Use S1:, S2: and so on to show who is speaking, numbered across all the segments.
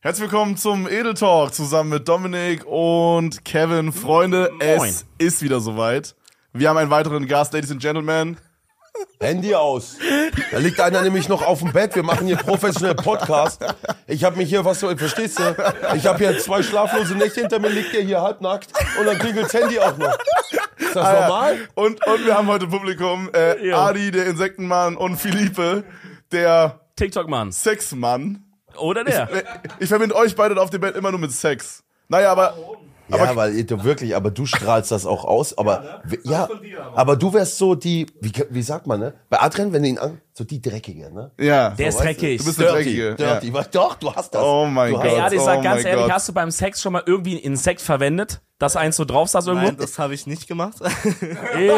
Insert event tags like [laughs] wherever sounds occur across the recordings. S1: Herzlich willkommen zum Edel Talk zusammen mit Dominik und Kevin. Freunde,
S2: Moin.
S1: es ist wieder soweit. Wir haben einen weiteren Gast, Ladies and Gentlemen.
S3: Handy aus. Da liegt einer nämlich noch auf dem Bett. Wir machen hier professionell Podcast. Ich habe mich hier, was du, verstehst du? Ich habe hier zwei schlaflose Nächte hinter mir, liegt der hier halbnackt und dann klingelt Handy auch noch. Ist das normal?
S1: Und, und wir haben heute Publikum äh,
S2: Jo.
S1: Adi, der Insektenmann, und Philippe, der
S2: TikTok-Mann.
S1: Sexmann.
S2: Oder der.
S1: Äh, Ich verbinde euch beide auf dem Bett immer nur mit Sex. Naja, aber
S3: ja, weil ihr- du wirklich, aber du strahlst das auch aus. Aber w- ja, aber du wärst so die, wie, wie sagt man, ne? Bei Adrian, wenn du ihn an, so die Dreckige, ne?
S1: ja.
S2: Der ist
S3: weißt du,
S2: dreckig.
S1: du bist eine Dreckige.
S3: Dirty.
S1: Ja.
S3: Weil- Doch, du hast das.
S1: Oh mein
S3: Du hast-
S1: Gott.
S2: Ey, Adi, ich
S1: Oh
S2: sag ganz
S1: mein
S2: ehrlich,
S1: Gott.
S2: hast du beim Sex schon mal irgendwie ein Insekt verwendet? Dass eins so drauf saß irgendwo?
S4: Nein, das habe ich nicht gemacht.
S2: Yo,
S3: Genau. Ey,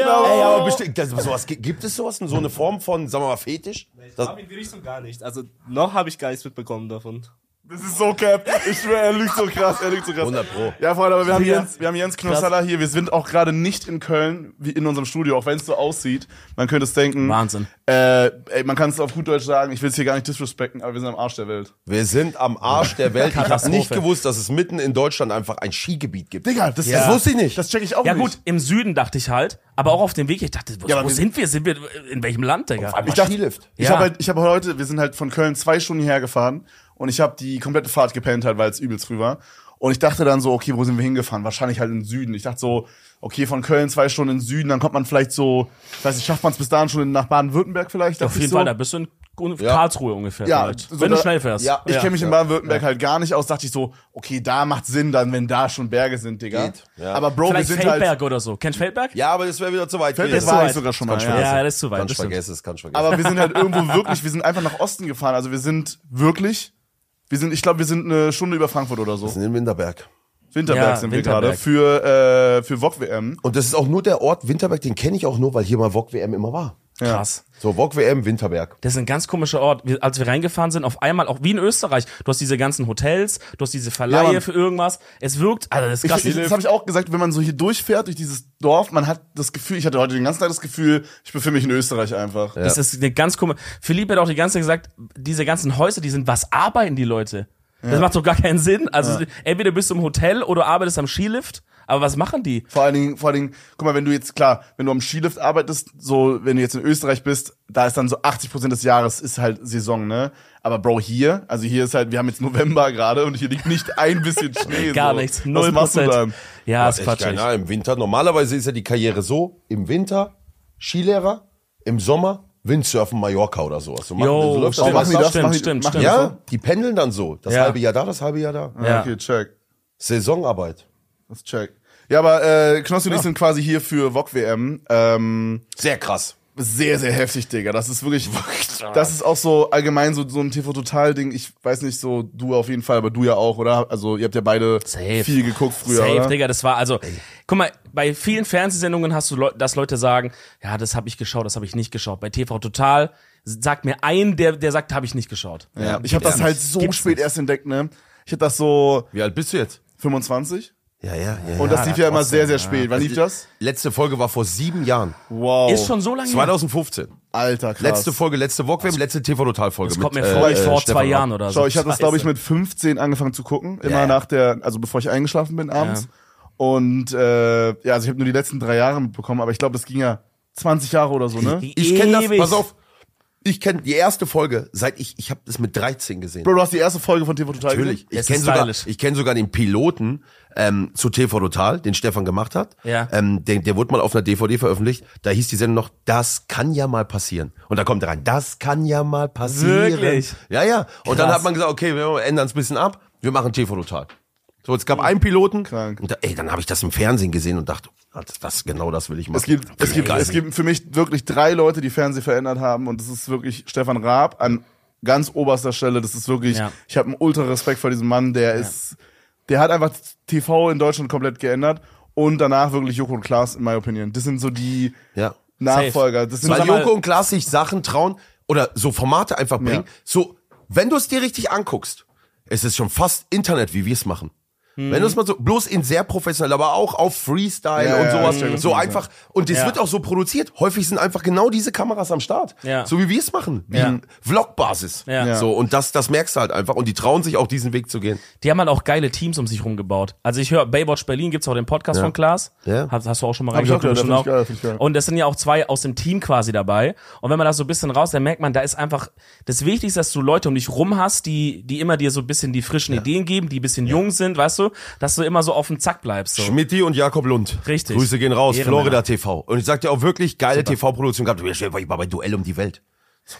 S2: yo.
S3: aber bestimmt, das, sowas, gi- gibt es sowas, in so eine Form von, sagen wir mal, Fetisch? Das,
S4: Hab ich die Richtung gar nicht. Also noch habe ich gar nichts mitbekommen davon.
S1: Das ist so cap. Ich schwöre, er lügt so krass, er lügt so krass.
S3: 100 Pro.
S1: Ja, Freunde, aber wir haben Jens, wir haben Jens Knossaller hier. Wir sind auch gerade nicht in Köln, wie in unserem Studio, auch wenn es so aussieht. Man könnte es denken.
S2: Wahnsinn.
S1: Äh, ey, man kann es auf gut Deutsch sagen. Ich will es hier gar nicht disrespekten, aber wir sind am Arsch der Welt.
S3: Wir sind am Arsch der Welt. Ich habe
S2: Katastrophe.
S3: nicht gewusst, dass es mitten in Deutschland einfach ein Skigebiet gibt.
S1: Digga, das-
S3: das wusste ich nicht.
S1: Das checke ich auch
S2: Ja
S1: nicht.
S2: gut, im Süden dachte ich halt, aber auch auf dem Weg, ich dachte, wo,
S1: Ja, aber
S2: wo
S1: wir-
S2: sind wir? Sind wir in welchem Land, Digga?
S3: Auf einmal
S1: Ich dachte-
S3: Skilift.
S1: Ich
S2: Ja.
S1: habe halt, ich habe heute, wir sind halt von Köln zwei Stunden hierher gefahren und ich habe die komplette Fahrt gepennt halt, weil es übelst früh war. Und ich dachte dann so, okay, wo sind wir hingefahren? Wahrscheinlich halt in den Süden. Ich dachte so, okay, von Köln zwei Stunden in den Süden, dann kommt man vielleicht so, ich weiß nicht, schafft man es bis dahin schon nach Baden-Württemberg vielleicht?
S2: Auf
S1: dachte ich
S2: jeden
S1: so.
S2: Fall, da bist du in Karlsruhe ungefähr.
S1: Ja,
S2: vielleicht.
S1: so
S2: Wenn du
S1: da- Oh,
S2: schnell fährst.
S3: Ja.
S1: Ich kenne mich in Baden-Württemberg halt gar nicht aus. Dachte ich so, okay, da macht Sinn dann, wenn da schon Berge sind, Digga.
S3: Geht, ja.
S1: Aber Bro,
S2: Vielleicht
S1: wir sind halt...
S2: Feldberg oder so. Kennst du Feldberg?
S3: Ja, aber das wäre wieder zu weit.
S1: Feldberg
S3: gewesen.
S1: war
S2: zu
S1: ich
S2: weit.
S1: sogar schon mal.
S3: Kannst
S2: Ja,
S3: vergessen.
S2: das ist zu weit,
S3: Kannst
S2: das stimmt.
S3: vergessen, das kannst vergessen.
S1: Aber wir sind halt irgendwo wirklich, wir sind einfach nach Osten gefahren. Also wir sind wirklich, wir sind, ich glaube, wir sind eine Stunde über Frankfurt oder so.
S3: wir sind in Winterberg.
S1: Winterberg
S2: Ja,
S1: sind
S2: Winterberg.
S1: wir gerade für, äh, für VOG WM.
S3: Und das ist auch nur der Ort, Winterberg, den kenne ich auch nur, weil hier mal Wok WM immer war.
S2: Krass.
S3: So, Wok WM, Winterberg.
S2: Das ist ein ganz komischer Ort. Wir, als wir reingefahren sind, auf einmal, auch wie in Österreich, du hast diese ganzen Hotels, du hast diese
S1: Ja,
S2: Verleihe
S1: Mann.
S2: für irgendwas. Es wirkt, also das ist krass.
S1: ich, das habe ich auch gesagt, wenn man so hier durchfährt, durch dieses Dorf, man hat das Gefühl, ich hatte heute den ganzen Tag das Gefühl, ich befinde mich in Österreich einfach.
S2: Das ist eine ganz komische. Philipp hat auch die ganze Zeit gesagt, diese ganzen Häuser, die sind, was arbeiten die Leute? Das macht doch gar keinen Sinn. Also entweder bist du im Hotel oder arbeitest am Skilift, aber was machen die?
S1: Vor allen Dingen, vor allen Dingen, guck mal, wenn du jetzt, klar, wenn du am Skilift arbeitest, so, wenn du jetzt in Österreich bist, da ist dann so 80 Prozent des Jahres ist halt Saison, ne? Aber Bro, hier, also hier ist halt, wir haben jetzt November gerade und hier liegt nicht ein
S2: [laughs]
S1: bisschen Schnee.
S2: Gar
S1: so.
S2: nichts. Null
S1: Was machst du dann?
S2: Prozent. Ja, ist
S3: Echt
S2: quatschig.
S3: keine Ahnung, Im Winter, normalerweise ist ja die Karriere so, im Winter Skilehrer, im Sommer Windsurfen Mallorca oder sowas. So, machen,
S2: Jo,
S3: so läuft das
S2: stimmt,
S3: immer.
S1: machen die das?
S2: stimmt,
S1: Machen die-
S2: stimmt,
S1: machen die
S2: stimmt.
S1: das
S3: Ja, die pendeln dann so. Das
S2: Ja.
S3: halbe Jahr da, das halbe Jahr da.
S1: so?
S2: Ja.
S1: Okay, check.
S3: Saisonarbeit.
S1: Das check. Ja, aber äh, Knossi und ich sind quasi hier für VOG WM. Ähm,
S3: Sehr krass.
S1: sehr, sehr heftig, Digga. Das ist
S2: [laughs]
S1: wirklich. Das ist auch so allgemein so, so ein TV-Total-Ding. Ich weiß nicht, so du auf jeden Fall, aber du ja auch, oder? Also, ihr habt ja beide
S2: Safe.
S1: viel geguckt früher.
S2: Safe,
S1: oder?
S2: Digga, das war also. Guck mal, bei vielen Fernsehsendungen hast du, Leu dass Leute sagen, ja, das habe ich geschaut, das habe ich nicht geschaut. Bei TV Total sagt mir ein, der, der sagt, habe ich nicht geschaut.
S1: Ja. Ich habe das halt so
S2: Gibt's
S1: spät
S2: nicht.
S1: erst entdeckt, ne? Ich hab das so
S3: Wie alt bist du jetzt?
S1: 25
S3: Ja, ja, ja.
S1: und das lief ja immer sehr, sehr spät. Wann lief das?
S3: Letzte Folge war vor sieben Jahren.
S1: Wow.
S2: Ist schon so lange. her.
S3: 2015.
S1: Alter, krass.
S3: Oh. Letzte Folge, letzte Walkwave, letzte TV-Total-Folge.
S2: Das kommt mir vor, wie vor zwei Jahren oder so.
S1: Schau, ich habe das, glaube ich,
S2: Scheiße.
S1: mit 15 angefangen zu gucken. Immer
S3: Ja, ja.
S1: nach der, also bevor ich eingeschlafen bin abends.
S2: Ja.
S1: Und äh, ja, also ich habe nur die letzten drei Jahre mitbekommen, aber ich glaube, das ging ja 20 Jahre oder so, ne?
S3: Ich kenne das,
S2: Ewig.
S3: pass auf. Ich kenne die erste Folge, seit ich, ich habe das mit 13 gesehen.
S1: Bro, du hast die erste Folge von TV Total gesehen?
S3: Natürlich. Ich
S2: Das
S3: kenne
S2: ist
S3: sogar,
S2: stylisch.
S3: ich kenn sogar den Piloten ähm, zu TV Total, den Stefan gemacht hat.
S2: Ja.
S3: Ähm, der, der wurde mal auf einer DVD veröffentlicht. Da hieß die Sendung noch, das kann ja mal passieren. Und da kommt er rein, das kann ja mal passieren.
S2: Wirklich?
S3: Ja, ja. Und dann
S2: Krass.
S3: hat man gesagt, okay, wir ändern es ein bisschen ab, wir machen TV Total. So, es gab einen Piloten.
S1: Krank.
S3: Und da, ey, dann habe ich das im Fernsehen gesehen und dachte, das, das genau das will ich machen.
S1: Es gibt, es, gibt,
S3: Geil.
S1: es gibt für mich wirklich drei Leute, die Fernsehen verändert haben und das ist wirklich Stefan Raab an ganz oberster Stelle. Das ist wirklich,
S2: Ja.
S1: ich habe einen ultra Respekt vor diesem Mann, der ist, der hat einfach TV in Deutschland komplett geändert und danach wirklich Joko und Klaas, in my opinion. Das sind so die
S3: Ja.
S1: Nachfolger. Das sind
S3: Weil
S1: so
S2: mal-
S3: Joko und Klaas sich Sachen trauen oder so Formate einfach bringen.
S1: Ja.
S3: So, wenn du es dir richtig anguckst, es ist schon fast Internet, wie wir es machen.
S2: Mhm.
S3: Wenn du es mal so, bloß in sehr professionell, aber auch auf Freestyle
S1: Ja,
S3: und
S1: ja,
S3: sowas,
S1: ich check, was du
S3: so
S1: meinst,
S3: einfach. Und das
S2: Ja.
S3: wird auch so produziert. Häufig sind einfach genau diese Kameras am Start.
S2: Ja.
S3: So wie wir es machen. Wie
S2: Ja.
S3: ein Vlog-Basis.
S2: Ja.
S3: So, und das, das merkst du halt einfach. Und die trauen sich auch, diesen Weg zu gehen.
S2: Die haben halt auch geile Teams um sich rumgebaut. Also ich höre, Baywatch Berlin gibt's auch den Podcast von Klaas.
S3: Ja.
S2: Hast, hast du auch schon mal
S1: Hab ich auch gehört,
S2: reingehört?
S1: ja, find
S2: bestimmt
S1: ich geil, find ich geil.
S2: Und das sind ja auch zwei aus dem Team quasi dabei. Und wenn man da so ein bisschen raus, dann merkt man, da ist einfach das Wichtigste, dass du Leute um dich rum hast, die, die immer dir so ein bisschen die frischen Ideen geben, die ein bisschen jung sind, weißt du, dass du immer so auf dem Zack bleibst. So.
S3: Schmidti und Jakob Lund.
S2: Richtig.
S3: Grüße gehen raus,
S2: Ehrenmänner.
S3: Florida TV. Und ich sag dir auch wirklich geile TV-Produktion gehabt. Ich war bei Duell um die Welt.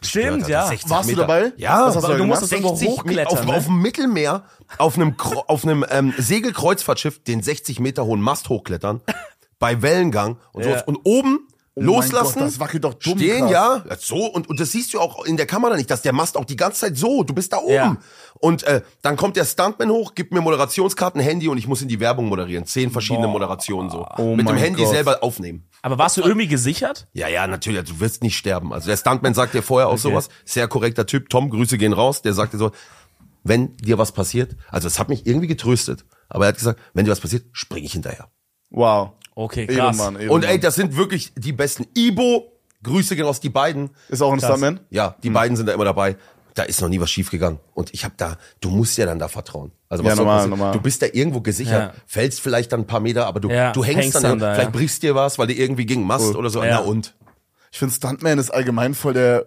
S2: Stimmt,
S3: Alter,
S2: ja.
S3: 60
S1: Warst du
S3: Meter.
S1: dabei?
S3: Ja,
S1: Was hast du da
S2: du musst
S1: gemacht?
S2: das irgendwo
S3: 60 Meter
S2: hochklettern.
S3: Auf,
S2: ne?
S3: auf dem Mittelmeer, auf einem, Kro- auf einem ähm, Segelkreuzfahrtschiff, den 60 Meter hohen Mast hochklettern, bei Wellengang und
S2: Ja.
S3: sowas. Und oben loslassen.
S1: Oh Gott, das wackelt doch dumm
S3: Stehen,
S1: krass.
S3: ja. So, und, und das siehst du auch in der Kamera nicht, dass der Mast auch die ganze Zeit so, du bist da oben.
S2: Ja.
S3: Und äh, dann kommt der Stuntman hoch, gibt mir Moderationskarten, Handy und ich muss in die Werbung moderieren. Zehn verschiedene Moderationen so.
S1: Oh
S3: Mit dem
S1: mein
S3: Handy
S1: Gott.
S3: selber aufnehmen.
S2: Aber warst du irgendwie gesichert?
S3: Ja, ja, natürlich, du wirst nicht sterben. Also der Stuntman sagt dir vorher auch sowas, sehr korrekter Typ, Tom, Grüße gehen raus, der sagt dir so, wenn dir was passiert, also es hat mich irgendwie getröstet, aber er hat gesagt, wenn dir was passiert, spring ich hinterher.
S1: Wow.
S2: Okay, krass.
S1: Ehrenmann, Ehrenmann.
S3: Und ey, das sind wirklich die besten. Ibo, Grüße gehen raus, die beiden.
S1: Ist auch ein Stuntman?
S3: Ja, die beiden sind da immer dabei. Da ist noch nie was schiefgegangen. Und ich habe da, du musst ja dann da vertrauen. Also was
S1: Ja,
S3: soll
S1: normal,
S3: passieren?
S1: normal.
S3: Du bist da irgendwo gesichert,
S2: Ja.
S3: fällst vielleicht dann ein paar Meter, aber du,
S2: Ja,
S3: du hängst, dann, da,
S2: ja.
S3: vielleicht brichst dir was, weil dir irgendwie gegen Mast oder so.
S2: Ja.
S3: Na und?
S1: Ich finde Stuntman ist allgemein voll der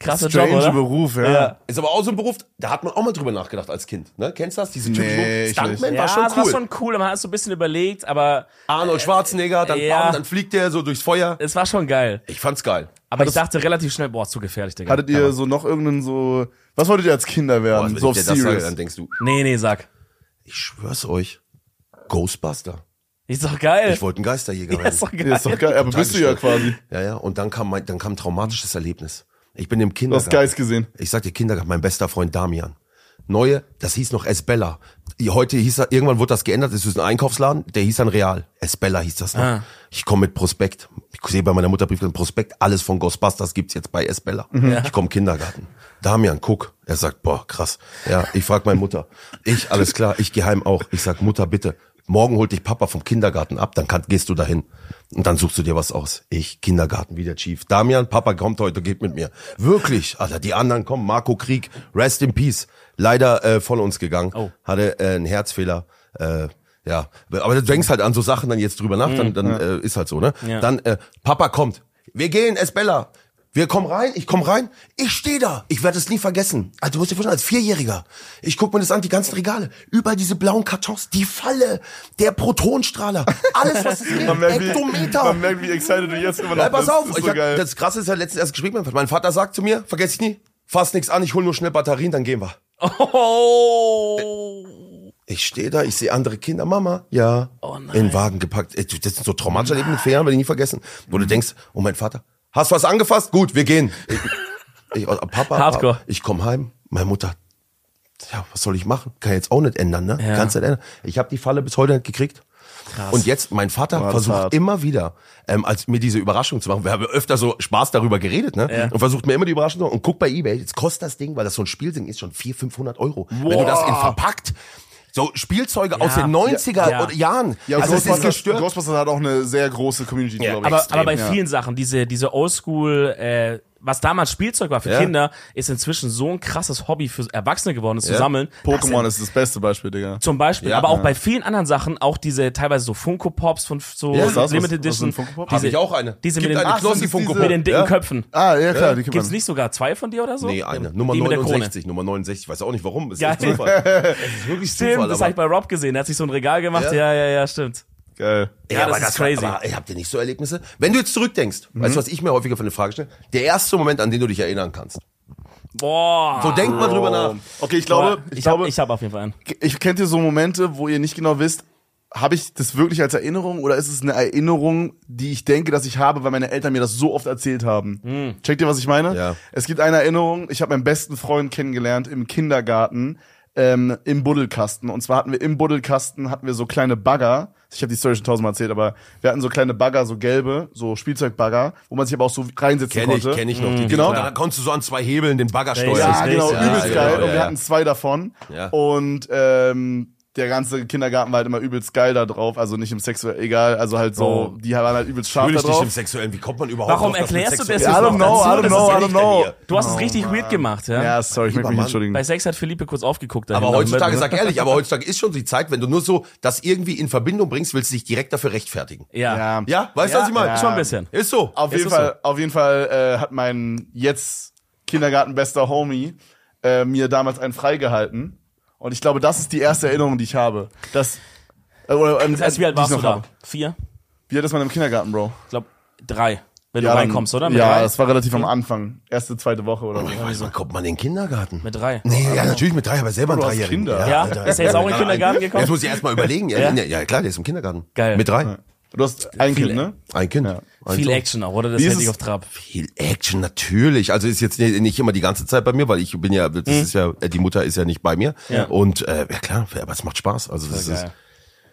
S2: Krasser Job,
S1: strange
S2: oder?
S1: Beruf, ja.
S2: Ja.
S3: Ist aber auch so ein Beruf, da hat man auch mal drüber nachgedacht als Kind. Ne? Kennst du das? Diese
S1: Nee,
S3: typische
S1: ich
S3: Stuntman
S2: Ja,
S3: war schon
S2: das
S3: cool.
S2: war schon cool. Man hat so ein bisschen überlegt, aber
S3: Arnold Schwarzenegger, dann,
S2: Ja.
S3: bam, dann fliegt der so durchs Feuer.
S2: es war schon geil.
S3: Ich fand's geil.
S2: Aber ich dachte relativ schnell, boah, ist zu gefährlich, Digga.
S1: Hattet ihr so noch irgendeinen so. Was wolltet ihr als Kinder
S3: Boah,
S1: werden?
S3: wenn
S1: so
S3: ich
S1: auf
S3: dir das sage,
S1: Serious.
S3: dann denkst du,
S2: Nee, nee, sag.
S3: ich schwör's euch, Ghostbuster.
S2: Ist doch geil.
S3: Ich wollte ein Geisterjäger
S2: Ja,
S3: werden.
S2: ist doch geil.
S1: Ja, ist doch geil. Aber bist du ja quasi.
S3: Ja, ja, und dann kam, mein, dann kam ein traumatisches Erlebnis. Ich bin im
S1: Du hast
S3: Kindergarten.
S1: Geist gesehen.
S3: Ich sag dir, Kindergarten, mein bester Freund Damian. Neue, das hieß noch Esbella. Die- Heute hieß er, irgendwann wurde das geändert, es ist ein Einkaufsladen, der hieß dann Real. Esbella hieß das noch.
S2: Ah.
S3: Ich komme mit Prospekt. Ich sehe bei meiner Mutter Briefkasten Prospekt, alles von Ghostbusters gibt's jetzt bei Esbella. Ich komme Kindergarten. Damian, guck. Er sagt, boah, krass. Ja, ich frag meine Mutter. Ich, alles klar, ich geheim auch. Ich sag, Mutter, bitte. Morgen holt dich Papa vom Kindergarten ab, dann kann, gehst du dahin. Und dann suchst du dir was aus. Ich, Kindergarten, wieder Chief. Damian, Papa kommt heute, geht mit mir. Wirklich, Alter, die anderen kommen. Marco Krieg, rest in peace. Leider äh, von uns gegangen.
S2: Oh.
S3: Hatte äh, einen Herzfehler. Äh, ja, aber du denkst halt an so Sachen dann jetzt drüber nach,
S1: Mhm,
S3: dann, dann äh, ist halt so, ne?
S2: Ja.
S3: Dann, äh, Papa kommt. Wir gehen, Esbella. Wir kommen rein, ich komm rein, ich stehe da. Ich werde es nie vergessen. Also, du musst dir vorstellen, als Vierjähriger. Ich guck mir das an, die ganzen Regale. Überall diese blauen Kartons, die Falle, der Protonstrahler,
S1: [laughs]
S3: alles, was es gibt,
S1: Man merkt, wie,
S3: Ektometer.
S1: man merkt, wie excited du jetzt immer noch
S3: Ja, pass
S1: bist.
S3: auf,
S1: Ist
S3: ich
S1: so
S3: hab,
S1: geil.
S3: das krasse ist ja letztens erst Gespräch mit meinem Vater. Mein Vater sagt zu mir, vergesse ich nie, fass nichts an, ich hol nur schnell Batterien, dann gehen wir.
S2: Oh.
S3: Ich stehe da, ich sehe andere Kinder, Mama, ja,
S2: Oh nein.
S3: in den Wagen gepackt. Ey, du, Das sind so traumatische Erlebnisse, mit Ferien, werde ich nie vergessen. Wo
S2: Mhm.
S3: du denkst, oh mein Vater, hast du was angefasst? Gut,
S2: [laughs]
S3: wir gehen. Ich, ich, Papa,
S2: Hardcore.
S3: Papa, ich komme heim, meine Mutter, ja, was soll ich machen? Kann jetzt auch nicht ändern, ne?
S2: Ja.
S3: Kannst nicht ändern. Ich habe die Falle bis heute nicht gekriegt. Und jetzt, mein Vater
S1: das
S3: versucht
S1: hart.
S3: immer wieder, ähm, als mir diese Überraschung zu machen. Wir haben ja öfter so Spaß darüber geredet, ne?
S2: Ja.
S3: Und versucht mir immer die Überraschung zu machen. Und guck bei eBay, jetzt kostet das Ding, weil das so ein Spielding ist, schon 400, 500 Euro. Wenn du das in verpackt, so Spielzeuge aus den 90er
S2: Ja.
S3: oder Jahren.
S1: Ja,
S3: also es ist
S1: Ghostbusters,
S3: gestört.
S1: Ghostbusters hat auch eine sehr große Community,
S3: Ja,
S1: glaube ich.
S2: Aber, aber bei
S1: ja.
S2: vielen Sachen, diese, diese Oldschool, äh, was damals Spielzeug war für
S3: Ja.
S2: Kinder, ist inzwischen so ein krasses Hobby für Erwachsene geworden, ist zu
S3: Ja.
S2: sammeln.
S1: Pokémon ist das beste Beispiel, Digga.
S2: Zum Beispiel,
S3: Ja.
S2: aber auch bei vielen anderen Sachen, auch diese teilweise so Funko Pops von f- so
S3: Ja. Was ist das?
S1: Was-
S2: Limited
S1: was
S2: Edition.
S1: sind Funko Pops?
S2: diese-
S3: Hab ich auch eine.
S2: Diese mit
S3: Gibt
S2: den,
S3: eine
S2: Ach,
S1: Knossi-
S2: mit
S3: Knossi-Funko.
S1: diese-
S2: den dicken
S1: Ja.
S2: Köpfen.
S1: Ah, ja, klar, die kennt
S2: Gibt's
S1: man.
S2: nicht sogar zwei von dir oder so?
S3: genau. Nee, eine. Nummer
S2: die mit der Krone.
S3: 69, Nummer 69. Ich weiß auch nicht warum. Es ist
S2: Geil.
S3: echt
S2: [laughs]
S3: Zufall. Es ist wirklich
S2: Stimmt,
S3: Zufall.
S2: das
S3: aber-
S2: habe ich bei Rob gesehen. Der hat sich so ein Regal gemacht.
S3: Ja.
S2: Ja, ja, ja, stimmt.
S1: Geil.
S2: Ja, das ist
S3: war-
S2: crazy. Mhm.
S3: Aber, ey, habt ihr nicht so Erlebnisse? Wenn du jetzt zurückdenkst, weißt du, was ich mir häufiger für eine Frage stelle? Der erste Moment, an den du dich erinnern kannst.
S2: Boah.
S3: So, denk mal drüber nach.
S1: Okay, ich glaube,
S2: Boah,
S1: ich,
S2: ich, hab-
S1: glaube,
S2: ich habe auf jeden Fall einen.
S1: ich kennt ihr so Momente, wo ihr nicht genau wisst, habe ich das wirklich als Erinnerung oder ist es eine Erinnerung, die ich denke, dass ich habe, weil meine Eltern mir das so oft erzählt haben? Checkt ihr, was ich meine?
S3: Ja.
S1: Es gibt eine Erinnerung, ich habe meinen besten Freund kennengelernt im Kindergarten ähm, im Buddelkasten. Und zwar hatten wir im Buddelkasten hatten wir so kleine Bagger. Ich habe die Story schon tausendmal erzählt, aber wir hatten so kleine Bagger, so gelbe, so Spielzeugbagger, wo man sich aber auch so reinsetzen
S3: Kenn ich,
S1: konnte.
S3: kenn ich noch. Die
S1: Genau.
S3: Da konntest du so an zwei Hebeln den Bagger steuern.
S2: Mhm. Ja,
S1: Ja, genau,
S2: richtig.
S1: übelst
S3: Ja,
S1: geil.
S3: genau,
S1: und
S3: ja,
S1: wir
S3: ja.
S1: hatten zwei davon.
S3: Ja.
S1: Und ähm, der ganze Kindergarten war halt immer übelst geil da drauf, also nicht im sexuell, egal, also halt so, die waren halt übelst scharf da
S3: Natürlich nicht im
S1: drauf.
S3: Sexuellen. Wie kommt man überhaupt
S2: Warum
S3: dass man
S2: erklärst du
S3: sexuell-
S2: das jetzt
S1: I don't know, I
S2: noch dazu?
S1: don't know,
S2: Das ist
S1: I don't
S3: ja nicht der
S1: know.
S3: hier.
S2: Du hast es richtig weird gemacht, Oh, ja?
S1: Ja, sorry, ich
S3: Lieber
S1: möchte mich
S3: Mann.
S1: entschuldigen.
S2: Bei Sex hat Philippe kurz aufgeguckt.
S3: Aber
S2: dahin, ne?
S3: heutzutage,
S2: damit,
S3: sag ehrlich, aber heutzutage ist schon die Zeit, wenn du nur so das irgendwie in Verbindung bringst, willst du dich direkt dafür rechtfertigen.
S2: Ja.
S1: Ja.
S3: Ja, weißt du, was ich meine?
S1: ja.
S2: Schon ein bisschen.
S3: Ist so.
S1: Auf
S2: Ist
S1: jeden
S2: das
S1: Fall, auf jeden Fall äh, hat mein jetzt Kindergartenbester Homie äh, mir damals einen freigehalten. Und ich glaube, das ist die erste Erinnerung, die ich habe. Das, äh, oder, ähm,
S2: Das heißt, wie alt
S1: die ich
S2: warst du
S1: noch
S2: da?
S1: habe.
S2: Vier?
S1: Wie alt ist man im Kindergarten, Bro?
S2: Ich glaube, drei. Wenn du
S1: dann-
S2: reinkommst, oder? Mit
S1: Ja,
S2: drei?
S1: das war relativ am Anfang. Erste, zweite Woche oder so.
S3: Ich weiß, wann Oh kommt man in den Kindergarten?
S2: Mit drei.
S3: Nee, ja, natürlich mit drei, aber selber ein
S1: Du hast
S3: Dreijährigen.
S1: Kinder.
S2: Ja, ist er jetzt auch in den Kindergarten gekommen?
S3: Jetzt muss ich erstmal überlegen. Ja,
S2: Ja.
S3: ja. ja, klar, der ist im Kindergarten.
S2: Geil.
S3: Mit drei.
S1: Du hast ein
S2: Viel,
S1: Kind, ne?
S3: Ein Kind.
S1: Ja.
S3: Ein
S2: Viel
S3: Sohn.
S2: Action auch, oder? Das
S1: Dieses-
S2: hält dich auf Trab.
S3: Viel Action, natürlich. Also ist jetzt ni- nicht immer die ganze Zeit bei mir, weil ich bin ja, das ist ja, äh, die Mutter ist ja nicht bei mir.
S2: Mhm. Ja.
S3: Und äh, ja klar, aber es macht Spaß. Also das ist,
S2: geil.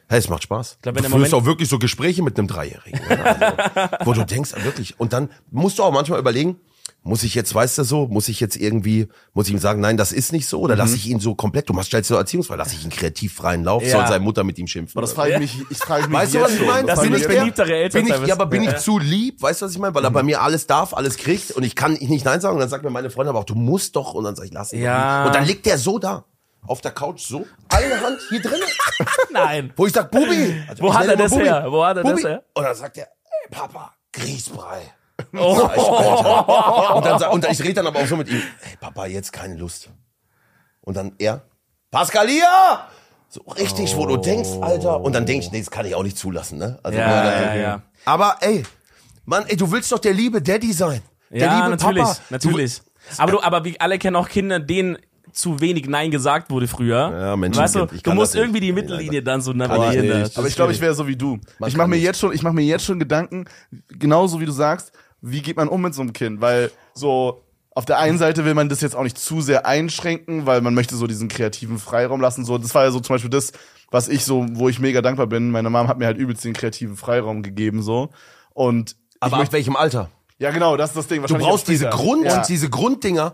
S3: hey, es macht Spaß.
S2: glaub,
S3: du
S2: wenn der
S3: führst
S2: Moment-
S3: auch wirklich so Gespräche mit einem Dreijährigen, ne?
S2: [laughs]
S3: also, wo du denkst, wirklich. Und dann musst du auch manchmal überlegen, muss ich jetzt, weißt du so, muss ich jetzt irgendwie, muss ich ihm sagen, nein, das ist nicht so,
S2: Mhm.
S3: oder lasse ich ihn so komplett, du machst stellst so Erziehungsfall, lasse ich ihn kreativ freien Lauf,
S2: Ja.
S3: soll seine Mutter mit ihm schimpfen.
S1: Aber das
S3: oder
S1: frage ich mich, ich frage mich
S3: Weißt du,
S1: jetzt
S3: was ich
S1: schon.
S3: meine?
S1: Das
S2: Dass
S1: frage
S2: du
S1: ich
S2: nicht
S1: mich jetzt.
S2: beliebtere Eltern
S3: bin
S2: sein
S3: ich, Ja, aber bin
S2: wirst.
S3: ich zu lieb? Weißt du, was ich meine? Weil
S1: Mhm.
S3: er bei mir alles darf, alles kriegt und ich kann ich nicht Nein sagen. Und dann sagt mir meine Freundin aber auch, du musst doch. Und dann sag ich, lass ihn doch
S2: Ja.
S3: nicht. Und dann liegt der so da. Auf der Couch so. Eine Hand hier drin.
S2: Nein.
S3: Wo ich sag, Bubi. Also
S2: Wo
S3: ich
S2: hat
S3: nenne
S2: er
S3: ihn mal
S2: das her? Wo hat er das
S3: Bubi.
S2: her?
S3: Und dann sagt er, ey, Papa, Grießbrei.
S2: [laughs] Oh.
S3: Und, dann, sa- und ich rede dann aber auch so mit ihm, ey, Papa, jetzt keine Lust. Und dann er, Pascalia! So richtig, wo du denkst, Alter. Und dann denk ich, nee, das kann ich auch nicht zulassen, ne? Also,
S2: Ja,
S3: dann-
S2: ja, ja.
S3: Aber ey, Mann, ey, du willst doch der liebe Daddy sein. Der
S2: ja,
S3: liebe
S2: natürlich,
S3: Papa.
S2: natürlich. aber du, aber wie alle kennen auch Kinder, denen zu wenig Nein gesagt wurde früher.
S3: Ja, Menschenkind,
S2: weißt du,
S3: ich
S2: du
S3: kann
S2: musst
S3: das nicht.
S2: irgendwie die
S3: Nein,
S2: Mittellinie
S3: nein.
S2: dann so
S3: ich
S2: navigieren. ne?
S3: nicht.
S1: Aber ich glaube, ich wäre so wie du. ich mache
S3: kann
S1: mir
S3: nicht.
S1: jetzt schon, ich mache mir jetzt schon Gedanken, genauso wie du sagst, wie geht man um mit so einem Kind, weil so auf der einen Seite will man das jetzt auch nicht zu sehr einschränken, weil man möchte so diesen kreativen Freiraum lassen. So, das war ja so zum Beispiel das, was ich so, wo ich mega dankbar bin. Meine Mom hat mir halt übelst den kreativen Freiraum gegeben so und
S3: Aber
S1: ich
S3: ab
S1: möchte,
S3: welchem Alter?
S1: ja genau, das ist das Ding.
S3: Du brauchst diese Grund,
S1: ja.
S3: diese Grunddinger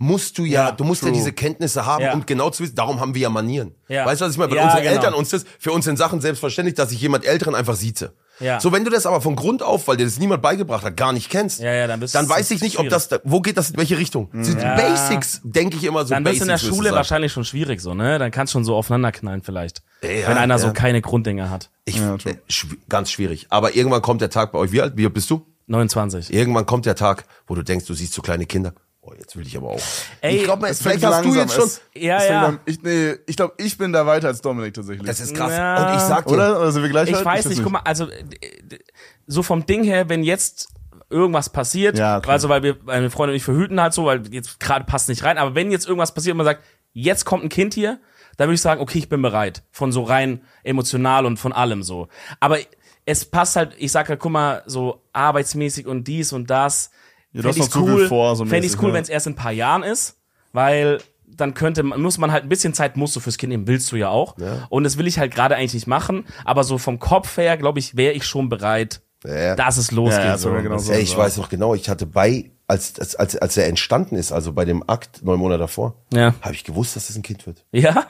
S3: musst du ja,
S2: Ja,
S3: du musst ja
S1: true.
S3: diese Kenntnisse haben,
S2: Ja.
S3: um genau zu wissen, darum haben wir ja Manieren.
S2: Ja.
S3: Weißt du, was ich meine? Bei
S2: Ja,
S3: unseren
S2: genau.
S3: Eltern uns das, für uns in Sachen selbstverständlich, dass ich jemand Älteren einfach sieze.
S2: Ja.
S3: So, wenn du das aber von Grund auf, weil dir das niemand beigebracht hat, gar nicht kennst,
S2: Ja, ja, dann bist
S3: dann
S2: du- Hm.
S3: weiß ich nicht, ob das, da- wo geht das, in welche Richtung? Die
S2: Ja.
S3: Basics, denke ich immer so.
S2: dann bist
S3: Basics
S2: du in der
S3: müssen
S2: Schule
S3: sein.
S2: wahrscheinlich schon schwierig so, ne? Dann kannst schon so aufeinander knallen vielleicht.
S3: Ja,
S2: wenn einer so
S3: ja.
S2: keine Grunddinger hat.
S3: Ich,
S1: Ja,
S3: äh,
S1: true.
S3: schw- ganz schwierig. Aber irgendwann kommt der Tag bei euch. Wie alt, wie alt bist du?
S2: 29.
S3: Irgendwann kommt der Tag, wo du denkst, du siehst so kleine Kinder. Oh, jetzt will ich aber auch.
S2: Ey,
S3: ich glaube,
S1: Es fängt
S3: vielleicht hast du
S1: langsam
S3: jetzt schon.
S1: Es-
S2: Ja,
S1: es fängt
S2: ja.
S1: langsam- Ich, nee, ich glaube, ich bin da weiter als Dominik tatsächlich.
S3: Das ist krass.
S2: Ja.
S3: Und ich sag dir,
S1: oder? Oder sind wir gleich halt? alt?
S2: Ich weiß nicht, guck mal, also d- d- so vom Ding her, wenn jetzt irgendwas passiert,
S1: Ja, okay.
S2: also weil wir meine Freundin und ich verhüten halt so, weil jetzt gerade passt nicht rein, aber wenn jetzt irgendwas passiert und man sagt, jetzt kommt ein Kind hier, dann würde ich sagen, okay, ich bin bereit. Von so rein emotional und von allem so. Aber es passt halt, ich sag halt, guck mal, so arbeitsmäßig und dies und das. Ja,
S1: du hast noch zu viel vor, so
S2: Fände
S1: mäßig,
S2: ich cool,
S1: ne?
S2: wenn es erst in ein paar Jahren ist, weil dann könnte man, muss man halt ein bisschen Zeit musst du fürs Kind nehmen, willst du ja auch. Und das will ich halt gerade eigentlich nicht machen, aber so vom Kopf her, glaube ich, wäre ich schon bereit,
S3: Ja.
S2: dass es losgeht.
S1: Ja, ja,
S2: so.
S1: sorry, genau so.
S3: ey, ich weiß noch genau, ich hatte bei, als, als, als, als er entstanden ist, also bei dem Akt neun Monate davor,
S2: Ja.
S3: habe ich gewusst, dass es ein Kind wird.
S2: ja?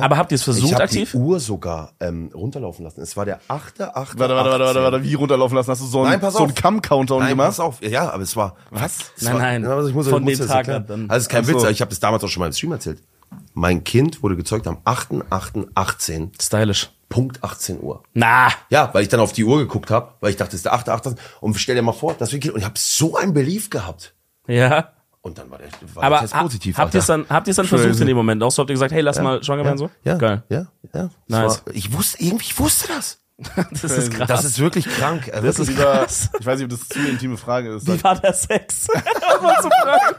S2: Aber habt ihr es
S3: ich
S2: versucht
S3: habe
S2: aktiv?
S3: die Uhr sogar ähm, runterlaufen lassen. Es war der 8.8.
S1: Warte, warte, warte, warte, warte, wie runterlaufen lassen? Hast du so einen,
S3: Nein, pass
S1: so
S3: auf.
S1: einen Cam-Countdown
S3: Nein,
S1: gemacht?
S3: pass auf. Ja, aber es war. Was? Es
S2: Nein,
S3: war,
S2: nein.
S3: Also ich muss,
S2: Von
S3: ich muss
S2: dem
S3: das
S2: Tag
S3: erklären.
S2: ab dann.
S3: Also es ist kein
S1: Ach so.
S3: Witz, aber ich habe das damals auch schon mal im Stream erzählt. Mein Kind wurde gezeugt am 8.8.18,
S2: Stylisch.
S3: Punkt 18 Uhr.
S2: Na,
S3: Ja, weil ich dann auf die Uhr geguckt habe, weil ich dachte, es ist der 8.8. Und stell dir mal vor, das wirklich. Und ich habe so ein Belief gehabt.
S2: ja.
S3: Und dann war der, war
S2: Aber
S3: der Test
S2: ha-
S3: positiv.
S2: habt ihr es
S3: Alter.
S2: dann, habt ihr's dann versucht in dem Moment auch? So habt ihr gesagt, hey, lass mal schwanger werden so?
S3: Ja,
S2: Geil.
S3: ja, ja. Es
S2: Nice.
S3: War, ich wusste, irgendwie ich wusste das.
S2: Das ist krass.
S3: Das ist wirklich krank. äh,
S1: Das ist
S3: wirklich.
S1: über,
S2: krass.
S1: ich weiß nicht, ob das zu intime Frage ist.
S2: wie war der Sex? [laughs] Um mal zu fragen.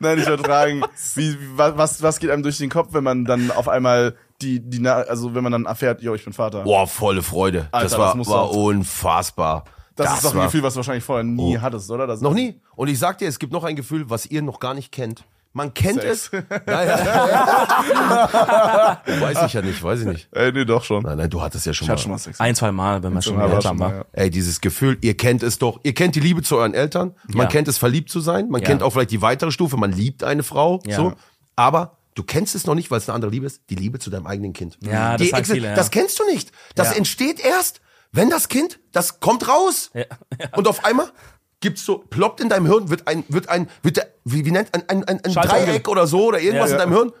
S1: Nein, ich würde fragen, wie, wie- wa- was, was geht einem durch den Kopf, wenn man dann auf einmal die, die, Na- also wenn man dann erfährt, yo, ich bin Vater.
S3: Boah, volle Freude.
S1: Alter,
S3: das
S1: das
S3: war,
S1: muss
S3: war
S1: doch-
S3: unfassbar.
S1: das, ist doch ein
S3: war-
S1: Gefühl, was du wahrscheinlich vorher nie
S3: Oh.
S1: hattest, oder? Das
S3: Noch nie. Und ich sag dir, es gibt noch ein Gefühl, was ihr noch gar nicht kennt. Man kennt
S1: Sex.
S3: es. Naja.
S1: [laughs]
S3: weiß ich ja nicht, weiß ich nicht.
S1: Äh, nee, doch schon.
S3: Nein, nein, du hattest ja schon
S1: Ich
S3: mal.
S1: hatte schon mal Sex.
S2: Ein, zwei Mal, wenn man schon
S1: Aber
S2: Eltern
S1: schon
S2: war.
S1: mal, ja.
S3: Ey, dieses Gefühl, ihr kennt es doch. Ihr kennt die Liebe zu euren Eltern. Man
S2: Ja.
S3: kennt es, verliebt zu sein. Man
S2: Ja.
S3: kennt auch vielleicht die weitere Stufe. Man liebt eine Frau.
S2: Ja.
S3: So. Aber Du kennst es noch nicht, weil es eine andere Liebe ist. Die Liebe zu deinem eigenen Kind.
S2: Ja, das
S3: Die
S2: sagen
S3: Exi-
S2: viele, ja.
S3: Das kennst du nicht. Das
S2: Ja.
S3: entsteht erst, wenn das Kind, das kommt raus.
S2: Ja, ja.
S3: [laughs] Und auf einmal gibt's so, ploppt in deinem Hirn, wird ein, wird ein, wird der, wie, wie nennt, ein, ein, ein, ein
S2: Schalter
S3: Dreieck oder so oder irgendwas
S2: Ja,
S3: in deinem Hirn.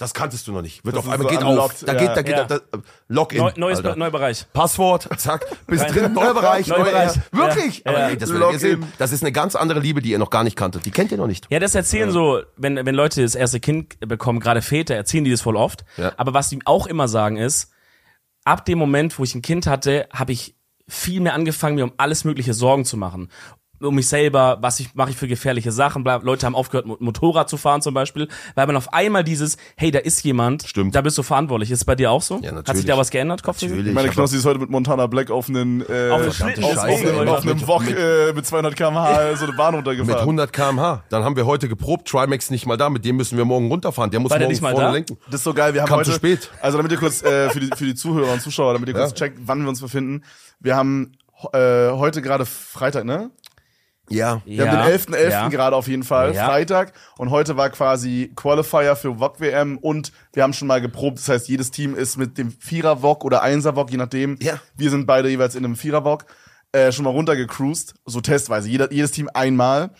S3: Das kanntest du noch nicht. Wird
S1: Das
S3: auf
S1: ist
S3: einmal
S1: so
S3: geht auf.
S1: unlocked,
S3: Da
S1: ja.
S3: geht, da geht,
S2: Ja.
S3: da, Login.
S2: Neu, neues,
S3: Alter.
S2: neuer Bereich.
S3: Passwort, zack, bis drin, neuer Bereich, neuer
S2: Neuer
S3: Bereich.
S2: Bereich.
S3: Wirklich?
S2: Ja.
S3: Aber
S2: Ja.
S3: nee, das werdet ihr
S1: Login.
S3: sehen. Das ist eine ganz andere Liebe, die ihr noch gar nicht kanntet. Die kennt ihr noch nicht.
S2: Ja, das erzählen so, wenn, wenn Leute das erste Kind bekommen, gerade Väter, erzählen die das voll oft.
S3: Ja.
S2: Aber was die auch immer sagen ist, ab dem Moment, wo ich ein Kind hatte, habe ich viel mehr angefangen, mir um alles mögliche Sorgen zu machen. Um mich selber, was ich mache ich für gefährliche Sachen. bla- Leute haben aufgehört, Mo- Motorrad zu fahren zum Beispiel, weil man auf einmal dieses, hey, da ist jemand,
S3: Stimmt.
S2: da bist du verantwortlich. Ist es bei dir auch so?
S3: Ja, natürlich.
S2: Hat sich da was geändert, Kopf?
S3: Natürlich.
S1: Meine
S3: Ich hab-
S1: Knossi ist heute mit Montana Black auf einen, äh,
S2: Auf einen
S1: auf,
S2: Schlitten.
S1: auf,
S3: Scheiße,
S1: einen-
S3: ey.
S1: auf einem Wok äh, mit 200 km/h so eine Bahn
S3: Mit
S1: runtergefahren.
S3: 100 km/h. Dann haben wir heute geprobt. Trimax nicht mal da. Mit dem müssen wir morgen runterfahren. Der muss
S2: War der
S3: morgen
S2: nicht mal
S3: vorne
S2: da?
S3: lenken.
S1: Das ist so geil. Wir haben
S3: Kam
S1: heute,
S3: zu spät.
S1: Also damit ihr kurz äh, für, die, für die Zuhörer und Zuschauer, damit ihr kurz
S3: Ja.
S1: checkt, wann wir uns befinden. Wir haben äh, heute gerade Freitag, ne?
S3: Ja.
S1: Wir haben den 11.11.
S2: ja.
S1: gerade auf jeden Fall,
S2: Ja.
S1: Freitag. Und heute war quasi Qualifier für VOG-WM und wir haben schon mal geprobt. Das heißt, jedes Team ist mit dem Vierer-VOG oder Einser-VOG, je nachdem.
S3: Ja.
S1: Wir sind beide jeweils in einem Vierer-VOG äh, schon mal runtergecruised, so testweise. Jeder, jedes Team einmal.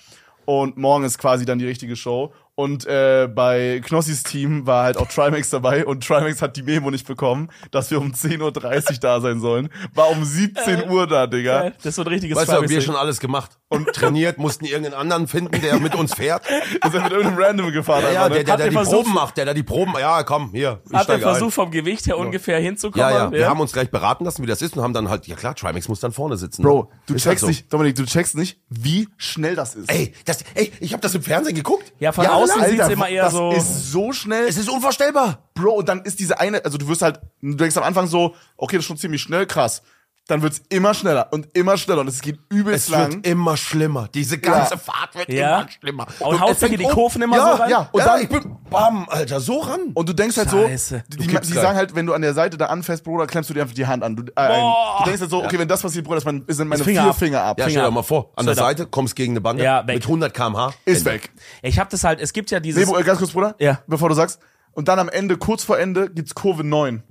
S1: Und morgen ist quasi dann die richtige Show. Und äh, bei Knossis Team war halt auch Trimax dabei und Trimax hat die Memo nicht bekommen, dass wir um 10.30 Uhr da sein sollen. War um
S3: Äh.
S1: 17 Uhr da, Digga.
S2: Das ist so ein richtiges
S3: Weißt du, haben wir
S2: Travis-Ding.
S3: schon alles gemacht. Und [laughs] trainiert, mussten irgendeinen anderen finden, der mit uns
S2: [laughs]
S3: fährt.
S1: Wir sind mit irgendeinem Random gefahren.
S3: Ja, ja
S1: einfach, ne?
S3: der, der,
S2: Habt
S3: der
S2: ihr
S3: die
S2: versucht-
S3: Proben macht, der da die Proben. Ja, komm, hier. Ich
S2: Hat er
S3: steige ein.
S2: versucht, vom Gewicht her ungefähr hinzukommen?
S3: Ja, ja, wir haben uns gleich beraten lassen, wie das ist und haben dann halt, ja klar, Trimax muss dann vorne sitzen.
S1: Bro, du
S3: Ist halt
S1: checkst
S3: so.
S1: nicht, Dominik, du checkst nicht, wie schnell das ist.
S3: Ey, das, ey, ich habe das im Fernsehen geguckt.
S2: Ja, von
S3: Jahrelang.
S2: außen sieht's
S1: Alter,
S2: immer eher
S1: das
S2: so.
S1: ist so schnell.
S3: Es ist unvorstellbar.
S1: Bro, und dann ist diese eine, also du wirst halt, du denkst am Anfang so, okay, das ist schon ziemlich schnell, krass. Dann wird's immer schneller und immer schneller und es geht übelst
S3: Es
S1: lang.
S3: wird immer schlimmer. Diese ganze
S1: Ja.
S3: Fahrt wird
S2: Ja.
S3: immer schlimmer.
S2: Und haut
S3: es fängt
S2: sich die Kurven immer
S3: ja,
S2: so rein?
S3: Ja, und
S1: Ja,
S3: dann, ich
S1: ich
S3: bin, bam, Alter, so ran.
S1: und du denkst halt
S2: Scheiße.
S1: so,
S3: Du
S1: die, die,
S3: kippst
S1: die
S3: gleich.
S1: sagen halt, wenn du an der Seite da anfährst, Bruder, klemmst du dir einfach die Hand an. Du, äh, ein.
S2: Boah.
S1: du denkst halt so, okay, wenn das passiert, Bruder, das mein- sind meine
S2: Ist Finger
S1: vier
S2: ab.
S1: Finger ab.
S3: ja,
S2: Finger
S3: stell dir
S2: ab.
S3: mal vor, an der
S2: Straight up.
S3: Seite kommst gegen eine Bande
S2: Ja, weg.
S3: mit 100 km/h.
S1: Ist weg.
S2: Ich habe das halt, es gibt ja dieses.
S1: Sebo, äh, ganz kurz, Bruder,
S2: Ja.
S1: bevor du sagst. Und dann am Ende, kurz vor Ende, gibt's Kurve 9.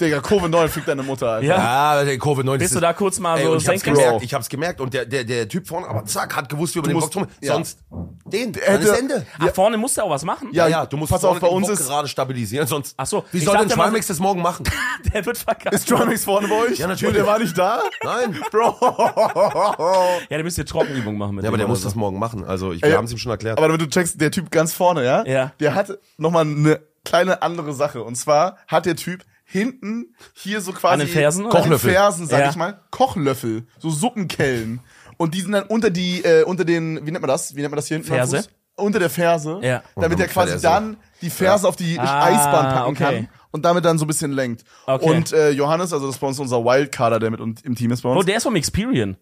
S1: Digga, Kurve 9 fickt deine Mutter, Alter.
S2: Ja.
S3: Ah, der Kurve 90.
S2: Bist du da kurz mal
S3: Ey,
S2: so
S3: und ich hab's
S2: senkrecht?
S3: gemerkt, ich hab's gemerkt und der, der, der Typ vorne, aber zack, hat gewusst, wie über den
S1: musst-
S3: Bock rum.
S1: ja.
S3: Sonst den,
S1: Der
S3: dann ist
S1: hätte-
S3: Ende.
S2: Ach, Ah, vorne musst du auch was machen.
S1: Ja,
S3: Ja, ja, du musst
S1: pass auf,
S3: vorne
S1: bei
S3: den
S1: uns
S3: Bock
S1: ist-
S3: gerade stabilisieren, sonst.
S2: Ach so,
S3: Wie
S2: ich
S3: soll denn
S2: dachte mal-
S3: Trimax das morgen [laughs] machen?
S2: [laughs] Der wird verkackt.
S1: Ist Trimax vorne bei euch?
S3: Ja, natürlich.
S1: Und der war nicht da?
S3: Nein.
S1: Bro.
S2: Ja, der müsst ihr Trockenübung machen mit
S3: Ja, aber
S2: dem
S3: der
S2: oder
S3: muss
S2: so.
S3: das morgen machen. Also, ich, wir
S1: Ey,
S3: haben es ihm schon erklärt.
S1: Aber damit du checkst, der Typ ganz vorne, ja?
S2: Ja.
S1: Der hat nochmal eine kleine andere Sache. Und zwar hat der Typ hinten hier so quasi.
S2: An den Fersen, oder?
S1: An den
S3: Kochlöffel.
S1: Fersen, sag
S2: Ja.
S1: ich mal. Kochlöffel. So Suppenkellen. Und die sind dann unter die, äh, unter den, wie nennt man das? Wie nennt man das hier hinten? am
S2: Ferse?
S1: Fuß? Unter der Ferse.
S2: Ja.
S1: Damit er quasi
S3: Ferse.
S1: dann die Ferse auf die
S2: Ah,
S1: Eisbahn packen
S2: okay.
S1: kann. Und damit dann so ein bisschen lenkt.
S2: Okay.
S1: Und äh, Johannes, also das ist bei uns unser Wildcarder, der mit uns im Team ist bei uns.
S2: Oh, der ist vom Experian.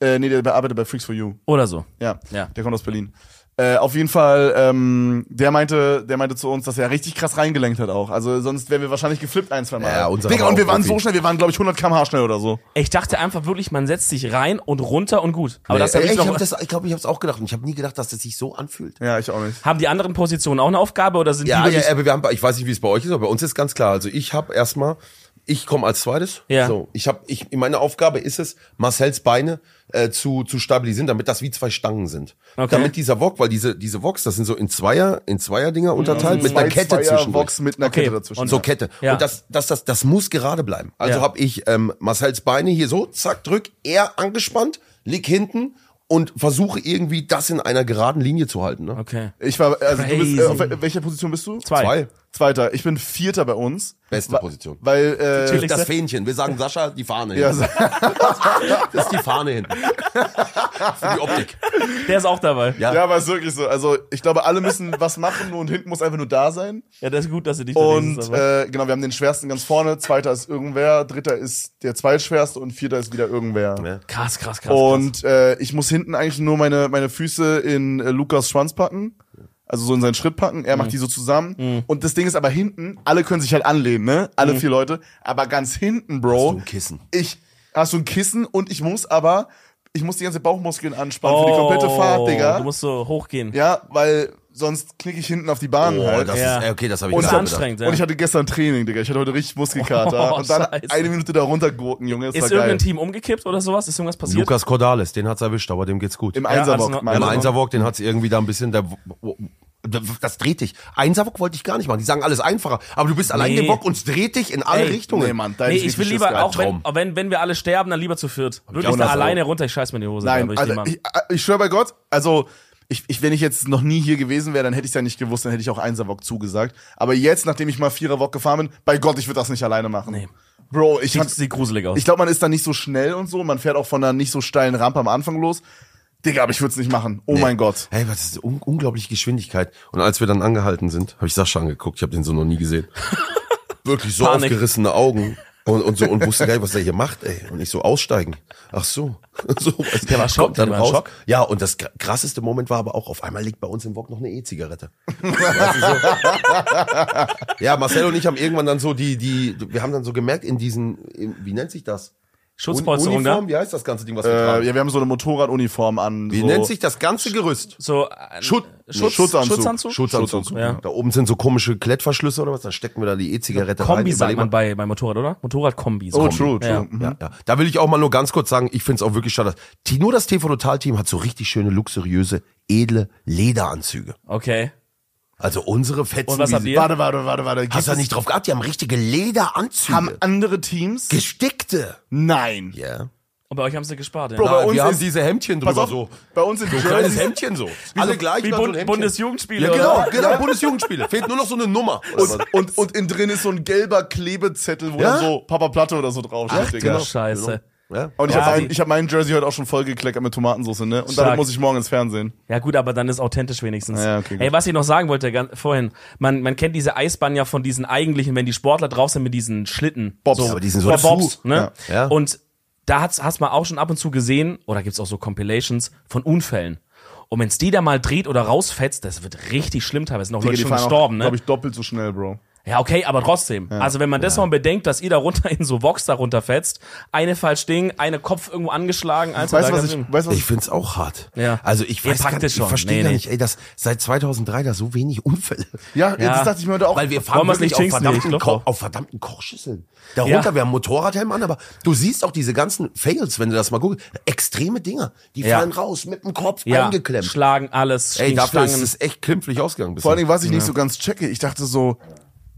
S1: Äh, nee, der arbeitet bei Freaks for You.
S2: Oder so.
S1: Ja,
S2: Ja.
S1: der kommt aus Berlin. Äh, auf jeden Fall, ähm, der meinte, der meinte zu uns, dass er richtig krass reingelenkt hat auch. Also sonst wären wir wahrscheinlich geflippt ein, zwei Mal.
S3: Ja, unserer
S1: Digga,
S3: war
S1: und wir
S3: auch
S1: waren so
S3: Profi.
S1: schnell, wir waren glaube ich 100 km/h schnell oder so.
S2: Ich dachte einfach wirklich, man setzt sich rein und runter und gut. Aber das
S3: Ey,
S2: hab ich
S3: ich
S2: noch,
S3: glaube, ich, glaub, ich hab's auch gedacht und ich habe nie gedacht, dass das sich so anfühlt.
S1: Ja, ich auch nicht.
S2: haben die anderen Positionen auch eine Aufgabe oder sind
S3: Ja,
S2: die
S3: ja,
S2: wirklich?
S3: aber wir haben, ich weiß nicht, wie es bei euch ist, aber bei uns ist ganz klar. Also ich habe erstmal, ich komme als zweites.
S2: Ja.
S3: So, ich habe, ich, meine Aufgabe ist es, Marcells Beine äh, zu, zu stabilisieren, damit das wie zwei Stangen sind.
S2: Okay.
S3: Damit dieser Wok, weil diese, diese Woks, das sind so in Zweier, in Zweier-Dinger unterteilt, mit
S1: Zwei
S3: einer Kette
S1: Zweier
S3: zwischen.
S1: Vox mit einer
S2: Okay.
S1: Kette dazwischen.
S3: Und so Kette.
S2: Oh Ja.
S3: Und das, das, das, das muss gerade bleiben. Also
S2: Ja.
S3: habe ich ähm, Marcells Beine hier so, zack, drück, er angespannt, leg hinten und versuche irgendwie das in einer geraden Linie zu halten. Ne?
S2: Okay.
S1: Ich war, also du bist,
S2: Crazy.
S1: äh, auf wel- welcher Position bist du?
S2: Zwei.
S3: Zwei.
S1: Zweiter. Ich bin Vierter bei uns.
S3: Beste
S1: Wa-
S3: Position.
S1: Weil, äh,
S2: Natürlich.
S3: Das Fähnchen. Wir sagen Sascha, die Fahne.
S1: ja, [laughs]
S3: hinten.
S1: so-
S3: Das ist die Fahne
S2: [laughs]
S3: hinten. Für die Optik.
S2: Der ist auch dabei. Ja,
S1: ja, aber ist wirklich so. Also ich glaube, alle müssen was machen und hinten muss einfach nur da sein.
S2: das ist gut, dass du dich
S1: Und
S2: da
S1: äh, genau, wir haben den schwersten ganz vorne, zweiter ist irgendwer, dritter ist der zweitschwerste und vierter ist wieder irgendwer.
S3: Ja.
S2: Krass, krass, krass. krass.
S1: Und äh, ich muss hinten eigentlich nur meine, meine Füße in äh, Lukas Schwanz packen. Also so in seinen Schritt packen.
S3: Mhm.
S1: Er macht die so zusammen. Und das Ding ist aber hinten, alle können sich halt anlehnen, ne? Alle vier Leute. Aber ganz hinten, Bro.
S3: Mhm. Hast du ein Kissen?
S1: Ich hast du ein Kissen und ich muss aber, ich muss die ganze Bauchmuskeln anspannen für die komplette
S2: Oh,
S1: Fahrt, Digga.
S2: Du musst so hochgehen.
S1: Ja, weil sonst knicke ich hinten auf die Bahn
S3: Oh,
S1: halt.
S3: das
S2: Ja.
S3: ist, okay, das habe ich
S2: Und
S3: nicht
S2: ist
S3: so
S2: anstrengend, ja.
S1: Und ich hatte gestern Training, Digga. Ich hatte heute richtig Muskelkater.
S2: Oh,
S1: und dann
S2: scheiße.
S1: eine Minute da runtergurken, Junge. Das
S2: Ist
S1: war geil.
S2: irgendein Team umgekippt oder sowas? Ist irgendwas
S3: gedacht.
S2: passiert?
S3: Lukas Cordalis, den hat's erwischt, aber dem geht's gut.
S1: Im
S3: Im,
S2: alles in
S1: Einserbock,
S2: Ordnung.
S1: meine
S2: Im
S1: ich.
S3: Einserwalk, den hat's irgendwie da ein bisschen. Der, das dreht dich. Einserwalk wollte ich gar nicht machen. Die sagen alles einfacher. Aber du bist allein
S2: Nee.
S3: im Bock und es dreht dich in alle
S2: Ey,
S3: Richtungen.
S1: Nee, Mann, da
S2: Nee,
S1: ist
S2: ich will
S1: richtig
S2: lieber,
S1: Schiss
S2: auch
S1: gehabt.
S2: wenn, auch wenn, wenn wir alle sterben, dann lieber zu viert. Wirklich
S1: auch
S2: da
S1: noch so.
S2: alleine runter, ich scheiß mir in die Hose. da
S1: Nein,
S2: würde ich
S1: also
S2: nicht machen.
S1: ich, ich schwöre bei Gott, also ich, ich, wenn ich jetzt noch nie hier gewesen wäre, dann hätte ich ja nicht gewusst, dann hätte ich auch Einserwok zugesagt. Aber jetzt, nachdem ich mal Viererwok gefahren bin, bei Gott, ich würde das nicht alleine machen.
S2: Nee.
S1: Bro, ich
S2: Sieht,
S1: fand,
S2: sieht gruselig aus.
S1: ich glaube, man ist da nicht so schnell und so. Man fährt auch von einer nicht so steilen Rampe am Anfang los. Digga, aber ich würde es nicht machen. Oh mein Gott.
S3: Hey, was ist un unglaubliche Geschwindigkeit. Und als wir dann angehalten sind, habe ich Sascha angeguckt. Ich habe den so noch
S2: [laughs]
S3: nie gesehen. Wirklich so
S2: Panik.
S3: aufgerissene Augen. Und, und so und wusste gar nicht, was der hier macht, ey. Und ich so aussteigen. Ach so. [laughs] so
S2: Der war schockt, der war in Schock.
S3: Ja, und das kr- krasseste Moment war aber auch, auf einmal liegt bei uns im Wok noch
S2: [laughs]
S3: eine E-Zigarette. Weißt du, so? ja, Marcel und ich haben irgendwann dann so die, die, wir haben dann so gemerkt in diesen, in, wie nennt sich das?
S2: Schutzpolsterung ne? da.
S3: Uniform, wie heißt das ganze Ding, was wir
S1: Äh,
S3: tragen?
S1: ja, wir haben so eine Motorraduniform an.
S3: Wie
S1: so.
S3: nennt sich das ganze Gerüst?
S2: So, äh,
S3: Schutz-
S2: Schutz,
S1: Schutzanzug.
S2: Schutzanzug?
S3: Schutzanzug.
S2: Ja.
S3: Da oben sind so komische Klettverschlüsse oder was, dann stecken wir da die E-Zigarette rein.
S2: Kombi sagt
S3: überleg
S2: man
S3: mal.
S2: bei, bei Motorrad, oder? Motorrad-Kombi.
S1: Oh,
S2: Kombi.
S1: true, true.
S2: Ja.
S1: Mhm.
S3: Ja, ja. Da will ich auch mal nur ganz kurz sagen, ich find's auch wirklich schade. Die, nur das TV Total Team hat so richtig schöne, luxuriöse, edle Lederanzüge.
S2: Okay.
S3: Also unsere Fetzen.
S2: Und was
S3: wie
S2: habt
S3: sie-
S2: ihr?
S1: Warte, warte, warte, warte. Gibt
S3: Hast du da
S1: es-
S3: nicht drauf gehabt? Die haben richtige Lederanzüge.
S1: haben andere Teams?
S3: gestickte.
S1: Nein.
S3: Ja.
S2: Und bei euch haben sie gespart, ja.
S1: Bro, bei
S3: Nein,
S1: uns
S3: wir haben
S1: ist-
S3: diese Hemmchen
S1: Pass
S3: drüber
S1: auf,
S3: so.
S1: bei uns in
S3: So ein kleines
S1: Jersey.
S3: Hemmchen so. Alle gleich.
S2: wie
S1: also
S3: dann so ein
S2: Bund-
S3: Hemmchen.
S2: Bundesjugendspiele,
S3: Ja, genau,
S2: oder?
S3: genau, Bundesjugendspiele. Fehlt nur noch so eine Nummer. oder [laughs] was?
S1: Und, und, und innen drin ist so ein gelber Klebezettel, wo
S3: Ja? genau.
S1: dann so Papa Platte oder so draufsteht, Digga.
S2: du Scheiße.
S3: Ja.
S1: Und ich
S2: Ja,
S1: hab habe
S2: die-
S1: mein, ich hab meinen Jersey heute auch schon vollgekleckert mit Tomatensauce, ne? Und
S2: Stark.
S1: damit muss ich morgen ins Fernsehen.
S2: Ja gut, aber dann ist authentisch wenigstens.
S1: Ja, okay, gut.
S2: Ey, was ich noch sagen wollte gan- vorhin, man, man kennt diese Eisbahn ja von diesen eigentlichen, wenn die Sportler drauf sind mit diesen Schlitten.
S1: Bobs.
S2: So,
S1: Ja, aber
S3: die sind so
S2: oder
S3: zu.
S2: Bobs, ne?
S3: Ja. Ja.
S2: Und da hat's, hast man auch schon ab und zu gesehen, oder gibt's auch so Compilations von Unfällen. Und wenn's die da mal dreht oder rausfetzt, das wird richtig schlimm teilweise. Sind auch Leute schon gestorben, ne?
S1: glaube ich, doppelt so schnell, Bro.
S2: Ja, okay, aber trotzdem. Also wenn man das mal bedenkt, dass ihr da runter in so Vox da runterfetzt, eine falsch Ding, eine Kopf irgendwo angeschlagen, eins
S1: Weißt du, was ich, weißt, du, was
S3: Ich
S1: ich,
S3: find's auch hart.
S2: Ja.
S3: Also ich
S2: Ja,
S3: weiß gar
S2: praktisch
S3: nicht, ich
S2: schon.
S3: verstehe
S2: Nee,
S3: gar
S2: nee.
S3: nicht, ey, dass seit 2003 da so wenig Unfälle.
S1: ja, jetzt dachte ich mir heute auch,
S3: Weil wir
S2: Wollen
S3: fahren
S2: wir's
S3: wirklich
S2: nicht
S3: auf,
S2: jinxen?
S3: verdammten
S2: Ich glaub
S3: Ko-
S2: auch.
S3: auf verdammten Kochschüsseln. Darunter,
S2: Ja.
S3: wir haben Motorradhelm an, aber du siehst auch diese ganzen Fails, wenn du das mal guckst. Extreme Dinger. Die
S2: Ja.
S3: fallen raus, mit dem Kopf
S2: ja,
S3: eingeklemmt.
S2: schlagen alles,
S3: Ey,
S2: gegen
S3: dafür ist
S2: Stangen.
S3: es echt klimpflich ausgegangen.
S1: vor allen Dingen, was ich nicht so ganz checke, ich dachte so,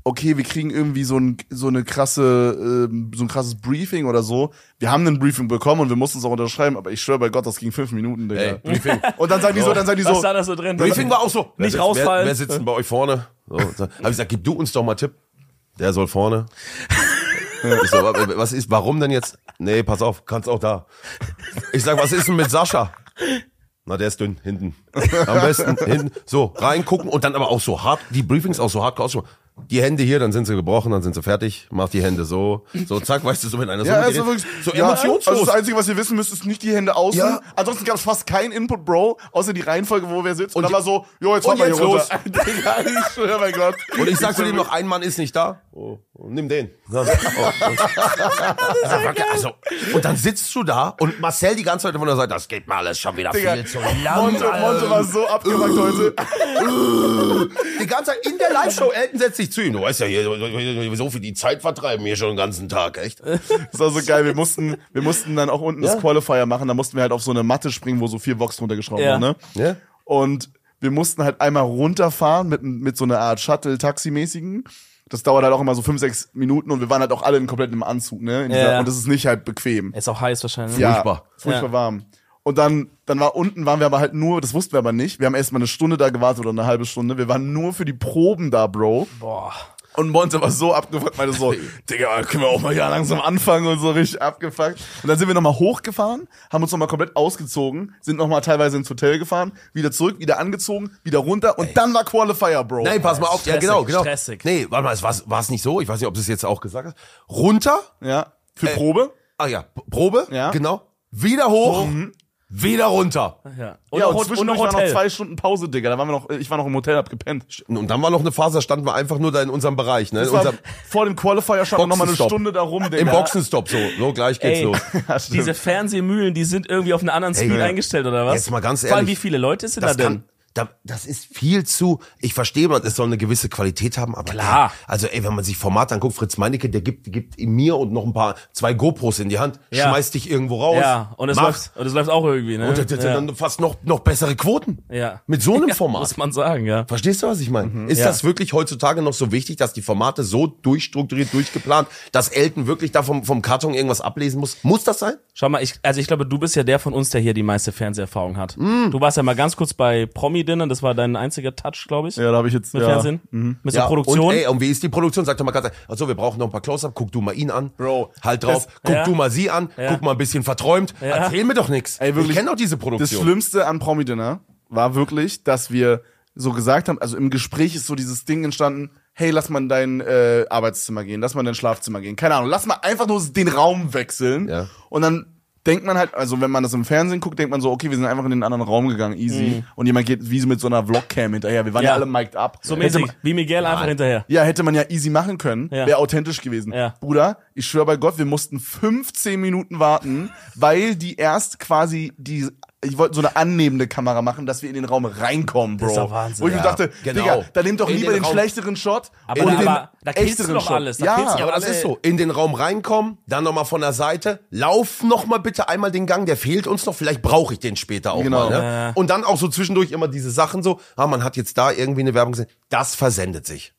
S1: okay, wir kriegen irgendwie so, ein, so eine krasse, ähm, so ein krasses Briefing oder so. Wir haben ein Briefing bekommen und wir mussten es auch unterschreiben, aber ich schwöre bei Gott, das ging fünf Minuten, Digga.
S3: Ey, [laughs] Briefing.
S1: [laughs] Und dann sagen die so, dann sagen die
S2: Was
S1: so,
S2: da da so drin?
S3: Briefing war auch so. wer
S2: Nicht
S3: sitzt-
S2: rausfallen.
S3: Wer, wer sitzt denn bei euch vorne? So, so. Hab ich gesagt, gib du uns doch mal Tipp. Der soll vorne. Ich so, wa- wa- was ist, warum denn jetzt? Nee, pass auf, kannst auch da. Ich sag, was ist denn mit Sascha? Na, der ist dünn, hinten. Am besten hinten. So, reingucken und dann aber auch so hart, die Briefings auch so hart ausgesprochen. Die Hände hier, dann sind sie gebrochen, dann sind sie fertig. Mach die Hände so. So, zack, weißt du, so wenn einer so
S1: Ja,
S3: mit dir
S1: also
S3: redet.
S1: wirklich,
S3: so
S1: ja,
S3: emotionslos.
S1: Also das Einzige, was ihr wissen müsst, ist nicht die Hände außen.
S3: Ja.
S1: Ansonsten gab es fast keinen Input, Bro, außer die Reihenfolge, wo wer sitzt. Und,
S3: Und
S1: dann war so, jo, jetzt fahren
S3: und
S1: wir hier
S3: jetzt
S1: runter. [laughs] Digga, ich schwöre bei Gott.
S3: Und ich sag zu dem noch, ein Mann ist nicht da. Oh, nimm den. So. [laughs] Oh, und, also, und dann sitzt du da und Marcel die ganze Zeit von der Seite, das geht mal alles schon wieder
S1: Digga,
S3: viel zu lang.
S1: Monte, Monte war
S3: Alter.
S1: so abgefuckt heute.
S3: Die ganze Zeit in der Live-Show, Elton setzt sich zu ihm. Du weißt ja, hier, so viel die Zeit vertreiben hier schon den ganzen Tag, echt?
S1: Das war so geil. Wir mussten, wir mussten dann auch unten das Qualifier machen. Da mussten wir halt auf so eine Matte springen, wo so vier Box runtergeschraubt
S2: Ja.
S1: waren. Ne?
S3: [laughs] Ja.
S1: Und wir mussten halt einmal runterfahren mit, mit so einer Art Shuttle-Taxi-mäßigen. Das dauert halt auch immer so fünf, sechs Minuten und wir waren halt auch alle in komplettem Anzug, ne? In dieser,
S2: Ja.
S1: Und das ist nicht halt bequem.
S2: Ist auch heiß wahrscheinlich.
S1: Ja,
S3: Furchtbar.
S1: Furchtbar
S2: Ja.
S1: warm. Und dann, dann war unten, waren wir aber halt nur, das wussten wir aber nicht. Wir haben erst mal eine Stunde da gewartet oder eine halbe Stunde. Wir waren nur für die Proben da, Bro.
S2: Boah.
S1: Und Monte war so abgefuckt, meinte
S2: [laughs]
S1: so, Digga, können wir auch mal hier langsam anfangen und so richtig abgefuckt. Und dann sind wir nochmal hochgefahren, haben uns nochmal komplett ausgezogen, sind nochmal teilweise ins Hotel gefahren, wieder zurück, wieder angezogen, wieder runter und dann war Qualifier, Bro.
S3: Nein, pass mal auf. ja,
S2: Stressig,
S3: genau, genau.
S2: stressig.
S3: Nee, warte mal, es war, war es nicht so? Ich weiß nicht, ob du es jetzt auch gesagt hast. Runter.
S1: Ja. Äh, Für Probe?
S3: Ah ja, Mhm. Probe.
S1: Ja.
S3: Genau. Wieder hoch. Wieder runter.
S2: Ja. Und,
S1: ja, und
S2: noch Hot- und noch
S1: zwischendurch war noch
S2: Hotel.
S1: zwei Stunden Pause, Digga. Da waren wir noch, ich war noch im Hotel, hab gepennt.
S3: Und dann war noch eine Phase, da standen wir einfach nur da in unserem Bereich, ne? In
S1: Das war
S3: unserem,
S1: vor dem Qualifier stand noch nochmal eine
S3: Boxenstopp.
S1: Stunde da rum, Digga.
S3: Im
S1: [laughs]
S3: Boxenstopp so. So, gleich geht's
S2: um Ey, [laughs]
S3: los.
S1: stimmt.
S2: diese Fernsehmühlen, die sind irgendwie auf einen anderen Speed
S3: ja.
S2: eingestellt, oder was?
S3: Jetzt mal ganz
S2: Vor allem, wie
S3: ehrlich.
S2: viele Leute sind da
S3: Das
S2: denn?
S3: kann, da, das ist viel zu, ich verstehe, man, es soll eine gewisse Qualität haben, aber
S2: Klar.
S3: Ey, also ey, wenn man sich Format anguckt, Fritz Meinecke, der gibt, gibt mir und noch ein paar, zwei GoPros in die Hand,
S2: Ja.
S3: schmeißt dich irgendwo raus.
S2: Ja, und es,
S3: macht.
S2: läuft, und es läuft auch irgendwie, ne?
S3: Und das- das-
S2: ja.
S3: dann fast noch, noch bessere Quoten.
S2: Ja.
S3: Mit so
S2: [laughs]
S3: einem
S2: Ja,
S3: Format.
S2: muss man sagen, ja.
S3: Verstehst du, was ich meine? ist
S2: ja.
S3: das wirklich heutzutage noch so wichtig, dass die Formate so durchstrukturiert, durchgeplant, dass Elton wirklich da vom, vom Karton irgendwas ablesen muss? Muss das sein?
S2: Schau mal, ich, also ich glaube, du bist ja der von uns, der hier die meiste Fernseherfahrung hat.
S3: Mm.
S2: Du warst ja mal ganz kurz bei Promi-Dinner, das war dein einziger Touch, glaube ich,
S1: Ja, da habe ich jetzt.
S2: mit
S1: ja.
S2: Fernsehen, mit der Produktion.
S3: Mhm. Und, ey, und wie ist die Produktion? Sag doch mal ganz einfach, also wir brauchen noch ein paar Close-Up, guck du mal ihn an.
S1: Bro,
S3: Halt drauf, guck
S2: ja.
S3: du mal sie an, guck mal ein bisschen verträumt. Erzähl mir doch nichts.
S1: Ey, wirklich.
S3: Ich kenne doch diese
S1: Das
S3: Produktion.
S1: Schlimmste an Promi-Dinner war wirklich, dass wir so gesagt haben, also im Gespräch ist so dieses Ding entstanden, hey, lass mal in dein äh, Arbeitszimmer gehen, lass mal in dein Schlafzimmer gehen, keine Ahnung, lass mal einfach nur den Raum wechseln.
S3: Ja.
S1: Und dann denkt man halt, also wenn man das im Fernsehen guckt, denkt man so, okay, wir sind einfach in den anderen Raum gegangen, easy. Und jemand geht wie so mit so einer Vlogcam hinterher, wir waren ja,
S2: Mhm. Ja.
S1: alle mic'd up.
S2: so
S1: Hätte
S2: mäßig, wie Miguel einfach hinterher.
S1: ja, hätte man ja easy machen können.
S2: Ja.
S1: Wäre authentisch gewesen.
S2: Ja.
S1: Bruder, ich schwöre bei Gott, wir mussten 15 Minuten
S2: [laughs]
S1: warten, weil die erst quasi die. Ich wollte so eine annehmende Kamera machen, dass wir in den Raum reinkommen, Bro.
S2: ist doch Wahnsinn.
S1: Wo ich mir
S3: Ja,
S1: dachte,
S3: genau.
S1: Digga, da nehmt doch
S3: In
S1: lieber
S3: den
S1: den,
S3: Raum.
S1: schlechteren Shot
S2: Aber
S1: und
S2: da-
S1: den
S2: aber da killst du
S1: echteren
S2: doch
S1: Shot.
S2: alles, da killst
S1: ja,
S2: du
S3: Ja, aber das
S2: alle-
S3: ist so. In den Raum reinkommen, dann nochmal von der Seite, lauf nochmal bitte einmal den Gang, der fehlt uns noch, vielleicht brauche ich den später auch
S1: Genau.
S3: mal. Ne? Und dann auch so zwischendurch immer diese Sachen so, ah, man hat jetzt da irgendwie eine Werbung gesehen, das versendet sich.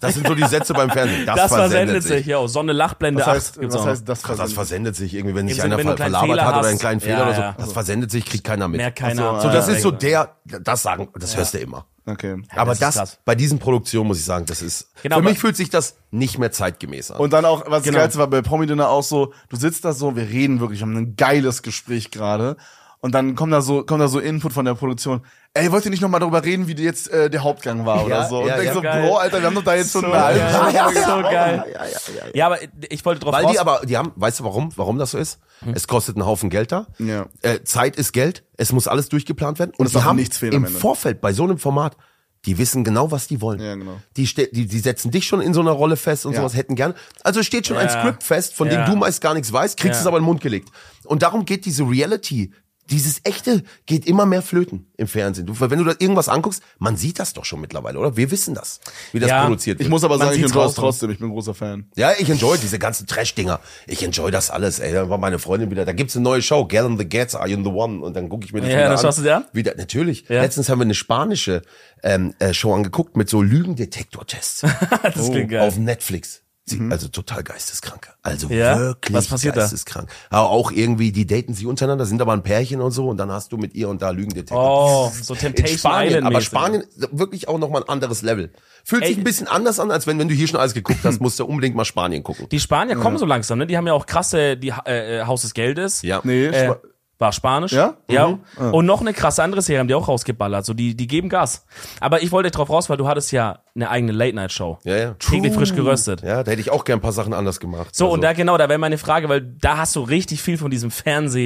S3: Das sind so die Sätze beim Fernsehen. Das,
S2: Das versendet sich, ja. Sonne Lachblende
S1: das
S2: 8
S1: heißt,
S2: gibt's
S1: was
S2: auch noch.
S1: heißt das
S3: Krass, das
S1: versendet?
S3: versendet sich irgendwie, wenn sich
S2: Sinne,
S3: einer
S2: wenn du
S3: ver
S2: einen kleinen
S3: verlabert
S2: Fehler
S3: hat oder einen
S2: hast.
S3: kleinen Fehler
S2: Ja,
S3: oder so.
S2: ja.
S3: Das versendet sich, kriegt keiner mit.
S2: Mehr keiner.
S1: Ach so,
S3: so, das
S2: Ah,
S3: ist
S2: [laughs]
S3: so der, das sagen, das hörst du immer.
S1: Okay.
S3: Aber
S2: das ist
S3: das,
S2: krass.
S3: bei diesen Produktionen muss ich sagen, das ist,
S2: Genau,
S3: für mich
S2: aber-
S3: fühlt sich das nicht mehr zeitgemäß an.
S1: Und dann auch, was
S2: Genau.
S1: das Geilste war bei Promi Dinner auch so, du sitzt da so, wir reden wirklich, wir haben ein geiles Gespräch gerade. Und dann kommt da so, kommt da so Input von der Produktion. Ey, wollt ihr nicht nochmal darüber reden, wie jetzt äh, der Hauptgang war oder
S3: Ja,
S1: so? Und
S3: ja,
S1: denkst
S3: ja.
S1: so,
S2: Geil.
S1: Bro, Alter, wir haben doch da jetzt schon eine halbe
S2: geil.
S1: Stunde.
S2: Ja, ja, so geil.
S3: Ja, ja, ja, ja.
S2: Ja, aber ich wollte drauf
S3: Weil
S2: raus. Hm.
S3: die aber, die haben, weißt du warum, warum das so ist? Es kostet einen Haufen Geld da.
S1: Ja.
S3: Äh, Zeit ist Geld. Es muss alles durchgeplant werden. Und
S1: es
S3: die
S1: darf
S3: haben
S1: nichts fehlen am
S3: im
S1: Ende.
S3: Vorfeld bei so einem Format, die wissen genau, was die wollen.
S1: Ja, genau.
S3: Die, ste- die, die setzen dich schon in so einer Rolle fest und
S1: Ja.
S3: sowas hätten gern. Also es steht schon ein
S2: Ja.
S3: Skript fest, von
S2: Ja.
S3: dem du meist gar nichts weißt, kriegst
S2: Ja.
S3: es aber in den Mund gelegt. Und darum geht diese Reality, dieses echte, geht immer mehr flöten im Fernsehen. Du, wenn du da irgendwas anguckst, man sieht das doch schon mittlerweile, oder? Wir wissen das, wie das
S2: Ja.
S3: produziert wird.
S1: Ich muss aber
S2: Man
S1: sagen, ich
S2: sieht's
S1: enjoy es
S2: raus.
S1: trotzdem, ich bin großer Fan.
S3: Ja, ich enjoy diese ganzen Trash-Dinger. Ich enjoy das alles, ey. Dann war meine Freundin wieder, da gibt's eine neue Show, Get on the Gats, Are You the One? Und dann gucke ich mir das
S2: Ja,
S3: wieder
S2: das
S3: an.
S2: schaust du dir an?
S3: Wieder, natürlich.
S2: Ja.
S3: Letztens haben wir eine spanische ähm, äh, Show angeguckt mit
S2: [laughs]
S3: so Lügendetektor-Tests
S2: [laughs] das klingt geil.
S3: Oh, auf Netflix. Sie, Also total geisteskrank. Also
S2: Ja?
S3: wirklich
S2: Was passiert da?
S3: geisteskrank. Aber auch irgendwie, die daten sie untereinander, sind aber ein Pärchen und so und dann hast du mit ihr und da Lügendetektor.
S2: Oh, so
S3: In
S2: Temptation
S3: Spanien,
S2: Island
S3: aber Spanien wirklich auch nochmal ein anderes Level. Fühlt sich
S2: Ey.
S3: ein bisschen anders an, als wenn, wenn du hier schon alles geguckt hast, musst du unbedingt mal Spanien gucken.
S2: [laughs] Die Spanier kommen so langsam, ne? Die haben ja auch krasse, die äh, äh, Haus des Geldes.
S3: Ja.
S1: Nee,
S2: Äh,
S1: Spa-
S2: war Spanisch.
S1: Ja?
S2: Ja. Und noch eine krasse andere Serie haben die auch rausgeballert. So, die, die geben Gas. Aber ich wollte drauf raus, weil du hattest ja eine eigene Late-Night-Show.
S3: Ja, ja.
S2: Täglich frisch geröstet.
S3: Ja, da hätte ich auch gern ein paar Sachen anders gemacht.
S2: So,
S3: Also,
S2: und da genau, da wäre meine Frage, weil da hast du richtig viel von diesem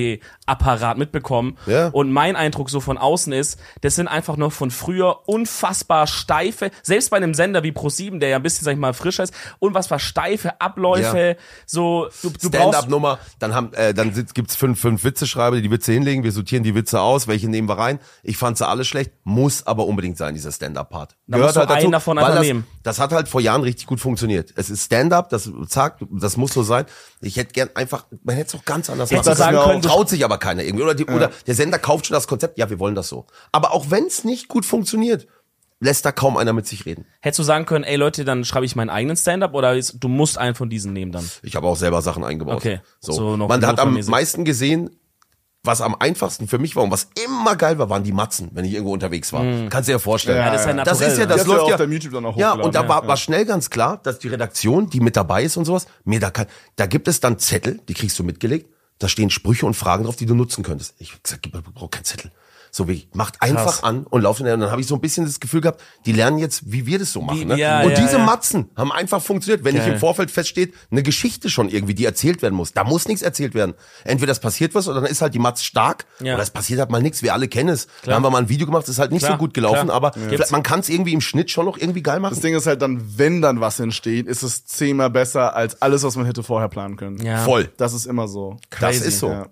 S2: Fernsehapparat mitbekommen.
S3: Ja.
S2: Und mein Eindruck so von außen ist, das sind einfach noch von früher unfassbar steife, selbst bei einem Sender wie ProSieben, der ja ein bisschen, sag ich mal, frischer ist, unfassbar steife Abläufe, so, du, du brauchst,
S3: Stand-up-Nummer, dann haben, äh, dann sitz- gibt's fünf, fünf Witzeschreiber, die die Witze hinlegen, wir sortieren die Witze aus, welche nehmen wir rein. Ich fand sie alle schlecht, muss aber unbedingt sein, dieser Stand-up-Part. halt
S2: Da musst du einen davon
S3: weil
S2: einfach
S3: das,
S2: nehmen.
S3: das hat halt vor Jahren richtig gut funktioniert. Es ist Stand-up, das zack, das muss so sein. Ich hätte gern einfach, man hätte es auch ganz anders
S2: Hättest
S3: machen
S2: du sagen
S3: können.
S2: können, du-
S3: traut sich aber keiner irgendwie. Oder, die, oder der Sender kauft schon das Konzept, ja, wir wollen das so. Aber auch wenn's nicht gut funktioniert, lässt da kaum einer mit sich reden.
S2: hättest du sagen können, ey Leute, dann schreibe ich meinen eigenen Stand-up oder ist- du musst einen von diesen nehmen dann.
S3: Ich habe auch selber Sachen eingebaut.
S2: Okay.
S3: So.
S2: So noch
S3: Man hat am
S2: notfallmäßig.
S3: meisten gesehen, was am einfachsten für mich war und was immer geil war, waren die Matzen, wenn ich irgendwo unterwegs war. Kannst du dir vorstellen.
S2: Hm. Ja, das ist ja
S3: das
S2: naturell,
S3: ist ja,
S2: ne?
S1: Die
S3: das
S1: hast du ja
S3: läuft
S1: auf
S3: ja.
S1: deinem YouTube dann auch
S3: ja,
S1: hochgeladen,
S3: und da
S1: ja,
S3: war, war schnell ganz klar, dass die Redaktion, die mit dabei ist und sowas, mir da kann, da gibt es dann Zettel, die kriegst du mitgelegt, da stehen Sprüche und Fragen drauf, die du nutzen könntest. Ich hab gesagt, ich brauch keinen Zettel. So wie, macht einfach an und laufen. Und dann habe ich so ein bisschen das Gefühl gehabt, die lernen jetzt, wie wir das so machen. Ne?
S2: ja,
S3: und
S2: ja,
S3: diese
S2: ja.
S3: Matzen haben einfach funktioniert. Wenn ich
S2: Geil.
S3: im Vorfeld feststeht, eine Geschichte schon irgendwie, die erzählt werden muss. Da muss nichts erzählt werden. Entweder es passiert was oder dann ist halt die Matz stark
S2: Ja.
S3: oder es passiert halt mal nichts. Wir alle kennen es. Da haben wir mal ein Video gemacht, das ist halt nicht
S2: Klar,
S3: so gut gelaufen,
S2: klar.
S3: aber
S2: Ja.
S3: vielleicht- man kann es irgendwie im Schnitt schon noch irgendwie geil
S1: Das
S3: machen.
S1: Ding ist halt dann, wenn dann was entsteht, ist es zehnmal besser als alles, was man hätte vorher planen können.
S2: Ja.
S3: Voll.
S1: Das ist immer so.
S3: Das
S2: Crazy.
S3: ist so.
S1: Ja.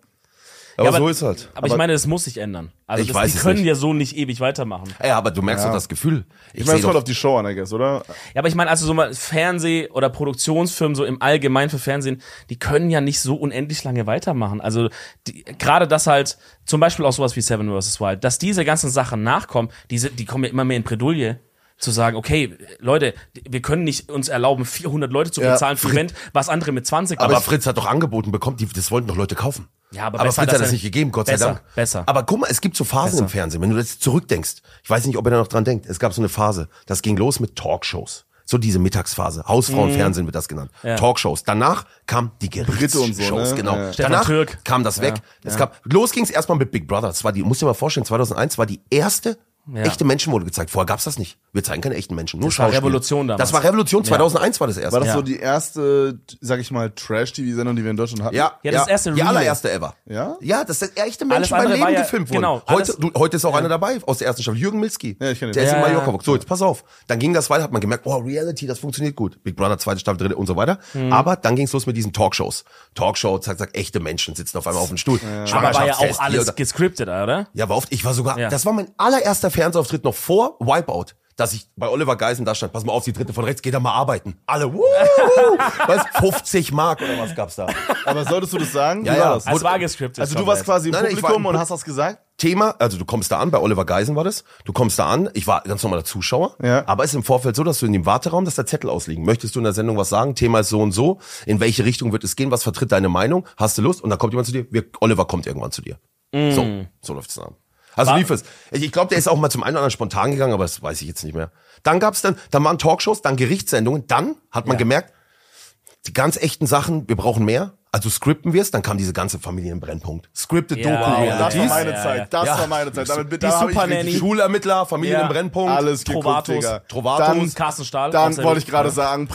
S3: Aber,
S2: aber-
S3: so ist halt.
S2: Aber, ich meine, das muss sich ändern. Also
S3: Ich
S2: das,
S3: weiß
S2: die
S3: es
S2: können
S3: nicht.
S2: ja so nicht ewig weitermachen.
S3: Ey, aber du merkst
S1: Ja.
S3: doch das Gefühl. Ich,
S1: Ich meine,
S3: seh
S1: es kommt
S3: doch,
S1: auf die Show an, I guess, oder?
S2: Ja, aber ich meine, also so mal Fernseh- oder Produktionsfirmen so im Allgemeinen für Fernsehen, die können ja nicht so unendlich lange weitermachen. Also die- gerade das halt, zum Beispiel auch sowas wie Seven vs. Wild, dass diese ganzen Sachen nachkommen, die, sind- die kommen ja immer mehr in Bredouille. Zu sagen, okay, Leute, wir können nicht uns erlauben, 400 Leute zu
S1: Ja,
S2: bezahlen für ein
S3: Fritz-
S2: Event, was andere mit 20
S3: aber
S2: machen.
S3: Fritz hat doch angeboten bekommen, die, das wollten doch Leute kaufen.
S2: Ja, aber
S3: aber
S2: besser,
S3: Fritz
S2: dass
S3: hat das
S2: er-
S3: nicht gegeben, Gott
S2: besser,
S3: sei Dank.
S2: besser.
S3: Aber guck mal, es gibt so Phasen
S2: Besser.
S3: im Fernsehen, wenn du jetzt zurückdenkst. Ich weiß nicht, ob ihr da noch dran denkt. Es gab so eine Phase, das ging los mit Talkshows. So diese Mittagsphase.
S2: Mhm.
S3: Hausfrauenfernsehen wird das genannt. Talkshows. Danach kam die
S1: Britte und so,
S3: Gerichtsshows,
S1: ne?
S3: genau.
S1: Ja.
S2: Stefan
S3: Danach
S2: Türk.
S3: kam das weg. Es gab, los ging es erstmal mit Big Brother. Das war die, muss dir mal vorstellen, 2001 war die erste
S2: Ja.
S3: echte Menschen wurde gezeigt. Vorher gab's das nicht. Wir zeigen keine echten Menschen, nur
S2: Das war
S3: Schauspiel.
S2: Revolution damals.
S3: Das war Revolution, 2001 war das erste.
S1: War das
S2: Ja.
S1: so die erste, sag ich mal, Trash-TV-Sendung, die wir in Deutschland hatten?
S3: Ja,
S2: Ja, das erste
S3: Die
S2: Real.
S3: allererste ever.
S1: Ja?
S3: Ja, das ist der echte
S2: Alles
S3: Mensch mein
S2: andere
S3: Leben
S2: war ja-
S3: gefilmt wurde.
S2: genau,
S3: heute,
S2: alles-
S3: du, heute ist auch einer dabei aus der ersten Staffel. Jürgen Milski.
S1: Ja, ich kenn ihn.
S3: der ist
S2: Ja,
S3: in
S2: ja,
S3: Mallorca.
S2: ja.
S3: wuchs. So, jetzt pass auf. Dann ging das weiter, hat man gemerkt, wow, Reality, das funktioniert gut. Big Brother, zweite Staffel, dritte und so weiter.
S2: Hm.
S3: Aber dann ging's los mit diesen Talkshows. Talkshow, zack, zack, echte Menschen sitzen auf einmal auf dem Stuhl.
S2: aber war ja
S3: Schwangerschaftsfest,
S2: auch
S3: hier
S2: alles
S3: oder-
S2: gescriptet, oder?
S3: ja, war oft, ich war sogar,
S2: Ja.
S3: das war mein allererster Fernsehauftritt noch vor Wipeout, dass ich bei Oliver Geisen da stand, pass mal auf, die dritte von rechts, geht da mal arbeiten. Alle,
S2: [laughs]
S3: wuhu, weißt, 50 Mark oder was gab's da?
S1: Aber solltest du das sagen?
S3: Ja,
S1: Wie
S3: ja.
S1: war das?
S2: Also es war gescriptet.
S1: Also du
S2: schon,
S1: warst
S2: Leute.
S1: quasi im
S3: Nein, nein, ich war
S1: Publikum
S3: im
S1: und
S3: Pub-
S1: hast das gesagt?
S3: Thema, also du kommst da an, bei Oliver Geisen war das, du kommst da an, ich war ganz normaler Zuschauer,
S1: Ja.
S3: aber es ist im Vorfeld so, dass du in dem Warteraum, dass da Zettel ausliegen. Möchtest du in der Sendung was sagen? Thema ist so und so, in welche Richtung wird es gehen, was vertritt deine Meinung? Hast du Lust? Und dann kommt jemand zu dir, wir, Oliver kommt irgendwann zu dir.
S1: Mm.
S3: So, so läuft's dann. ab. Also lief es. Ich, ich glaube, der ist auch mal zum einen oder anderen spontan gegangen, aber das weiß ich jetzt nicht mehr. Dann gab's dann, dann waren Talkshows, dann Gerichtssendungen, dann hat man gemerkt, die ganz echten Sachen, wir brauchen mehr. Also scripten wir's, dann kam diese ganze Familienbrennpunkt. Scripted
S2: Ja,
S1: Das
S2: ja,
S3: Doku. Realities.
S1: war
S2: dies-
S1: meine
S2: ja, ja.
S1: Zeit. Das
S3: Ja.
S1: war meine Zeit. Damit bitte
S2: Die
S1: da hab ich
S2: Supernanny.
S1: richtig
S2: Nanny.
S3: Schulermittler,
S2: Ja.
S3: Familienbrennpunkt.
S1: alles geguckt,
S2: Trovatos.
S1: Digga.
S3: Trovatos,
S2: Carsten Stahl,
S1: Dann
S2: Marcel
S1: wollte ich
S2: Wittmann.
S1: gerade sagen,